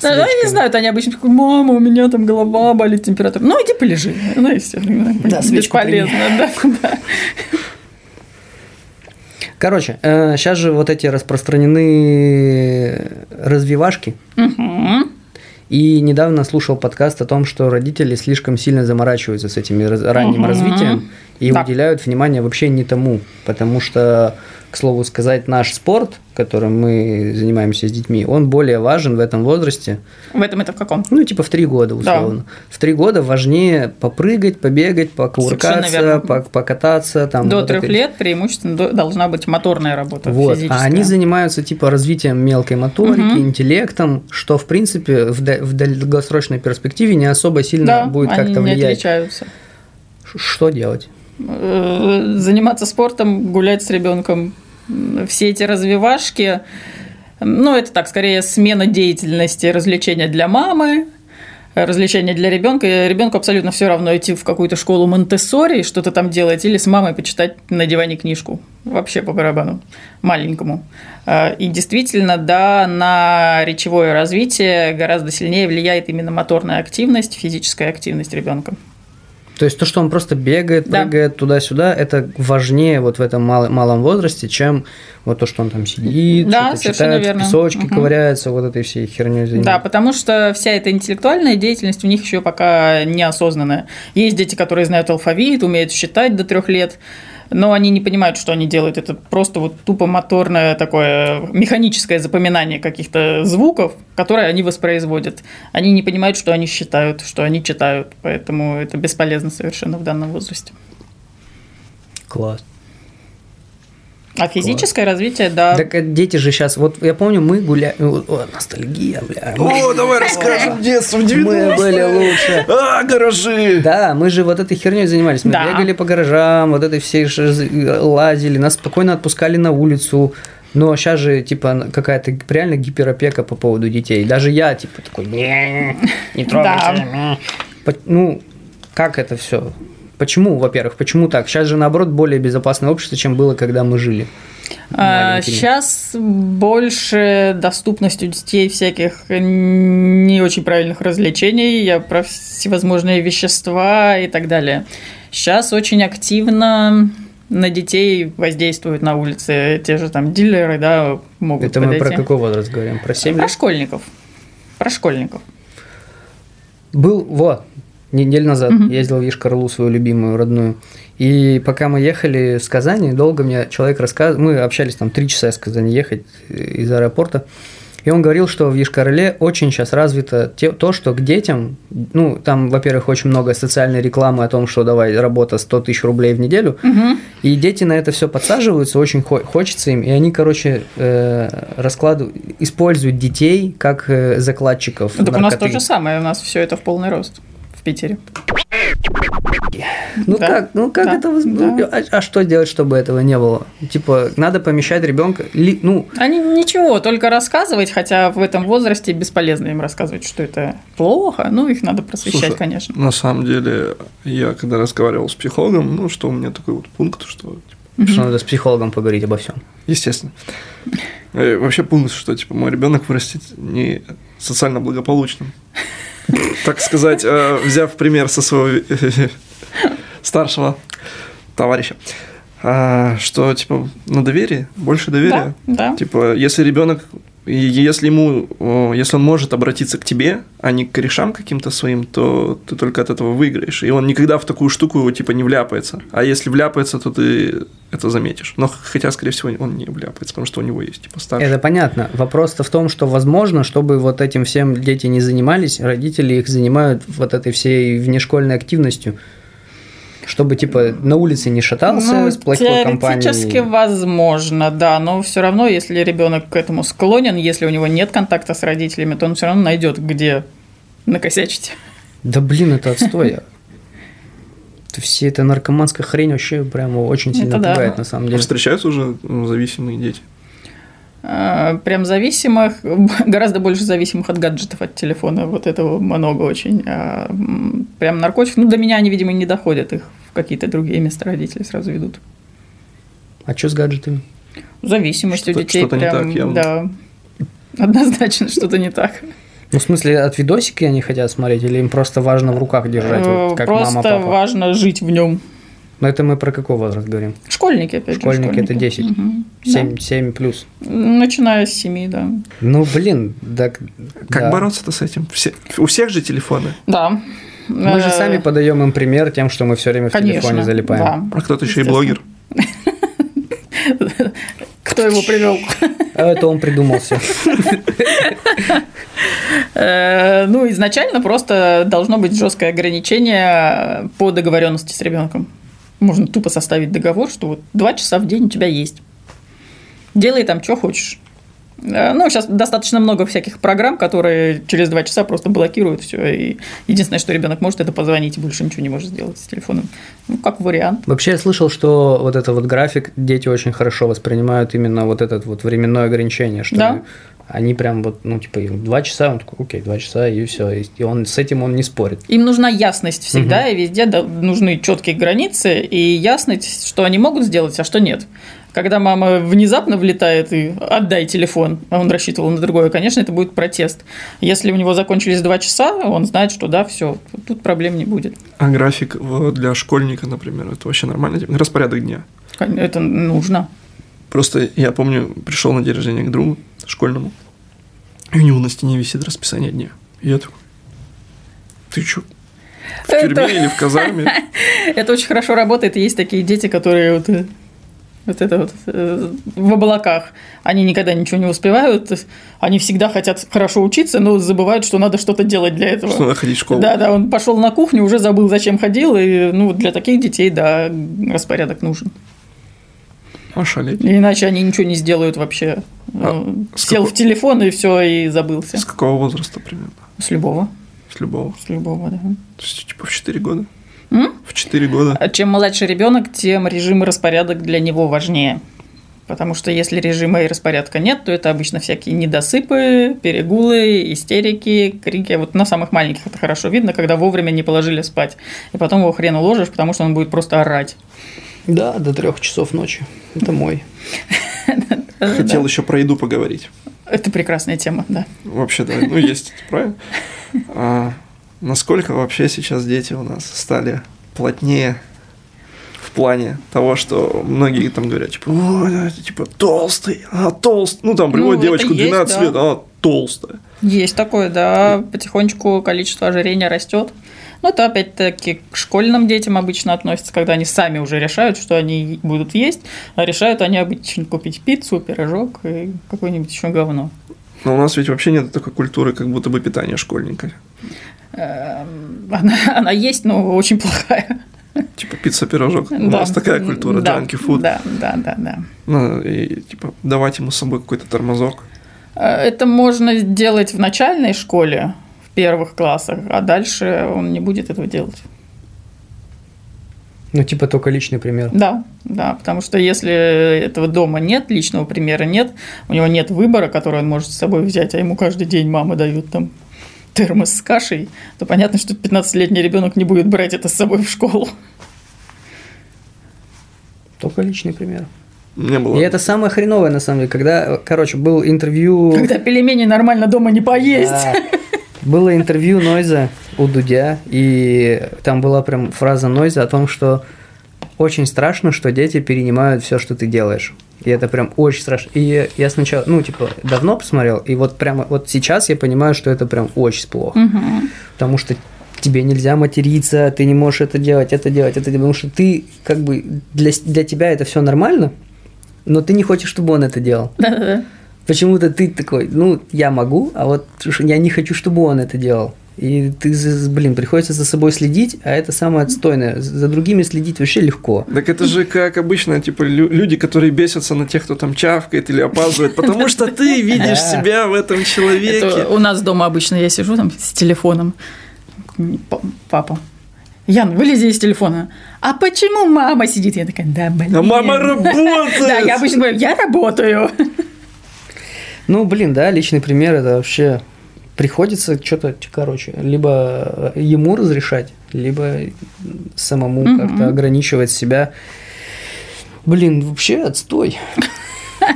Ну, они знают, они обычно такой, мама, у меня там голова болит, температура. Ну, иди полежи. Ну, и все.
Да, свечку
Бесполезно, да, да.
Короче, сейчас же вот эти распространены развивашки.
Мгм.
И недавно слушал подкаст о том, что родители слишком сильно заморачиваются с этим раз- ранним
Мгм.
развитием и
Да.
уделяют внимание вообще не тому. Потому что, к слову сказать, наш спорт, которым мы занимаемся с детьми, он более важен в этом возрасте.
В этом это в каком?
Ну, типа в три года, условно. В три года важнее попрыгать, побегать, покувыркаться,
верно.
пок- покататься. Там,
До
вот
трех
это-
лет преимущественно до- должна быть моторная работа
вот.
физическая.
А они занимаются типа развитием мелкой моторики,
Мгм.
интеллектом, что в принципе в, да- в долгосрочной перспективе не особо сильно
да,
будет
они
как-то
не
влиять.
отличаются.
Ш- Что делать?
Э, Заниматься спортом, гулять с ребенком, м, все эти развивашки, м, ну это так, скорее смена деятельности, развлечения для мамы, э, развлечения для ребенка. Ребенку абсолютно все равно идти в какую-то школу Монтессори, что-то там делать, или с мамой почитать на диване книжку. Вообще по барабану маленькому. Э, И действительно, да, на речевое развитие гораздо сильнее влияет именно моторная активность, физическая активность ребенка.
То есть то, что он просто бегает,
Да.
прыгает туда-сюда, это важнее вот в этом мал- малом возрасте, чем вот то, что он там сидит,
Да,
что-то
совершенно
читает,
верно.
в песочке
Мгм.
ковыряется, вот этой всей херней
Да,
занимается.
потому что вся эта интеллектуальная деятельность у них еще пока неосознанная. Есть дети, которые знают алфавит, умеют считать до трех лет, но они не понимают, что они делают. Это просто вот тупо моторное такое механическое запоминание каких-то звуков, которые они воспроизводят. Они не понимают, что они считают, что они читают, поэтому это бесполезно совершенно в данном возрасте.
Класс.
А физическое развитие, да.
Так э, дети же сейчас, вот я помню, мы гуляли, о, ностальгия, бля.
О, давай расскажем детство в
Мы
90-е.
были лучше.
А, гаражи.
Да, мы же вот этой херней занимались. Мы
Да.
бегали по гаражам, вот этой всей ш- з- лазили, нас спокойно отпускали на улицу. Но сейчас же, типа, какая-то г- реально гиперопека по поводу детей. Даже я, типа, такой, не, не трогайте.
Да.
м». По- Ну, как это все? Почему, во-первых, почему так? Сейчас же, наоборот, более безопасное общество, чем было, когда мы жили.
А,
маленькими.
Сейчас больше доступность у детей всяких не очень правильных развлечений, я про всевозможные вещества и так далее. Сейчас очень активно на детей воздействуют на улице те же там дилеры, да, могут
Это мы про
подойти.
какой возраст говорим? Про 7
Про
лет?
школьников. Про школьников.
Был, во, неделю назад
Мгм.
ездил в Ешкарлу, свою любимую, родную. И пока мы ехали с Казани, долго мне человек рассказывал, мы общались там три часа из Казани ехать э, из аэропорта, и он говорил, что в Ешкарле очень сейчас развито те- то, что к детям, ну, там, во-первых, очень много социальной рекламы о том, что давай работа 100 тысяч рублей в неделю,
Мгм.
И дети на это все подсаживаются, очень хо- хочется им, и они, короче, э, раскладывают, используют детей как э, закладчиков.
Ну, так у нас
наркоты.
то же самое, у нас все это в полный рост в Питере.
Ну
Да.
как, ну как
Да.
это? воз-
Да.
А, а что делать, чтобы этого не было? Типа надо помещать ребенка, ли- ну
Они ничего, только рассказывать, хотя в этом возрасте бесполезно им рассказывать, что это плохо, ну, их надо просвещать,
Слушай,
конечно.
На самом деле, я когда разговаривал с психологом, ну, что у меня такой вот пункт, что, типа,
что надо с психологом поговорить обо всем.
естественно. Э, Вообще пункт, что, типа, мой ребенок вырастет не социально благополучным. Так сказать, э, взяв пример со своего э, старшего товарища. А, Что, типа, на доверие, больше доверия.
Да, да.
Типа, если ребенок, и если ему, о, если он может обратиться к тебе, а не к корешам каким-то своим, то ты только от этого выиграешь. И он никогда в такую штуку типа не вляпается. А если вляпается, то ты это заметишь. Но х- хотя, скорее всего, он не вляпается, потому что у него есть типа старший.
Это понятно. Вопрос-то в том, что возможно, чтобы вот этим всем дети не занимались, родители их занимают вот этой всей внешкольной активностью, чтобы типа на улице не шатался
Ну,
с плохой
теоретически
компанией.
возможно, да, но все равно, если ребенок к этому склонен, если у него нет контакта с родителями, то он все равно найдет, где накосячить.
Да блин, это отстой. Это Все эта наркоманская хрень вообще прямо очень
Это
сильно
да.
пугает на самом деле.
А Встречаются уже ну, зависимые дети.
А, Прям зависимых, гораздо больше зависимых от гаджетов, от телефона, вот этого много очень. А, м, Прям наркотиков, ну, до меня они, видимо, не доходят, их в какие-то другие места родители сразу ведут.
А что с гаджетами?
Зависимость
Что-то-
у детей
что-то не
прям,
так явно.
да, однозначно что-то не так.
Ну, в смысле, от видосики они хотят смотреть, или им просто важно в руках держать, вот,
Э,
как
Просто
мама, папа?
важно жить в нем.
Но это мы про какой возраст говорим?
Школьники, опять же,
Школьники это 10.
Мгм. Да.
7, 7 плюс.
Начиная с 7, да.
Ну, блин, так...
Как
да.
бороться-то с этим? Все- у всех же телефоны.
Да.
Мы же
Э,
сами подаем им пример тем, что мы все время в телефоне
Конечно,
залипаем.
А кто-то еще и
Естественно.
блогер.
да. Кто его привел?
А это он придумал все.
Э, Ну, изначально просто должно быть жесткое ограничение по договоренности с ребенком. Можно тупо составить договор, что вот два часа в день у тебя есть. Делай там, что хочешь. Э, Ну, сейчас достаточно много всяких программ, которые через два часа просто блокируют все. И единственное, что ребенок может, это позвонить, и больше ничего не может сделать с телефоном. Ну, как вариант.
Вообще, я слышал, что вот это вот график дети очень хорошо воспринимают именно вот это вот временное ограничение, что
Да.
они прям вот, ну, типа, им два часа, он такой, окей, два часа, и все. И он с этим он не спорит.
Им нужна ясность всегда, и везде да- нужны четкие границы и ясность, что они могут сделать, а что нет. Когда мама внезапно влетает и отдай телефон, а он рассчитывал на другое, конечно, это будет протест. Если у него закончились два часа, он знает, что да, все, тут проблем не будет.
А график вот, для школьника, например, это вообще нормально? Типа, Распорядок дня.
Кон- Это нужно.
Просто я помню, пришел на день рождения к другу школьному, и у него на стене висит расписание дня. И я такой, ты чё, в тюрьме
Это,
или в казарме?
это очень хорошо работает. и Есть такие дети, которые вот, э, вот это вот э, в облаках. Они никогда ничего не успевают. Они всегда хотят хорошо учиться, но забывают, что надо что-то делать для этого.
Что надо ходить в школу?
Да, да, он пошел на кухню, уже забыл, зачем ходил, и ну для таких детей, да, распорядок нужен.
Ошалеть.
Иначе они ничего не сделают вообще.
А
Ну,
с
Сел
какого-
в телефон и все, и забылся.
С какого возраста примерно?
С любого,
С любого.
с любого, да.
То есть, типа, в 4 года.
М?
В 4 года.
А Чем младше ребенок, тем режим и распорядок для него важнее. Потому что если режима и распорядка нет, то это обычно всякие недосыпы, перегулы, истерики, крики. Вот на самых маленьких это хорошо видно, когда вовремя не положили спать. И потом его хрен уложишь, потому что он будет просто орать.
Да, до трех часов ночи. Это мой.
Ну
Хотел еще про еду поговорить.
Это прекрасная тема, да.
Вообще, да, ну есть, правильно? А насколько вообще сейчас дети у нас стали плотнее в плане того, что многие там говорят, типа, «О, да, ты, типа, толстый, а толстый. Ну, там приводит
Ну,
девочку
это есть,
12
да.
лет, а толстая.
Есть такое, да. Потихонечку количество ожирения растет. Но это опять-таки к школьным детям обычно относится, когда они сами уже решают, что они будут есть, а решают они обычно купить пиццу, пирожок и какое-нибудь еще говно.
Но у нас ведь вообще нет такой культуры, как будто бы питание школьника.
Эм, Она, она есть, но очень плохая.
Типа пицца, пирожок. У
Да.
нас такая культура,
Да,
джанки фуд.
Да, да, да, да.
Ну, и типа давать ему с собой какой-то тормозок.
Э, Это можно делать в начальной школе, в первых классах, а дальше он не будет этого делать.
Ну, типа только личный пример.
Да, да, потому что если этого дома нет, личного примера нет, у него нет выбора, который он может с собой взять, а ему каждый день мама дают там термос с кашей, то понятно, что 15-летний ребенок не будет брать это с собой в школу.
Только личный пример.
Не было.
И это самое хреновое, на самом деле, когда, короче, был интервью...
Когда пельмени нормально дома не поесть.
Да. Было интервью Нойза у Дудя, и там была прям фраза Нойза о том, что очень страшно, что дети перенимают все, что ты делаешь. И это прям очень страшно. И я сначала, ну, типа, давно посмотрел, и вот прямо вот сейчас я понимаю, что это прям очень плохо.
Мгм.
Потому что тебе нельзя материться, ты не можешь это делать, это делать, это делать, потому что ты, как бы, для, с- для тебя это все нормально, но ты не хочешь, чтобы он это делал.
Да-да-да.
Почему-то ты такой, ну, я могу, а вот ш- я не хочу, чтобы он это делал. И ты, за- блин, приходится за собой следить, а это самое отстойное. За другими следить вообще легко.
Так это же как обычно, типа, лю- люди, которые бесятся на тех, кто там чавкает или опаздывает, потому что ты видишь
Да.
себя в этом
Это
человеке.
у нас дома обычно я сижу там с телефоном. П- Папа. Ян, вылези из телефона. А почему мама сидит? Я такая, да, блин.
А мама
Да, я
работает!
обычно говорю, я работаю.
Ну, блин, да, личный пример это вообще приходится что-то, короче, либо э, ему разрешать, либо самому
Мгм.
как-то ограничивать себя. Блин, вообще отстой.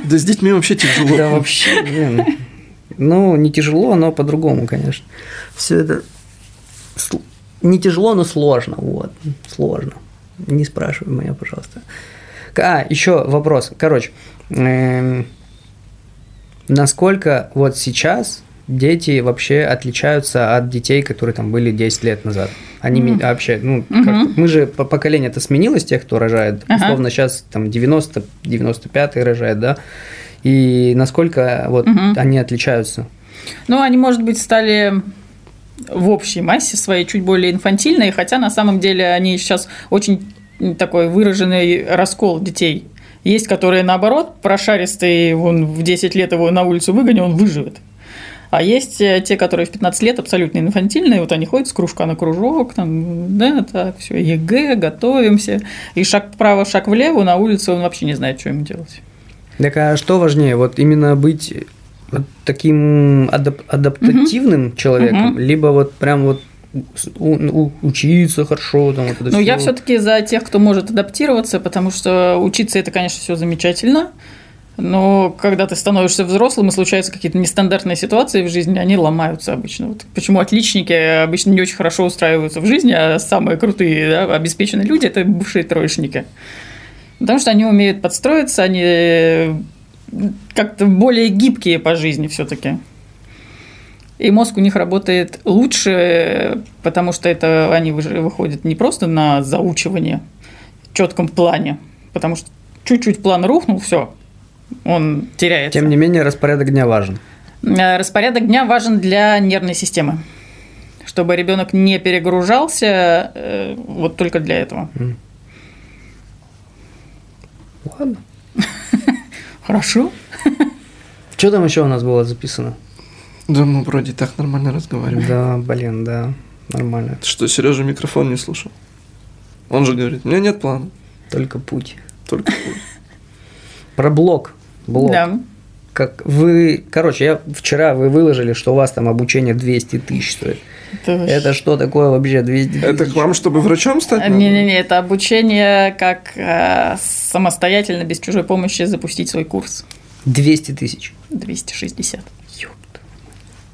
Да с детьми вообще
Да
тяжело.
вообще, блин. Ну, не тяжело, но по-другому, конечно. Все это сл- не тяжело, но сложно. Вот, сложно. Не спрашивай меня, пожалуйста. К- А, еще вопрос. Короче, эм, насколько вот сейчас дети вообще отличаются от детей, которые там были 10 лет назад? Они ми-
Мгм.
вообще, ну,
Мгм.
как-то- мы же по- поколение-то сменилось тех, кто рожает.
Ага.
Условно, сейчас там 90, 95 рожает, да? И насколько вот
Мгм.
они отличаются?
Ну, они, может быть, стали в общей массе своей чуть более инфантильные, хотя на самом деле они сейчас очень такой выраженный раскол детей. Есть, которые наоборот, прошаристые, он в 10 лет его на улицу выгони, он выживет. А есть э, те, которые в 15 лет абсолютно инфантильные, вот они ходят с кружка на кружок, там, да, так, все, ЕГЭ, готовимся. И шаг вправо, шаг влево, на улице он вообще не знает, что ему делать.
Так а что важнее, вот именно быть вот таким адап- адаптативным человеком,
Мгм.
либо вот прям вот с- у- у- учиться хорошо, там вот это
Ну, я
всё?
все-таки за тех, кто может адаптироваться, потому что учиться это, конечно, все замечательно. Но когда ты становишься взрослым и случаются какие-то нестандартные ситуации в жизни, они ломаются обычно. Вот почему отличники обычно не очень хорошо устраиваются в жизни, а самые крутые, да, обеспеченные люди – это бывшие троечники. Потому что они умеют подстроиться, они как-то более гибкие по жизни все-таки. И мозг у них работает лучше, потому что это они уже выходят не просто на заучивание в четком плане, потому что чуть-чуть план рухнул, все, он теряется.
Тем не менее, распорядок дня важен.
Э, Распорядок дня важен для нервной системы, чтобы ребенок не перегружался э, вот только для этого.
Ладно.
Хорошо.
Что там еще у нас было записано?
Да, ну вроде так нормально разговариваем.
Да, блин, да, нормально.
Ты что, Сережа микрофон не слушал? Он же говорит, у меня нет плана,
Только путь.
только путь».
Про блок. Блок.
Да.
Как вы, короче, я вчера вы выложили, что у вас там обучение 200 тысяч стоит. Это что такое вообще 200 тысяч?
Это к вам, чтобы врачом
А,
стать? надо?
Э, Не-не-не, это обучение, как э, самостоятельно, без чужой помощи, запустить свой курс
200 тысяч.
260.
Ёпта.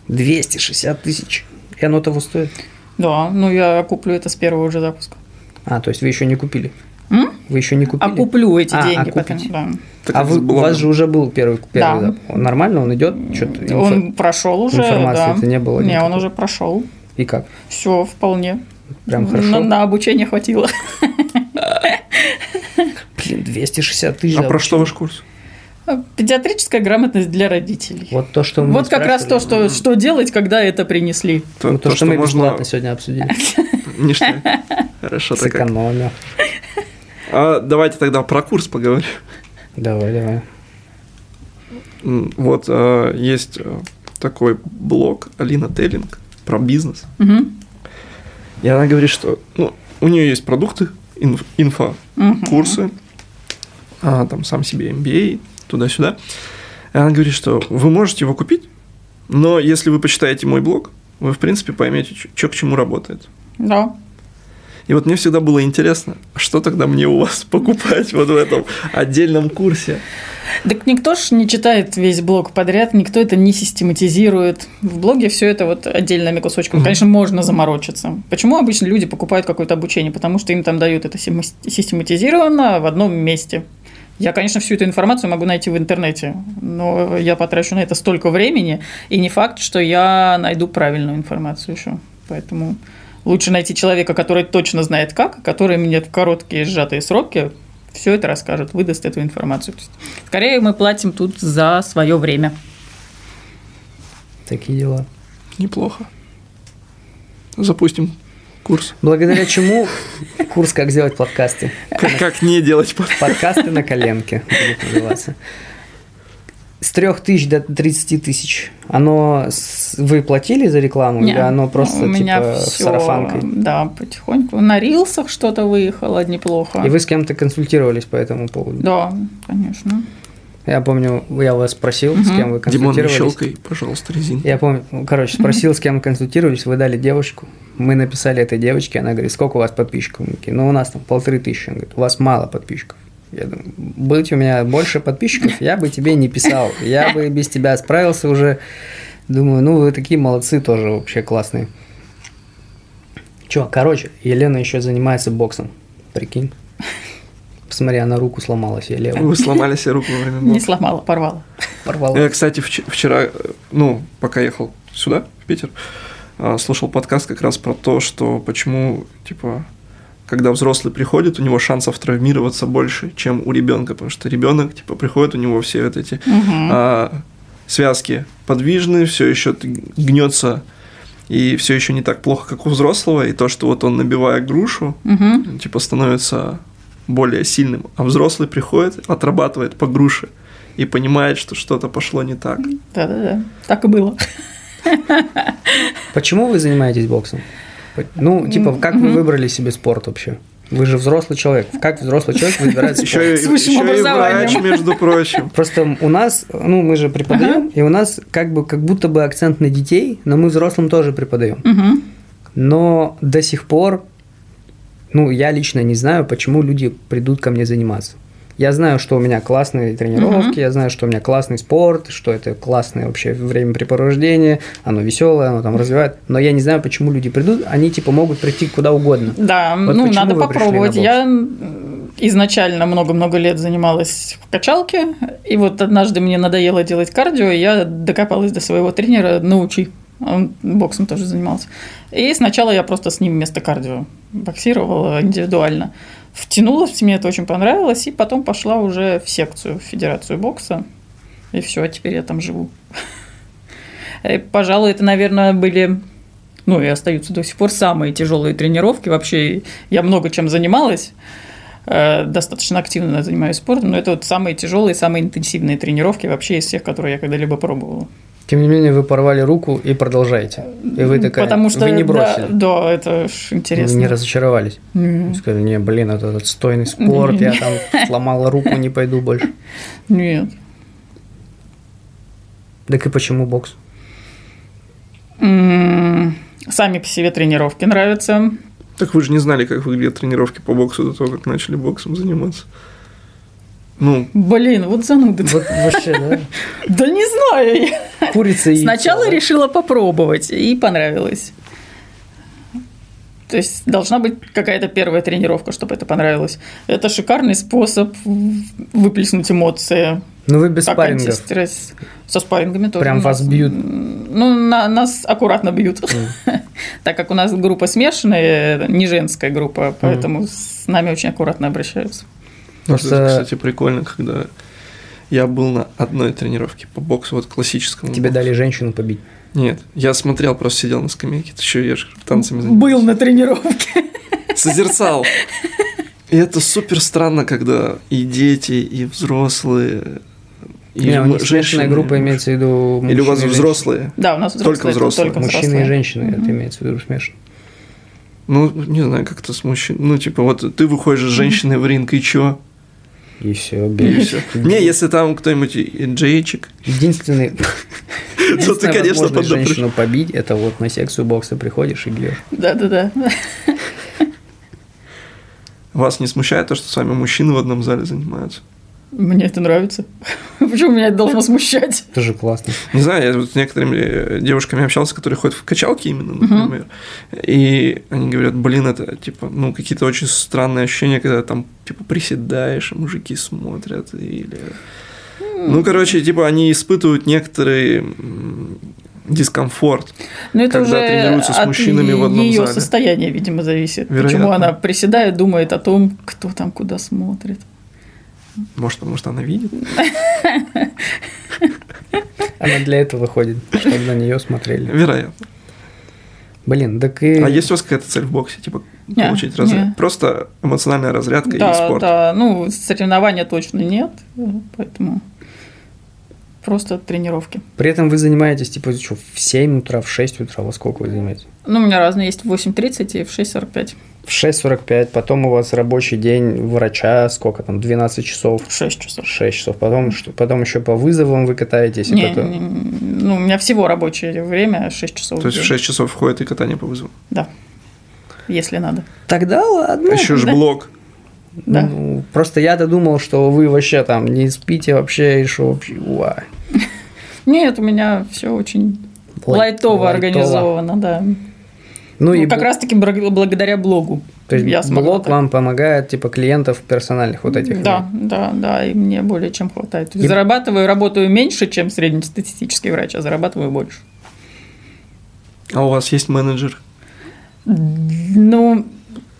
260 тысяч. И оно того стоит?
Да, ну я куплю это с первого же запуска.
А, то есть вы еще не купили?
М?
Вы еще не
А
купили?
куплю эти
А,
деньги
а
потом.
купите.
да.
Так
А
это
вы,
было
у вас
бы.
же уже был первый, первый
Да.
запуск. Он нормально, он идет? Что-то
Он прошел уже.
информации
да.
это не было
Не, он
никакой.
уже прошел.
И как?
Все, вполне.
Прям
На-
хорошо?
На, обучение хватило.
Блин, 260 тысяч.
А
за
про что ваш курс?
Педиатрическая грамотность для родителей.
Вот то, что мы
Вот как раз то,
спрашивали.
что, что делать, когда это принесли.
То,
Вот Ну, то,
то,
что, мы
можно...
бесплатно сегодня обсудили.
Ништяк. Хорошо, так как.
Сэкономил.
А давайте тогда про курс поговорим.
Давай, давай.
М, Вот э, есть э, такой блог Алина Теллинг про бизнес.
Мгм.
И она говорит, что ну, у нее есть продукты, инф- инфа,
Мгм.
курсы, а, там сам себе MBA, туда-сюда. И она говорит, что вы можете его купить, но если вы почитаете мой блог, вы, в принципе, поймете, что к чему работает.
Да.
И вот мне всегда было интересно, а что тогда мне у вас покупать вот в этом отдельном курсе?
Так никто ж не читает весь блог подряд, никто это не систематизирует. В блоге все это вот отдельными кусочками.
Мгм.
Конечно, можно заморочиться. Почему обычно люди покупают какое-то обучение? Потому что им там дают это сема- систематизированно в одном месте. Я, конечно, всю эту информацию могу найти в интернете, но я потрачу на это столько времени, и не факт, что я найду правильную информацию еще. Поэтому лучше найти человека, который точно знает как, который мне в короткие сжатые сроки все это расскажет, выдаст эту информацию. То есть Скорее мы платим тут за свое время.
Такие дела.
Неплохо. Запустим курс.
Благодаря чему курс «Как сделать подкасты».
Как, как не делать под-
Подкасты на коленке будет называться. С 3 тысяч до 30 тысяч. Оно с- вы платили за рекламу?
Не,
Или оно просто
у меня
типа
всё,
сарафанкой?
Да, потихоньку. На рилсах что-то выехало неплохо.
И вы с кем-то консультировались по этому поводу?
Да, конечно.
Я помню, я вас спросил, с
Мгм.
кем
Димон,
вы
не
консультировались.
щелкай, пожалуйста, резинку.
Я помню, ну, короче, спросил, с кем консультировались, вы дали девочку. Мы написали этой девочке, она говорит, сколько у вас подписчиков? Мы такие, ну, у нас там полторы тысячи. Она говорит, у вас мало подписчиков. Я думаю, будь у меня больше подписчиков, я бы тебе не писал. Я бы и без тебя справился уже. Думаю, ну, вы такие молодцы тоже, вообще классные. Че, короче, Елена еще занимается боксом. Прикинь. Посмотри, она руку сломалась, я левую
Вы сломали себе руку во время
Не
блока.
сломала, порвала.
порвала.
Я, кстати, вч- вчера, э, ну, пока ехал сюда, в Питер, э, слушал подкаст как раз про то, что почему, типа, когда взрослый приходит, у него шансов травмироваться больше, чем у ребенка, потому что ребенок, типа, приходит, у него все вот эти
Мгм.
а, связки подвижны, все еще гнется и все еще не так плохо, как у взрослого, и то, что вот он набивая грушу,
Мгм.
типа становится более сильным, а взрослый приходит, отрабатывает по груше и понимает, что что-то пошло не так.
Ну, Да-да-да. Так и было.
Почему вы занимаетесь боксом? Ну, типа, как вы выбрали себе спорт вообще? Вы же взрослый человек. Как взрослый человек выбирает спорт?
Еще,
С
и,
высшим
ещё и
образованием.
врач, между прочим.
Просто у нас, ну, мы же преподаем, и у нас как бы как будто бы акцент на детей, но мы взрослым тоже преподаем.
Мгм.
Но до сих пор, ну, я лично не знаю, почему люди придут ко мне заниматься. Я знаю, что у меня классные тренировки, я знаю, что у меня классный спорт, что это классное вообще времяпрепровождение, оно веселое, оно там развивает, но я не знаю, почему люди придут, они типа могут прийти куда угодно.
Да,
Вот
ну
почему
надо
вы пришли на
попробовать.
бокс?
Я м, изначально много-много лет занималась в качалке, и вот однажды мне надоело делать кардио, и я докопалась до своего тренера «научи». Он боксом тоже занимался. И сначала я просто с ним вместо кардио боксировала индивидуально. Втянулась, мне это очень понравилось, и потом пошла уже в секцию, в федерацию бокса. И все, теперь я там живу. Э, Пожалуй, это, наверное, были, ну и остаются до сих пор самые тяжелые тренировки. Вообще, я много чем занималась, э, достаточно активно занимаюсь спортом, но это вот самые тяжелые, самые интенсивные тренировки вообще из всех, которые я когда-либо пробовала.
Тем не менее, вы порвали руку и продолжаете. И вы такая,
Потому что
вы не
да,
бросили.
Да, это ж интересно.
Не разочаровались.
Не,
Сказали, не, блин, это отстойный спорт, я там сломала руку, не пойду больше.
Нет.
Так и почему бокс?
М, Сами по себе тренировки нравятся.
Так вы же не знали, как выглядят тренировки по боксу до того, как начали боксом заниматься. Ну,
Блин, вот зануда.
Вот вообще,
Да не знаю. я.
да? Курица и... яйцо,
Сначала
да?
решила попробовать, и понравилось. То есть должна быть какая-то первая тренировка, чтобы это понравилось. Это шикарный способ в- выплеснуть эмоции.
Ну вы без
Так,
спаррингов.
антистресс. Со спаррингами тоже.
Прям
у нас.
вас бьют?
Ну, на- нас аккуратно бьют. Так как у нас группа смешанная, не женская группа, поэтому с нами очень аккуратно обращаются.
Просто-
это, кстати, прикольно, когда я был на одной тренировке по боксу, вот классическому.
Тебе
боксу.
дали женщину побить.
Нет, я смотрел, просто сидел на скамейке, ты еще я же танцами
Был на тренировке.
Созерцал. И это супер странно, когда и дети, и взрослые, и
Не, у
м-
них смешанная группа имеется в виду
Или у вас
мужчины и
взрослые?
Да, у нас
Только
взрослые.
взрослые.
тут
женщины.
Только
Мужчины и
взрослые.
женщины, это имеется в виду смешно.
Ну, не знаю, как-то с мужчиной. Ну, типа, вот ты выходишь с женщиной в ринг, и чё?
И все,
И все. Не, если там кто-нибудь и- и джейчик.
Единственный,
То ты,
единственная
конечно,
возможность
поддашь.
женщину побить, это вот на секцию бокса приходишь и бьешь.
Да-да-да.
Вас не смущает то, что с вами мужчины в одном зале занимаются?
Мне это нравится. Почему меня это должно смущать?
Это же классно.
Не знаю, я вот с некоторыми э, девушками общался, которые ходят в качалки именно, например. И они говорят, блин, это типа, ну, какие-то очень странные ощущения, когда там, типа, приседаешь, и мужики смотрят, или... Ну, короче, типа, они испытывают некоторый м, дискомфорт.
Но Ну, это
Когда
уже
тренируются с
от
мужчинами в одном
ее
зале.
состояния, видимо, зависит. Почему
Вероятно.
она приседает, думает о том, кто там куда смотрит.
Может, может она видит?
Она для этого ходит, чтобы на нее смотрели.
Вероятно.
Блин, так и...
А есть у вас какая-то цель в боксе? Типа,
Не,
получить разряд?
не.
Просто эмоциональная разрядка и
Да,
спорт?
да, ну, соревнования точно нет, поэтому просто тренировки.
При этом вы занимаетесь, типа, что, в 7 утра, в 6 утра, во сколько вы занимаетесь?
Ну, у меня разные есть в 8.30 и в 6.45.
В 6.45, потом у вас рабочий день врача, сколько там, 12 часов,
В 6 часов.
6 часов, потом, что, потом еще по вызовам вы катаетесь, и
Не,
потом...
не, не, ну, у меня всего рабочее время 6 часов. в
То есть в
день.
6 часов входит и катание по вызову.
Да, если надо.
Тогда ладно.
Еще же
да.
блок.
Да.
Ну, просто я-то думал, что вы вообще там не спите вообще, и что вообще, уа.
Нет, у меня все очень лайтово, организовано, да.
Ну,
Ну,
и
как
бл-
раз-таки бра- благодаря блогу.
то есть
я смогла
блог
так.
вам помогает, типа, клиентов персональных вот этих.
Да, да, да, и мне более чем хватает. То есть
И-
Зарабатываю, работаю меньше, чем среднестатистический врач, а зарабатываю больше.
А у вас есть менеджер?
Ну,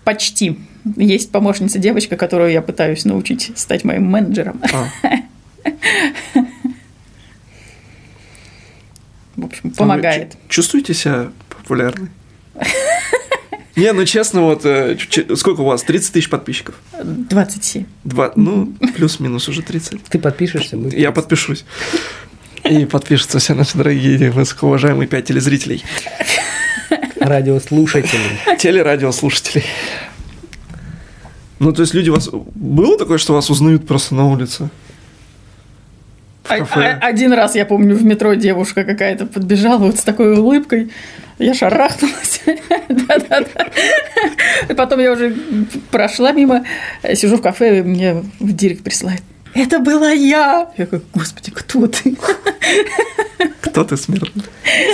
почти. Есть помощница девочка, которую я пытаюсь научить стать моим менеджером.
А.
В общем,
А вы
помогает.
чу- чувствуете себя популярной? Не, ну честно, вот э, ч- ч- сколько у вас? 30 тысяч подписчиков?
27.
Два, ну, плюс-минус уже 30.
Ты подпишешься? будет?
Я подпишусь. И подпишутся все наши дорогие, высокоуважаемые пять телезрителей,
Радиослушатели.
телерадиослушателей. Ну, то есть люди вас... Было такое, что вас узнают просто на улице? В
А-
кафе.
а- Один раз, я помню, в метро девушка какая-то подбежала вот с такой улыбкой. Я шарахнулась. Да-да-да. И Потом я уже прошла мимо, э, сижу в кафе, и мне в директ присылает. Это была я! Я говорю, господи, кто ты?
Кто ты смертный?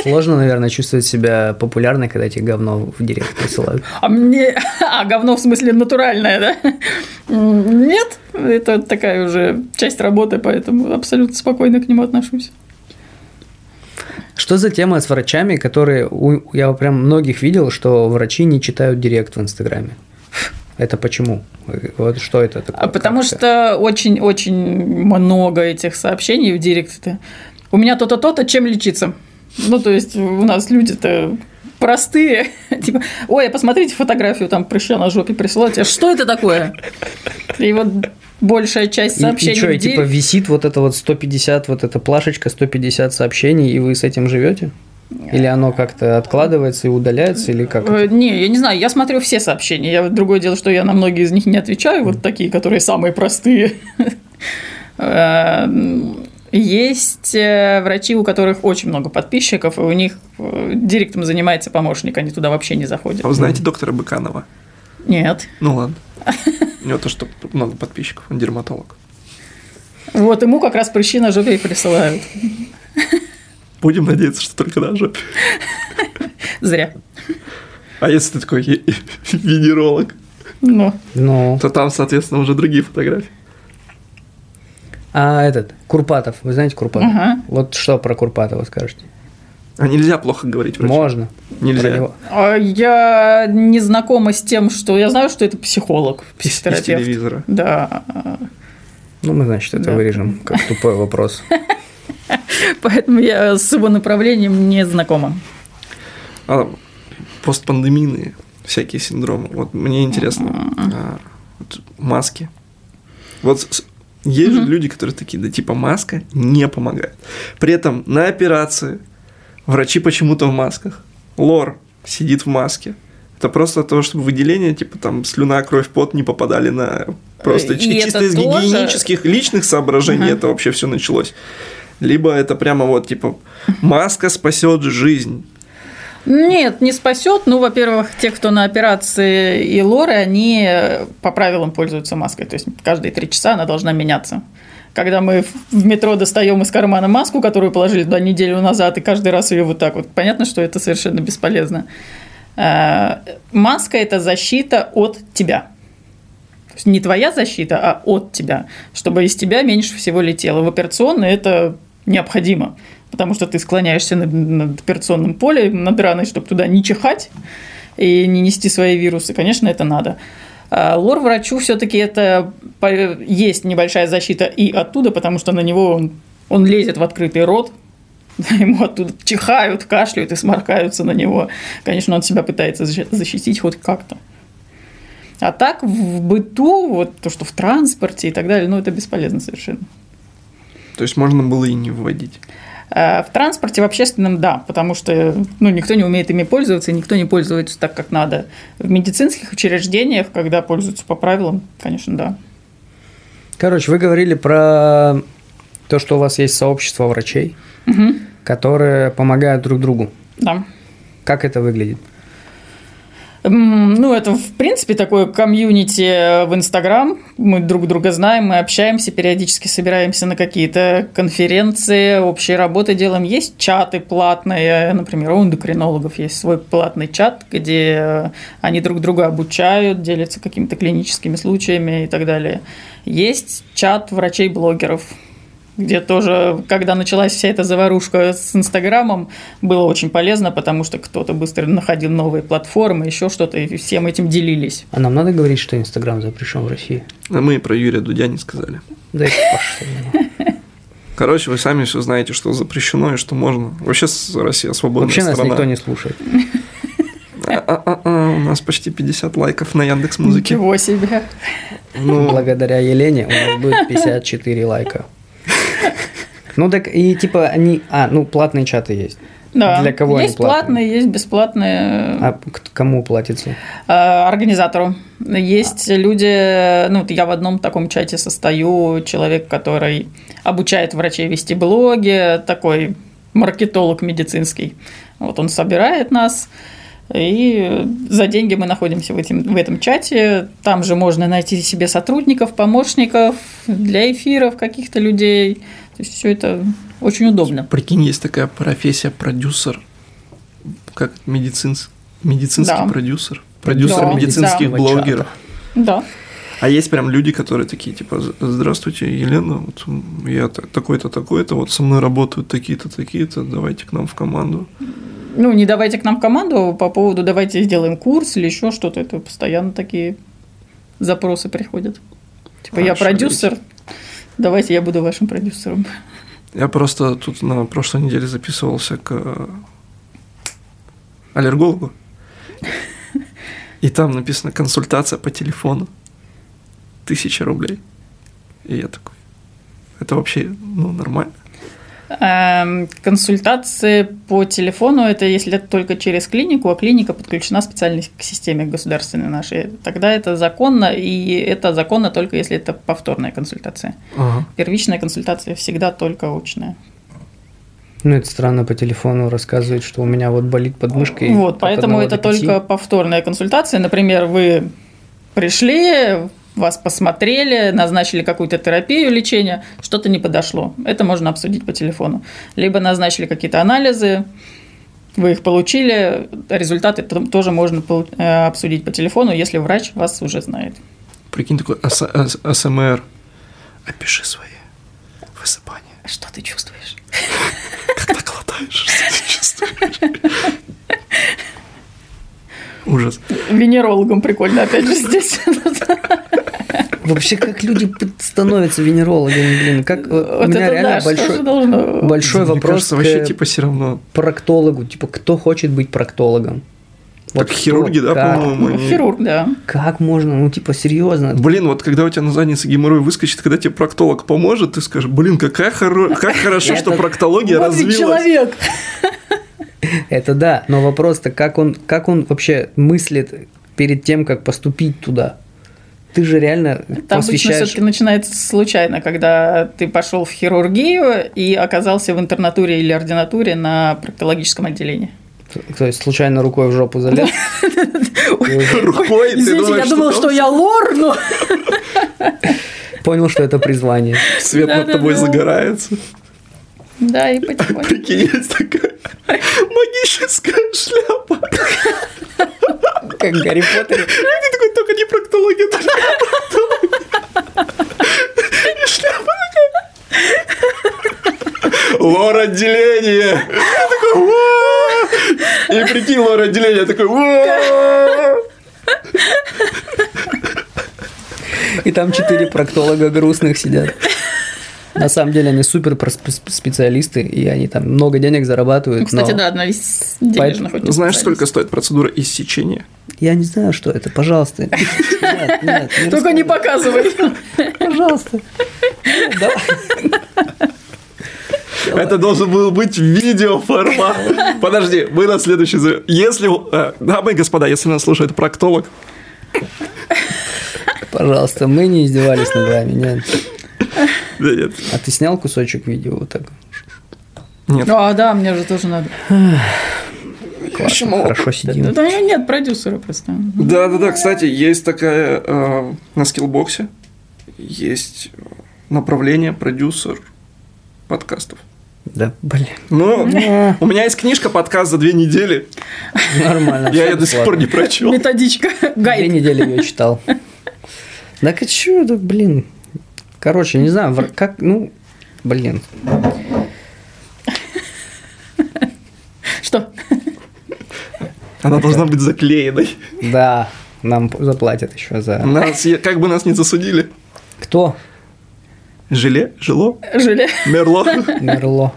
Сложно, наверное, чувствовать себя популярной, когда тебе говно в директ присылают.
А мне... А, говно в смысле натуральное, да? М, Нет, это такая уже часть работы, поэтому абсолютно спокойно к нему отношусь.
Что за тема с врачами, которые... у- Я прям многих видел, что врачи не читают директ в Инстаграме. Это почему? Вот что это такое?
А потому
Как это?
что очень-очень много этих сообщений в директе. У меня то-то, то-то, чем лечиться? Ну, то есть, у нас люди-то простые. Типа, ой, а посмотрите фотографию, там прыща на жопе присылают тебе. Что это такое? И вот большая часть
И- И,
сообщений
что, и
в день.
типа висит вот это вот 150, вот эта плашечка 150 сообщений, и вы с этим живете? Или оно как-то откладывается и удаляется, или как?
Э,
это?
Не, я не знаю, я смотрю все сообщения. Я, другое дело, что я на многие из них не отвечаю, вот такие, которые самые простые. Э, Есть э, врачи, у которых очень много подписчиков, и у них э, директом занимается помощник, они туда вообще не заходят.
А вы знаете доктора Быканова?
Нет.
Ну ладно. У него то, что много подписчиков, он дерматолог.
Вот ему как раз прыщи на жопе и присылают.
Будем надеяться, что только на жопе.
Зря.
А если ты такой е- венеролог,
Ну,
Ну,
то там, соответственно, уже другие фотографии.
а этот, Курпатов, вы знаете Курпатова?
Ага.
Вот что про Курпатова скажете?
А нельзя плохо говорить врачу?
Можно.
Нельзя.
Про него.
а я не знакома с тем, что... Я знаю, что это психолог,
Из, из
психотерапевт.
телевизора.
Да.
Ну, мы, значит, это
Да.
вырежем, как тупой вопрос.
Поэтому я с его направлением не знакома.
А, постпандемийные всякие синдромы. Вот мне интересно. а, вот маски. Вот с- с- есть же люди, которые такие, да типа маска не помогает. При этом на операции врачи почему-то в масках. Лор сидит в маске. Это просто от того, чтобы выделения, типа там слюна, кровь, пот не попадали на... Просто
И
чи-
это
чисто из
тоже-
гигиенических личных соображений
Ага.
это вообще все началось. Либо это прямо вот типа маска спасет жизнь.
Нет, не спасет. Ну, во-первых, те, кто на операции и лоры, они э, по правилам пользуются маской. То есть каждые три часа она должна меняться. Когда мы в- в метро достаем из кармана маску, которую положили туда неделю назад, и каждый раз ее вот так вот, понятно, что это совершенно бесполезно. Э, Маска – это защита от тебя. То есть не твоя защита, а от тебя, чтобы из тебя меньше всего летело. В операционной это необходимо, потому что ты склоняешься над, над операционным полем, над раной, чтобы туда не чихать и не нести свои вирусы. Конечно, это надо. А Лор-врачу все-таки это по- есть небольшая защита и оттуда, потому что на него он, он лезет в открытый рот, ему оттуда чихают, кашляют и сморкаются на него. Конечно, он себя пытается защи- защитить хоть как-то. А так в быту, вот то, что в транспорте и так далее, ну это бесполезно совершенно.
То есть можно было и не вводить.
А В транспорте, в общественном, да, потому что ну, никто не умеет ими пользоваться, и никто не пользуется так, как надо. В медицинских учреждениях, когда пользуются по правилам, конечно, да.
Короче, вы говорили про то, что у вас есть сообщество врачей,
Мгм.
которые помогают друг другу.
Да.
Как это выглядит?
М, Ну, это, в принципе, такое комьюнити э, в Инстаграм. Мы друг друга знаем, мы общаемся, периодически собираемся на какие-то конференции, общие работы делаем. Есть чаты платные, например, у эндокринологов есть свой платный чат, где э, они друг друга обучают, делятся какими-то клиническими случаями и так далее. Есть чат врачей-блогеров, где тоже, когда началась вся эта заварушка с Инстаграмом, было очень полезно, потому что кто-то быстро находил новые платформы, еще что-то, и всем этим делились.
А нам надо говорить, что Инстаграм запрещен в России?
А мы и про Юрия Дудя не сказали.
Да и пошло.
Короче, вы сами все знаете, что запрещено и что можно. Вообще с- Россия свободная
Вообще нас
страна. А,
никто не слушает.
А-а-а, у нас почти 50 лайков на Яндекс Музыке.
Ничего себе.
Ну,
Благодаря Елене у нас будет 54 лайка. Ну так и типа они... А, ну платные чаты есть.
Да.
Для кого они
есть платные, есть бесплатные.
А к- кому платится?
Э, организатору. Есть люди, ну, вот я в одном таком чате состою, человек, который обучает врачей вести блоги, такой маркетолог медицинский. Вот он собирает нас, и за деньги мы находимся в, этим, в этом чате. Там же можно найти себе сотрудников, помощников для эфиров каких-то людей. То есть все это очень удобно.
прикинь, есть такая профессия продюсер. Как медицинс- медицинский
Да.
продюсер. Продюсер
Да,
медицинских
да.
блогеров.
Да.
А есть прям люди, которые такие, типа, «З- здравствуйте, Елена, вот м, я та- такой-то, такой-то, вот со мной работают такие-то, такие-то, давайте к нам в команду.
Ну, не давайте к нам в команду по поводу давайте сделаем курс или еще что-то. Это постоянно такие запросы приходят. Типа, я
Хорошо,
продюсер, давайте я буду вашим продюсером.
Я просто тут на прошлой неделе записывался к э, аллергологу. И там написано консультация по телефону. Тысяча рублей. И я такой, это вообще ну, нормально?
Эм, Консультации по телефону это если это только через клинику, а клиника подключена специально к системе государственной нашей. Тогда это законно, и это законно только если это повторная консультация.
Ага.
Первичная консультация всегда только очная.
Ну, это странно по телефону рассказывать, что у меня вот болит подмышка. и
вот,
от
поэтому
одного
это
до пяти.
только повторная консультация. Например, вы пришли, вас посмотрели, назначили какую-то терапию лечения, что-то не подошло. Это можно обсудить по телефону. Либо назначили какие-то анализы, вы их получили, результаты то- тоже можно полу- э, обсудить по телефону, если врач вас уже знает.
Прикинь, такой АСМР. Опиши свои высыпания.
Что ты чувствуешь?
Как так латаешь? Что ты чувствуешь? Ужас.
Венерологом прикольно, опять же, здесь.
Вообще, как люди под- становятся венерологами, блин, как э, у
Вот
меня
это да,
реально
что же
большой, э,
должно...
большой
Мне
вопрос
кажется,
к
вообще типа все равно.
проктологу, типа, кто хочет быть проктологом?
Так хирурги, да,
как,
по-моему, они-
Хирург, да.
Как можно, ну, типа, серьезно?
Блин, вот когда у тебя на заднице геморрой выскочит, когда тебе проктолог поможет, ты скажешь, блин, какая хоро... как хорошо, что
Это-
проктология
Вот ведь
развилась.
человек.
Это да, но вопрос-то, как он, как он вообще мыслит перед тем, как поступить туда? Ты же реально
Это обычно
посвящаешь...
все-таки начинается случайно, когда ты пошел в хирургию и оказался в интернатуре или ординатуре на проктологическом отделении.
То есть, случайно рукой в жопу залез? и уже
Рукой, ты думаешь, там
я лор, но...
Понял, что это призвание.
свет над
Да-да-да.
тобой загорается.
Да, и потихоньку.
Прикинь, есть такая магическая шляпа.
Как Гарри Поттер.
И ты такой, только не проктология, только не проктология. И шляпа такая. Лор-отделение! Я такой, «Уа!» И прикинь, лор-отделение, я такой, «Уа!»
И там четыре проктолога грустных сидят. На самом деле они супер прос- спе- специалисты, и они там много денег зарабатывают.
Ну, Кстати,
но
да, одна из денежных
Поэтому-
очень
Знаешь,
специальностей.
сколько стоит процедура иссечения?
Я не знаю, что это, пожалуйста. Нет, нет,
Только не
рассказывай.
показывай.
Пожалуйста. Ну, Нет, давай.
Это должен был быть видеоформат. Подожди, мы на следующий... за- Если... э, Дамы и господа, если нас слушает проктолог,
Пожалуйста, мы не издевались над вами, нет.
да нет,
А ты снял кусочек видео вот так?
нет.
А, да, мне же тоже надо.
Классно, хорошо сидим.
Да я- нет, продюсера просто.
Да, да, да. Кстати, есть такая э, на скиллбоксе есть направление продюсер подкастов.
Да, блин, Э,
Ну, у меня есть книжка подкаст за две недели.
нормально.
Я
всё
ее до сих пор
бесплатно.
не прочел.
Методичка,
Две
гайд.
недели ее читал. Так и чё, да, блин. Короче, не знаю, вр- как, ну, блин.
Что?
Она должна быть заклеенной.
Да, нам п- заплатят еще за...
Нас, е- как бы нас не засудили.
Кто?
Желе, жило,
Желе.
мерло.
Мерло.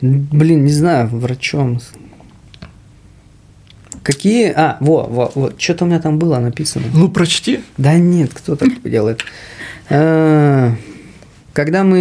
Блин, не знаю, врачом. с- Какие... А, во, во, вот, что-то у меня там было написано.
Ну, прочти.
Да нет, кто так делает? А, Когда мы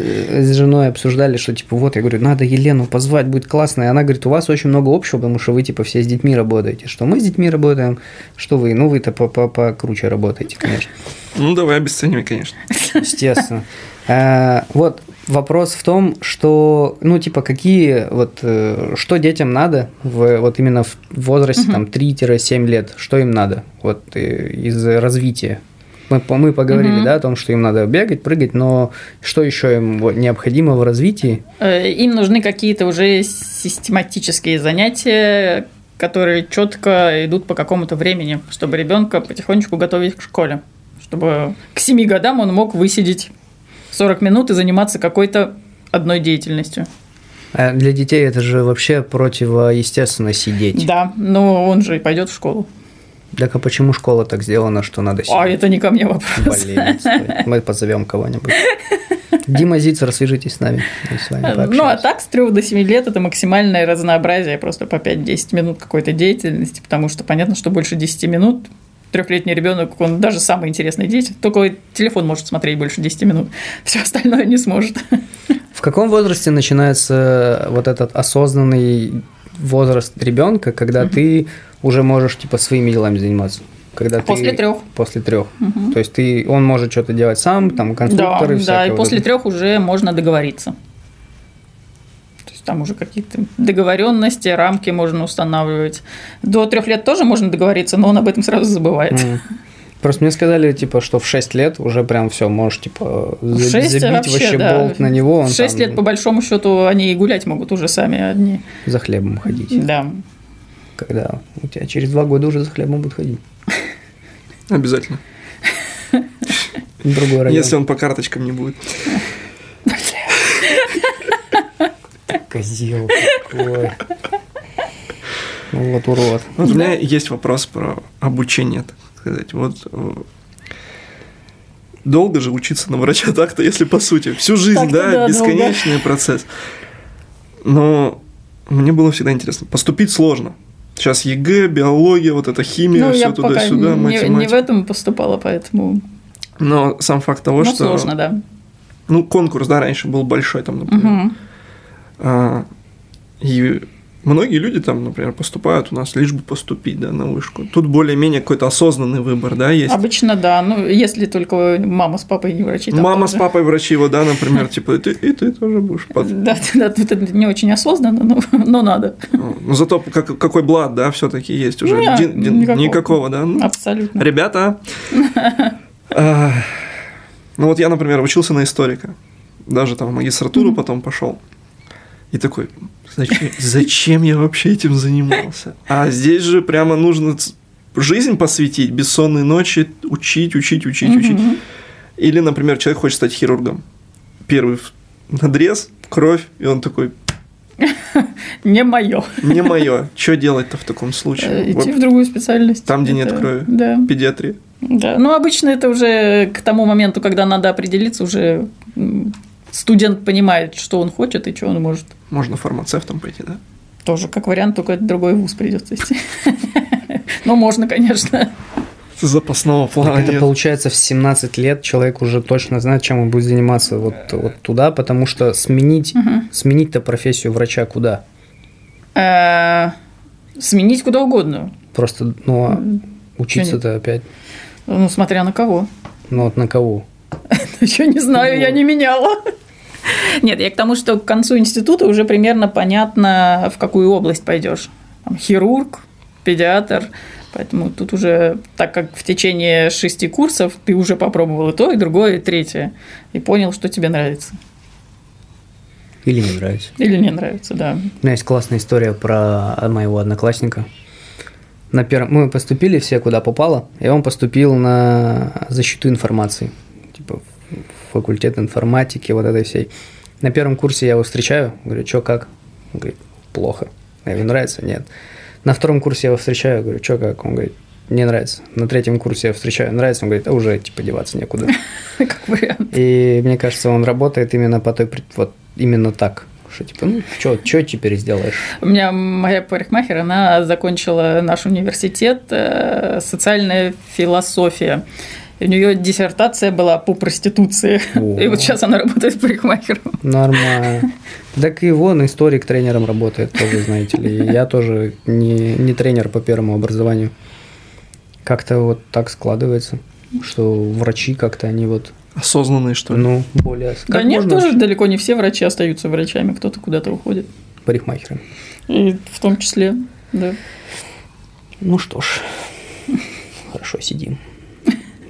э, с женой обсуждали, что типа вот, я говорю, надо Елену позвать, будет классно. И она говорит, у вас очень много общего, потому что вы типа все с детьми работаете. Что мы с детьми работаем, что вы, ну вы-то по- по- покруче работаете, конечно.
Ну, давай обесценивай, конечно.
Естественно. Э, Вот вопрос в том, что, ну, типа, какие, вот, э, что детям надо, в, вот именно в возрасте,
Мгм.
там, 3-7 лет, что им надо, вот, э, из развития? Мы, по- мы поговорили,
Мгм.
да, о том, что им надо бегать, прыгать, но что еще им вот, необходимо в развитии?
Э, Им нужны какие-то уже систематические занятия, которые четко идут по какому-то времени, чтобы ребенка потихонечку готовить к школе, чтобы к семи годам он мог высидеть 40 минут и заниматься какой-то одной деятельностью.
Э, Для детей это же вообще противоестественно сидеть.
Да, но он же и пойдет в школу.
Так а почему школа так сделана, что надо сидеть?
А это не ко мне вопрос.
Блин, стой. мы позовем кого-нибудь. Дима Зицер, свяжитесь с нами. Мы с вами
Ну, а
пообщаемся.
так с 3 до 7 лет это максимальное разнообразие, просто по 5-10 минут какой-то деятельности, потому что понятно, что больше 10 минут трехлетний ребенок, он даже самый интересный дети, только телефон может смотреть больше 10 минут, все остальное не сможет.
В каком возрасте начинается вот этот осознанный возраст ребенка, когда
Мгм.
ты уже можешь типа своими делами заниматься? Когда
После
А ты...
трех.
После трех. То есть ты, он может что-то делать сам, там
Да,
конструкторы
да,
всякое
и
вот
после
это.
трех уже можно договориться. То есть там уже какие-то договоренности, рамки можно устанавливать. До трех лет тоже можно договориться, но он об этом сразу забывает.
Мгм. Просто мне сказали, типа, что в 6 лет уже прям все, можешь, типа,
В
за-
шесть
забить вообще,
да.
болт на него. он
В шесть
там
лет, по большому счету, они и гулять могут уже сами одни.
За хлебом ходить.
Да.
Когда у тебя через два года уже за хлебом будут ходить.
Обязательно.
В Другой район.
Если он по карточкам не будет.
Козел какой. Ну Вот урод.
Вот у меня есть вопрос про обучение, так сказать. Вот э, долго же учиться на врача так-то, если по сути. Всю жизнь,
Так-то
да,
да,
бесконечный процесс. Но мне было всегда интересно. Поступить сложно. Сейчас ЕГЭ, биология, вот эта химия,
ну, я
все
пока
туда-сюда,
не, не в
математика.
этом поступала, поэтому
Но сам факт того,
ну,
что...
сложно, да.
Ну, конкурс, да, раньше был большой, там, например.
Мгм.
А, и многие люди там, например, поступают у нас лишь бы поступить, да, на вышку. Тут более-менее какой-то осознанный выбор, да, есть.
Обычно, да. Ну, если только мама с папой не врачи. там
Мама
тоже.
с папой врачи его, да, например, типа, и ты, и ты тоже будешь. под-
Да, да, тут это не очень осознанно, но, но надо.
Но Ну, зато как- какой блат, да, все-таки есть уже.
Не,
Дин- дин-
никакого. А
да. Ну,
Абсолютно.
Ребята, а, ну вот я, например, учился на историка, даже там в магистратуру потом пошел, и такой, зачем, зачем я вообще этим занимался? А здесь же прямо нужно ц- жизнь посвятить, бессонные ночи, учить, учить, учить, учить.
Мгм.
Или, например, человек хочет стать хирургом, первый в- надрез, кровь, и он такой,
Не мое.
не мое, что делать-то в таком случае?
Идти в
Вот
другую специальность.
Там, где нет
Это-
крови.
Да,
педиатрия.
да. Ну, обычно это уже к тому моменту, когда надо определиться, уже м, студент понимает, что он хочет и что он может.
Можно фармацевтом пойти, да?
Тоже как вариант, только это другой вуз придется идти. Ну, можно, конечно.
Запасного
Так
плана
это
Ну, нет.
получается в 17 лет человек уже точно знает, чем он будет заниматься вот, вот туда, потому что сменить,
Мгм.
сменить-то профессию врача куда?
Э, Сменить куда угодно.
Просто, ну, а учиться-то опять,
Ну, смотря на кого.
ну вот на кого?
Еще не знаю, я
Вот.
не меняла. Нет, я к тому, что к концу института уже примерно понятно, в какую область пойдешь. Там, хирург, педиатр. Поэтому тут уже, так как в течение шести курсов ты уже попробовал и то, и другое, и третье, и понял, что тебе нравится.
Или не нравится.
Или не нравится, да.
У меня есть классная история про моего одноклассника. На первом... Мы поступили все, куда попало, и он поступил на защиту информации. Типа в факультет информатики, вот этой всей. На первом курсе я его встречаю, говорю, что как? Он говорит, плохо. Я говорю, нравится? Нет. На втором курсе я его встречаю, говорю, что как? Он говорит, не нравится. На третьем курсе я встречаю, нравится? Он говорит, а уже типа деваться некуда.
Как вариант.
И мне кажется, он работает именно по той, пред- вот именно так. Что типа, ну, что теперь сделаешь?
У меня моя парикмахер, она закончила наш университет э, социальная философия. И У нее диссертация была по проституции.
О.
И вот сейчас она работает парикмахером.
Нормально. Так и вон историк тренером работает тоже, знаете ли. И Я тоже не, не тренер по первому образованию. Как-то вот так складывается, что врачи как-то они вот,
Осознанные, что ли?
ну, более...
Да
как
нет,
можно
тоже далеко не все врачи остаются врачами, кто-то куда-то уходит.
Парикмахеры.
И в том числе, да.
Ну что ж, хорошо сидим.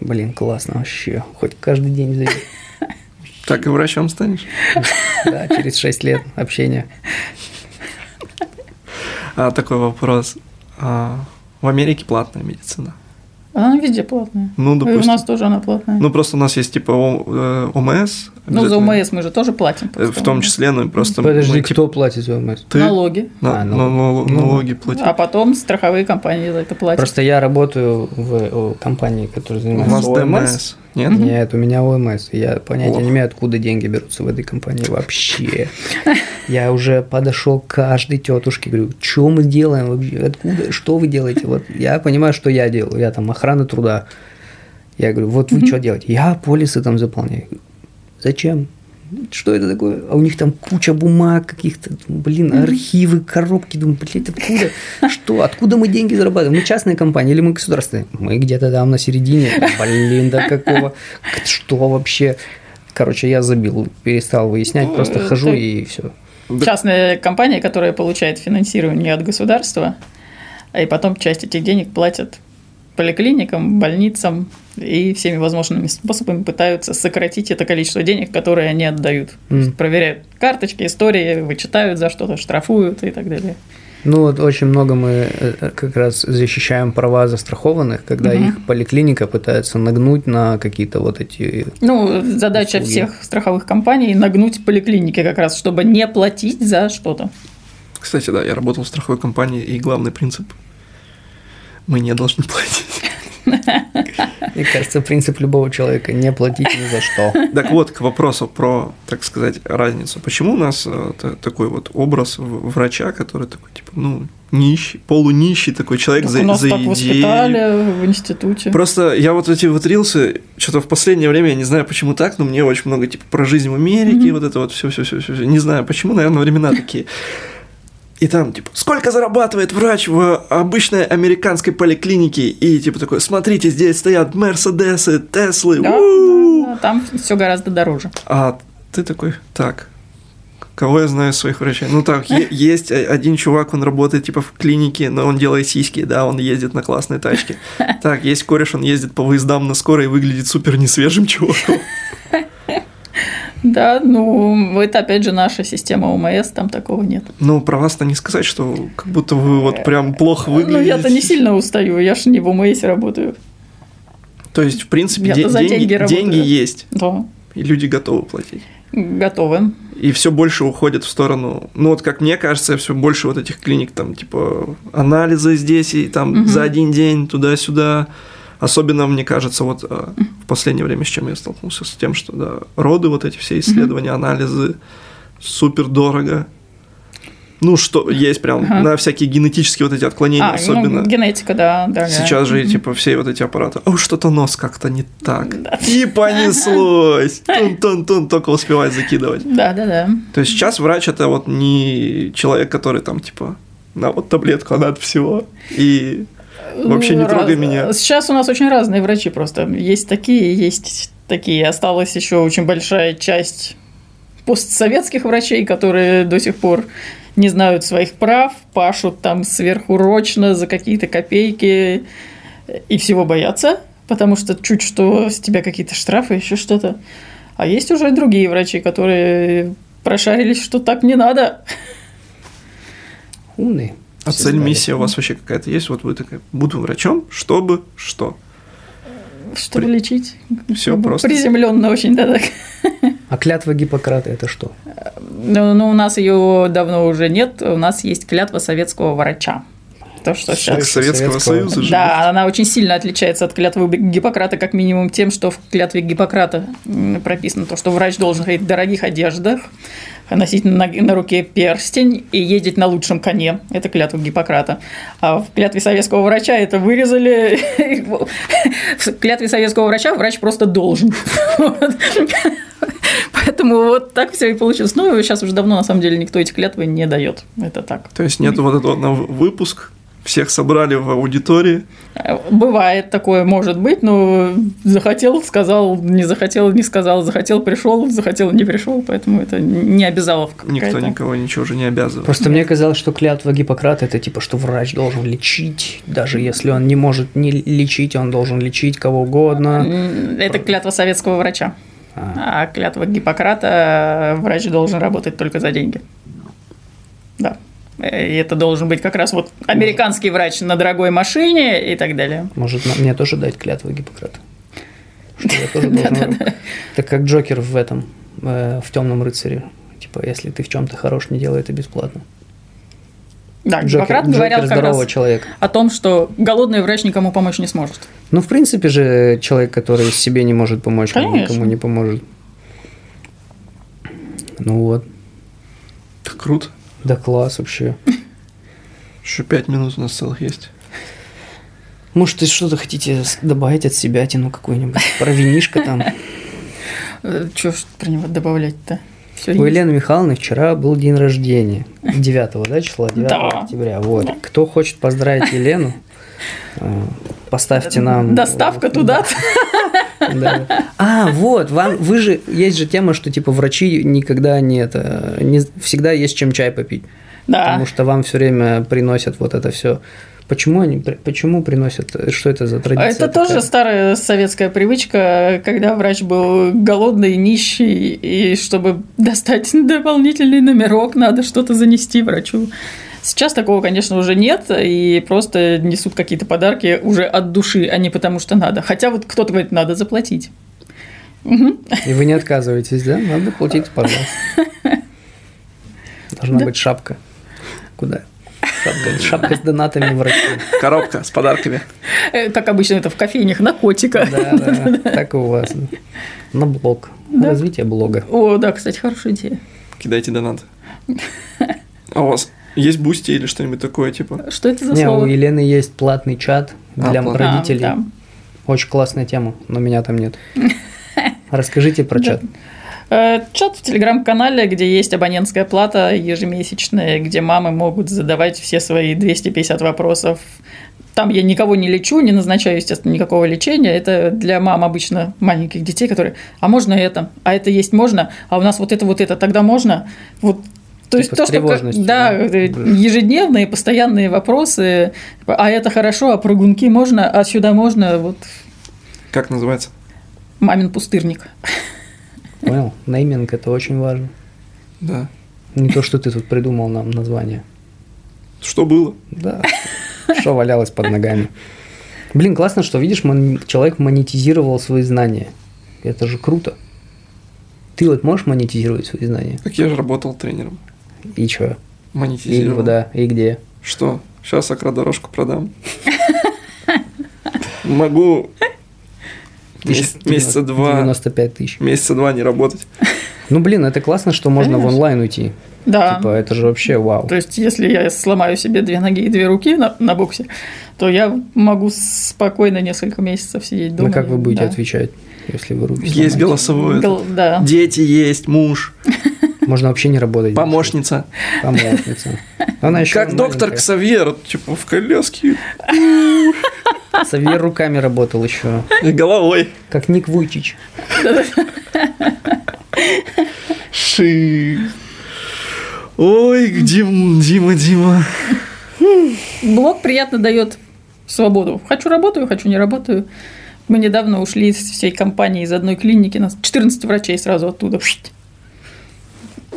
Блин, классно вообще. Хоть каждый день зайди.
Так и врачом станешь.
Да, через 6 лет общения.
А такой вопрос. А, в Америке платная медицина.
А Она везде платная.
Ну,
И у
допустим.
нас тоже она платная. Ну,
Ну, просто у нас есть типа О- э, ОМС.
за
обязательно.
ОМС мы же тоже платим.
Э, В том числе, ну и просто...
Подожди,
мы, типа,
кто платит за ОМС?
Ты
Налоги.
на-
А,
на-
ну,
на-
ну.
налоги платить.
А потом страховые компании за это платят.
Просто я работаю в э, компании, которая
У
занимается
вас
ОМС.
ДМС. Нет?
Нет, у меня ОМС. Я понятия
Ох.
не имею, откуда деньги берутся в этой компании вообще. Я уже подошел к каждой тетушке, говорю, что мы делаем вообще, откуда, что вы делаете? Вот я понимаю, что я делаю, я там охрана труда. Я говорю, вот вы что делаете? Я полисы там заполняю. Зачем? Что это такое? А у них там куча бумаг каких-то, блин, архивы, коробки. Думаю, блядь, откуда? Что? Откуда мы деньги зарабатываем? Мы частная компания или мы государственная? Мы где-то там на середине. Блин, да какого? Что вообще? Короче, я забил, перестал выяснять,
Ну,
просто
это-
хожу и все.
Да.
Частная компания, которая получает финансирование от государства, и потом часть этих денег платят поликлиникам, больницам и всеми возможными способами пытаются сократить это количество денег, которые они отдают. То есть
М.
Проверяют карточки, истории, вычитают за что-то, штрафуют и так далее.
Ну вот очень много мы э, как раз защищаем права застрахованных, когда
Мгм.
их поликлиника пытается нагнуть на какие-то вот эти...
Ну, задача
Услуги.
всех страховых компаний – нагнуть поликлиники как раз, чтобы не платить за что-то.
Кстати, да, я работал в страховой компании, и главный принцип – мы не должны платить.
Мне кажется, принцип любого человека – не платить ни за что.
Так вот, к вопросу про, так сказать, разницу. Почему у нас э, та- такой вот образ в- врача, который такой, типа, ну, нищий, полунищий такой человек
Так
за,
у нас
за
так
идею.
воспитали в институте.
Просто я вот эти вот рилсы, что-то в последнее время, я не знаю почему так, но мне очень много типа про жизнь в Америке, вот это вот все, все, все, все, не знаю почему, наверное, времена такие. И там, типа, сколько зарабатывает врач в обычной американской поликлинике? И, типа, такой, смотрите, здесь стоят Мерседесы, Теслы,
Да,
у-у-у».
да, да, там все гораздо дороже.
А ты такой, так, кого я знаю из своих врачей? Ну так, е- есть э, один чувак, он работает типа в клинике, но он делает сиськи, да, он ездит на классной тачке. Так, есть кореш, он ездит по выездам на скорой и выглядит супер несвежим чуваком.
Да, ну это опять же наша система ОМС, там такого нет.
Ну, про вас-то не сказать, что как будто вы вот прям плохо выглядите.
Ну я-то не сильно устаю, я же не в ОМС работаю.
То есть, в принципе,
Я-то
де-
за деньги
деньги,
работаю.
деньги есть,
Да, А,
и люди готовы платить.
готовы.
И все больше уходит в сторону, ну вот как мне кажется, все больше вот этих клиник там типа анализы здесь и там
Мгм.
за один день туда-сюда. Особенно мне кажется вот э, в последнее время с чем я столкнулся с тем, что да, роды вот эти все исследования, анализы супер дорого. Ну что есть прям
Ага.
на всякие генетические вот эти отклонения
А,
особенно.
ну, генетика, да, дорогая.
Сейчас же, типа, все вот эти аппараты. О, что-то нос как-то не так. И понеслось. Тун-тун-тун, только успевай закидывать.
Да, да, да.
То есть сейчас врач это вот не человек, который там типа на вот таблетку она от всего. И Вообще не трогай меня.
Ну, Сейчас у нас очень разные врачи просто. Есть такие, есть такие. Осталась еще очень большая часть постсоветских врачей, которые до сих пор не знают своих прав, пашут там сверхурочно за какие-то копейки и всего боятся, потому что чуть что с тебя какие-то штрафы, еще что-то. А есть уже и другие врачи, которые прошарились, что так не надо.
Умные.
а
Все
цель,
знали.
миссия у вас вообще какая-то есть? Вот вы такая, буду врачом, чтобы что?
Чтобы
При-
лечить.
Всё просто.
Приземленно очень, да, так.
А клятва Гиппократа – это что?
Ну, ну, у нас ее давно уже нет. У нас есть клятва советского врача. То, что
Что
Как
сейчас.
еще
Советского
Советского.
Союза же.
Да, она очень сильно отличается от клятвы Гиппократа, как минимум тем, что в клятве Гиппократа м, прописано то, что врач должен ходить в дорогих одеждах, носить на, на руке перстень и ездить на лучшим коне. Это клятва Гиппократа. А в клятве советского врача это вырезали. В клятве советского врача врач просто должен. Вот. Поэтому вот так все и получилось. Ну, сейчас уже давно, на самом деле, никто эти клятвы не дает. Это так.
То есть нет вот этого на выпуск, всех собрали в аудитории.
Бывает такое, может быть, но захотел, сказал, не захотел, не сказал, захотел, пришел, захотел, не пришел, поэтому это не обязаловка
Никто
какая-то.
никого ничего же не обязывает.
Просто мне казалось, что клятва Гиппократа – это типа, что врач должен лечить, даже если он не может не лечить, он должен лечить кого угодно.
М, Это клятва советского врача.
А,
А клятва Гиппократа э, врач должен работать только за деньги. Да. Э, И это должен быть как раз вот американский врач на дорогой машине и так далее.
Может, на- мне тоже дать клятву Гиппократа? Что я тоже должен... Так как Джокер в этом, э, в «Темном рыцаре». Типа, если ты в чем-то хорош, не делай это бесплатно.
Да,
Джокер,
А Гиппократ
Джокер
говорил как
здорового
раз
человека.
о том, что голодный врач никому помочь не сможет.
Ну, в принципе же, человек, который себе не может помочь, он
Конечно.
никому не поможет. Ну вот.
Так круто.
Да класс вообще.
Еще пять минут у нас целых есть.
Может, ты что-то хотите с- добавить от себя, тяну какую-нибудь? Про винишко там.
Чего Э, ж про него добавлять-то? Все
У Елены Михайловны вчера был день рождения. 9 да, числа? 9
Да.
октября. Вот. Кто хочет поздравить Елену, э, поставьте нам...
Доставка
э,
туда.
Да. А, вот, вам, вы же, есть же тема, что типа врачи никогда не это, не, всегда есть чем чай попить,
Да. А.
потому что вам все время приносят вот это все. Почему они, при- почему приносят, э, что это за традиция?
Это
такая?
тоже старая советская привычка, когда врач был голодный, нищий, и чтобы достать дополнительный номерок, надо что-то занести врачу. Сейчас такого, конечно, уже нет, и просто несут какие-то подарки уже от души, а не потому что надо. Хотя вот кто-то говорит, надо заплатить. Мгм.
И вы не отказываетесь, да? Надо платить, пожалуйста. Должна
Да.
быть шапка. Куда? Шапка, шапка с донатами врачей.
Коробка с подарками.
Э, Как обычно это в кофейнях на котика.
Да, да, так и у вас. да. На блог.
Да.
Развитие блога.
О, да, кстати, хорошая идея.
Кидайте донат. А у вас есть бусти или что-нибудь такое, типа?
Что это за
Не, у
слово?
Елены есть платный чат
А,
для
платный.
А,
родителей.
да.
Очень классная тема, но меня там нет. Расскажите про
Да.
чат.
Э, Чат в телеграм-канале, где есть абонентская плата ежемесячная, где мамы могут задавать все свои 250 вопросов. Там я никого не лечу, не назначаю, естественно, никакого лечения. Это для мам обычно маленьких детей, которые «А можно это? А это есть можно? А у нас вот это, вот это, тогда можно?» Вот то есть
Типа
то,
с
что как-
тревожностью,
да,
да?
э, ежедневные, постоянные вопросы, типа, а это хорошо, а прогунки можно, а сюда можно, вот
Как называется?
мамин пустырник.
Понял? Нейминг это очень важно.
Да.
Не то, что ты тут придумал нам название.
Что было?
Да. Что валялось под ногами. Блин, классно, что видишь, мон- человек монетизировал свои знания. Это же круто. Ты вот можешь монетизировать свои знания?
Так я же работал тренером.
И чё? И
Монетизировал.
куда? И где?
Что? Сейчас акродорожку продам. Могу
Тысяч-
меся- месяца два,
95 тысяч.
месяца два не работать.
Ну, блин, это классно, что можно в
Конечно.
онлайн уйти.
Да.
Типа, это же вообще вау.
То есть, если я сломаю себе две ноги и две руки на, на боксе, то я могу спокойно несколько месяцев сидеть дома.
Ну, как вы
и-
будете
да.
отвечать, если вы руки
Есть
сломаете?
голосовое.
Гол- Да.
Дети есть, муж,
Можно вообще не работать.
помощница.
Помощница. Она еще
Как доктор Ксавьер, типа в колеске
Савьер руками работал еще.
и головой.
Как Ник Вуйчич.
Ши. Ой, Дим, Дима, Дима.
Блог приятно дает свободу. Хочу работаю, хочу не работаю. Мы недавно ушли из всей компании, из одной клиники. Нас 14 врачей сразу оттуда.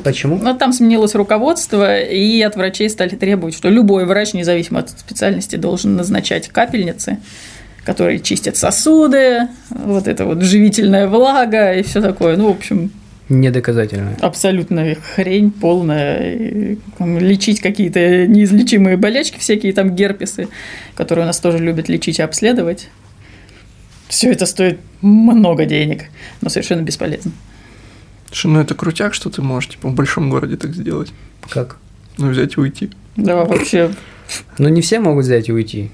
Почему?
Но Ну, там сменилось руководство, и от врачей стали требовать, что любой врач, независимо от специальности, должен назначать капельницы, которые чистят сосуды, вот это вот живительная влага и все такое. Ну, в общем,
Недоказательно.
абсолютная хрень полная. И, там, лечить какие-то неизлечимые болячки, всякие там герпесы, которые у нас тоже любят лечить и обследовать. Все это стоит много денег, но совершенно бесполезно.
Слушай, ну это крутяк, что ты можешь, типа, в большом городе так сделать.
Как?
Ну, взять и уйти.
Да, вообще
Ну, не все могут взять и уйти.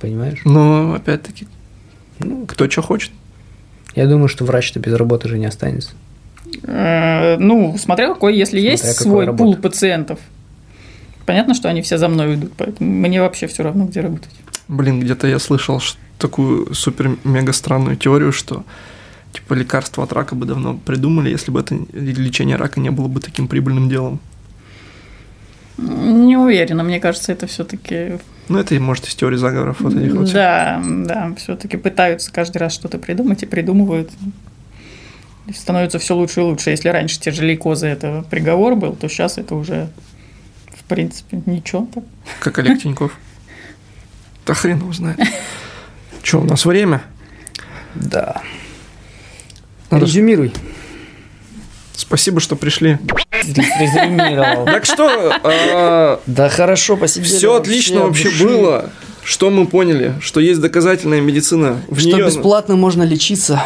Понимаешь?
Но, опять-таки,
Ну,
кто что хочет.
я думаю, что врач-то без работы же не останется.
Э, Ну, смотря какой, если
Смотря
есть
какой
свой
работы.
пул пациентов. Понятно, что они все за мной идут, поэтому мне вообще все равно, где работать.
Блин, где-то я слышал ш- такую супер-мега странную теорию, что типа лекарство от рака бы давно придумали, если бы это лечение рака не было бы таким прибыльным делом.
Не уверена, мне кажется, это все-таки...
Ну, это и может из теории заговоров вот этих вот. всех.
да, да, все-таки пытаются каждый раз что-то придумать и придумывают. И становится все лучше и лучше. Если раньше те же лейкозы это приговор был, то сейчас это уже, в принципе, ничего. так.
Как Олег Тиньков. Да хрен его знает. Че, у нас время?
Да.
Надо ж-
Резюмируй.
Спасибо, что пришли.
Резюмировал.
Так что, э,
А,
Да хорошо, посидели.
все отлично вообще
души.
было. Что мы поняли? Что есть доказательная медицина. В
Что
неё-
бесплатно можно лечиться.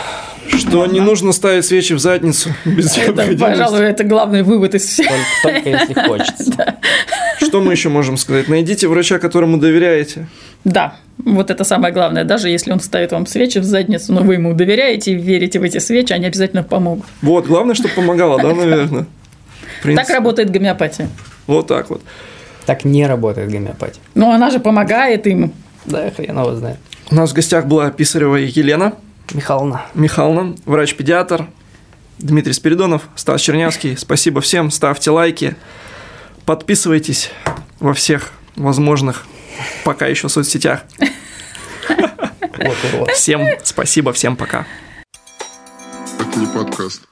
что не нужно ставить свечи в задницу без её
Это,
необходимости.
пожалуй, это главный вывод из всех.
Только, только если хочется.
Что мы еще можем сказать? Найдите врача, которому доверяете.
Да, вот это самое главное. Даже если он ставит вам свечи в задницу, но вы ему доверяете и верите в эти свечи, они обязательно помогут.
Вот, главное, чтобы помогало, да, наверное? В
Так
принципе,
работает гомеопатия.
Вот так вот.
Так не работает гомеопатия.
Но она же помогает им.
Да, хрен его знает.
У нас в гостях была Писарева Елена
Михална.
Михайловна, врач-педиатр, Дмитрий Спиридонов, Стас Чернявский. Спасибо всем, ставьте лайки, подписывайтесь во всех возможных пока еще соцсетях.
Вот урод.
Всем спасибо, всем пока.
Это не подкаст.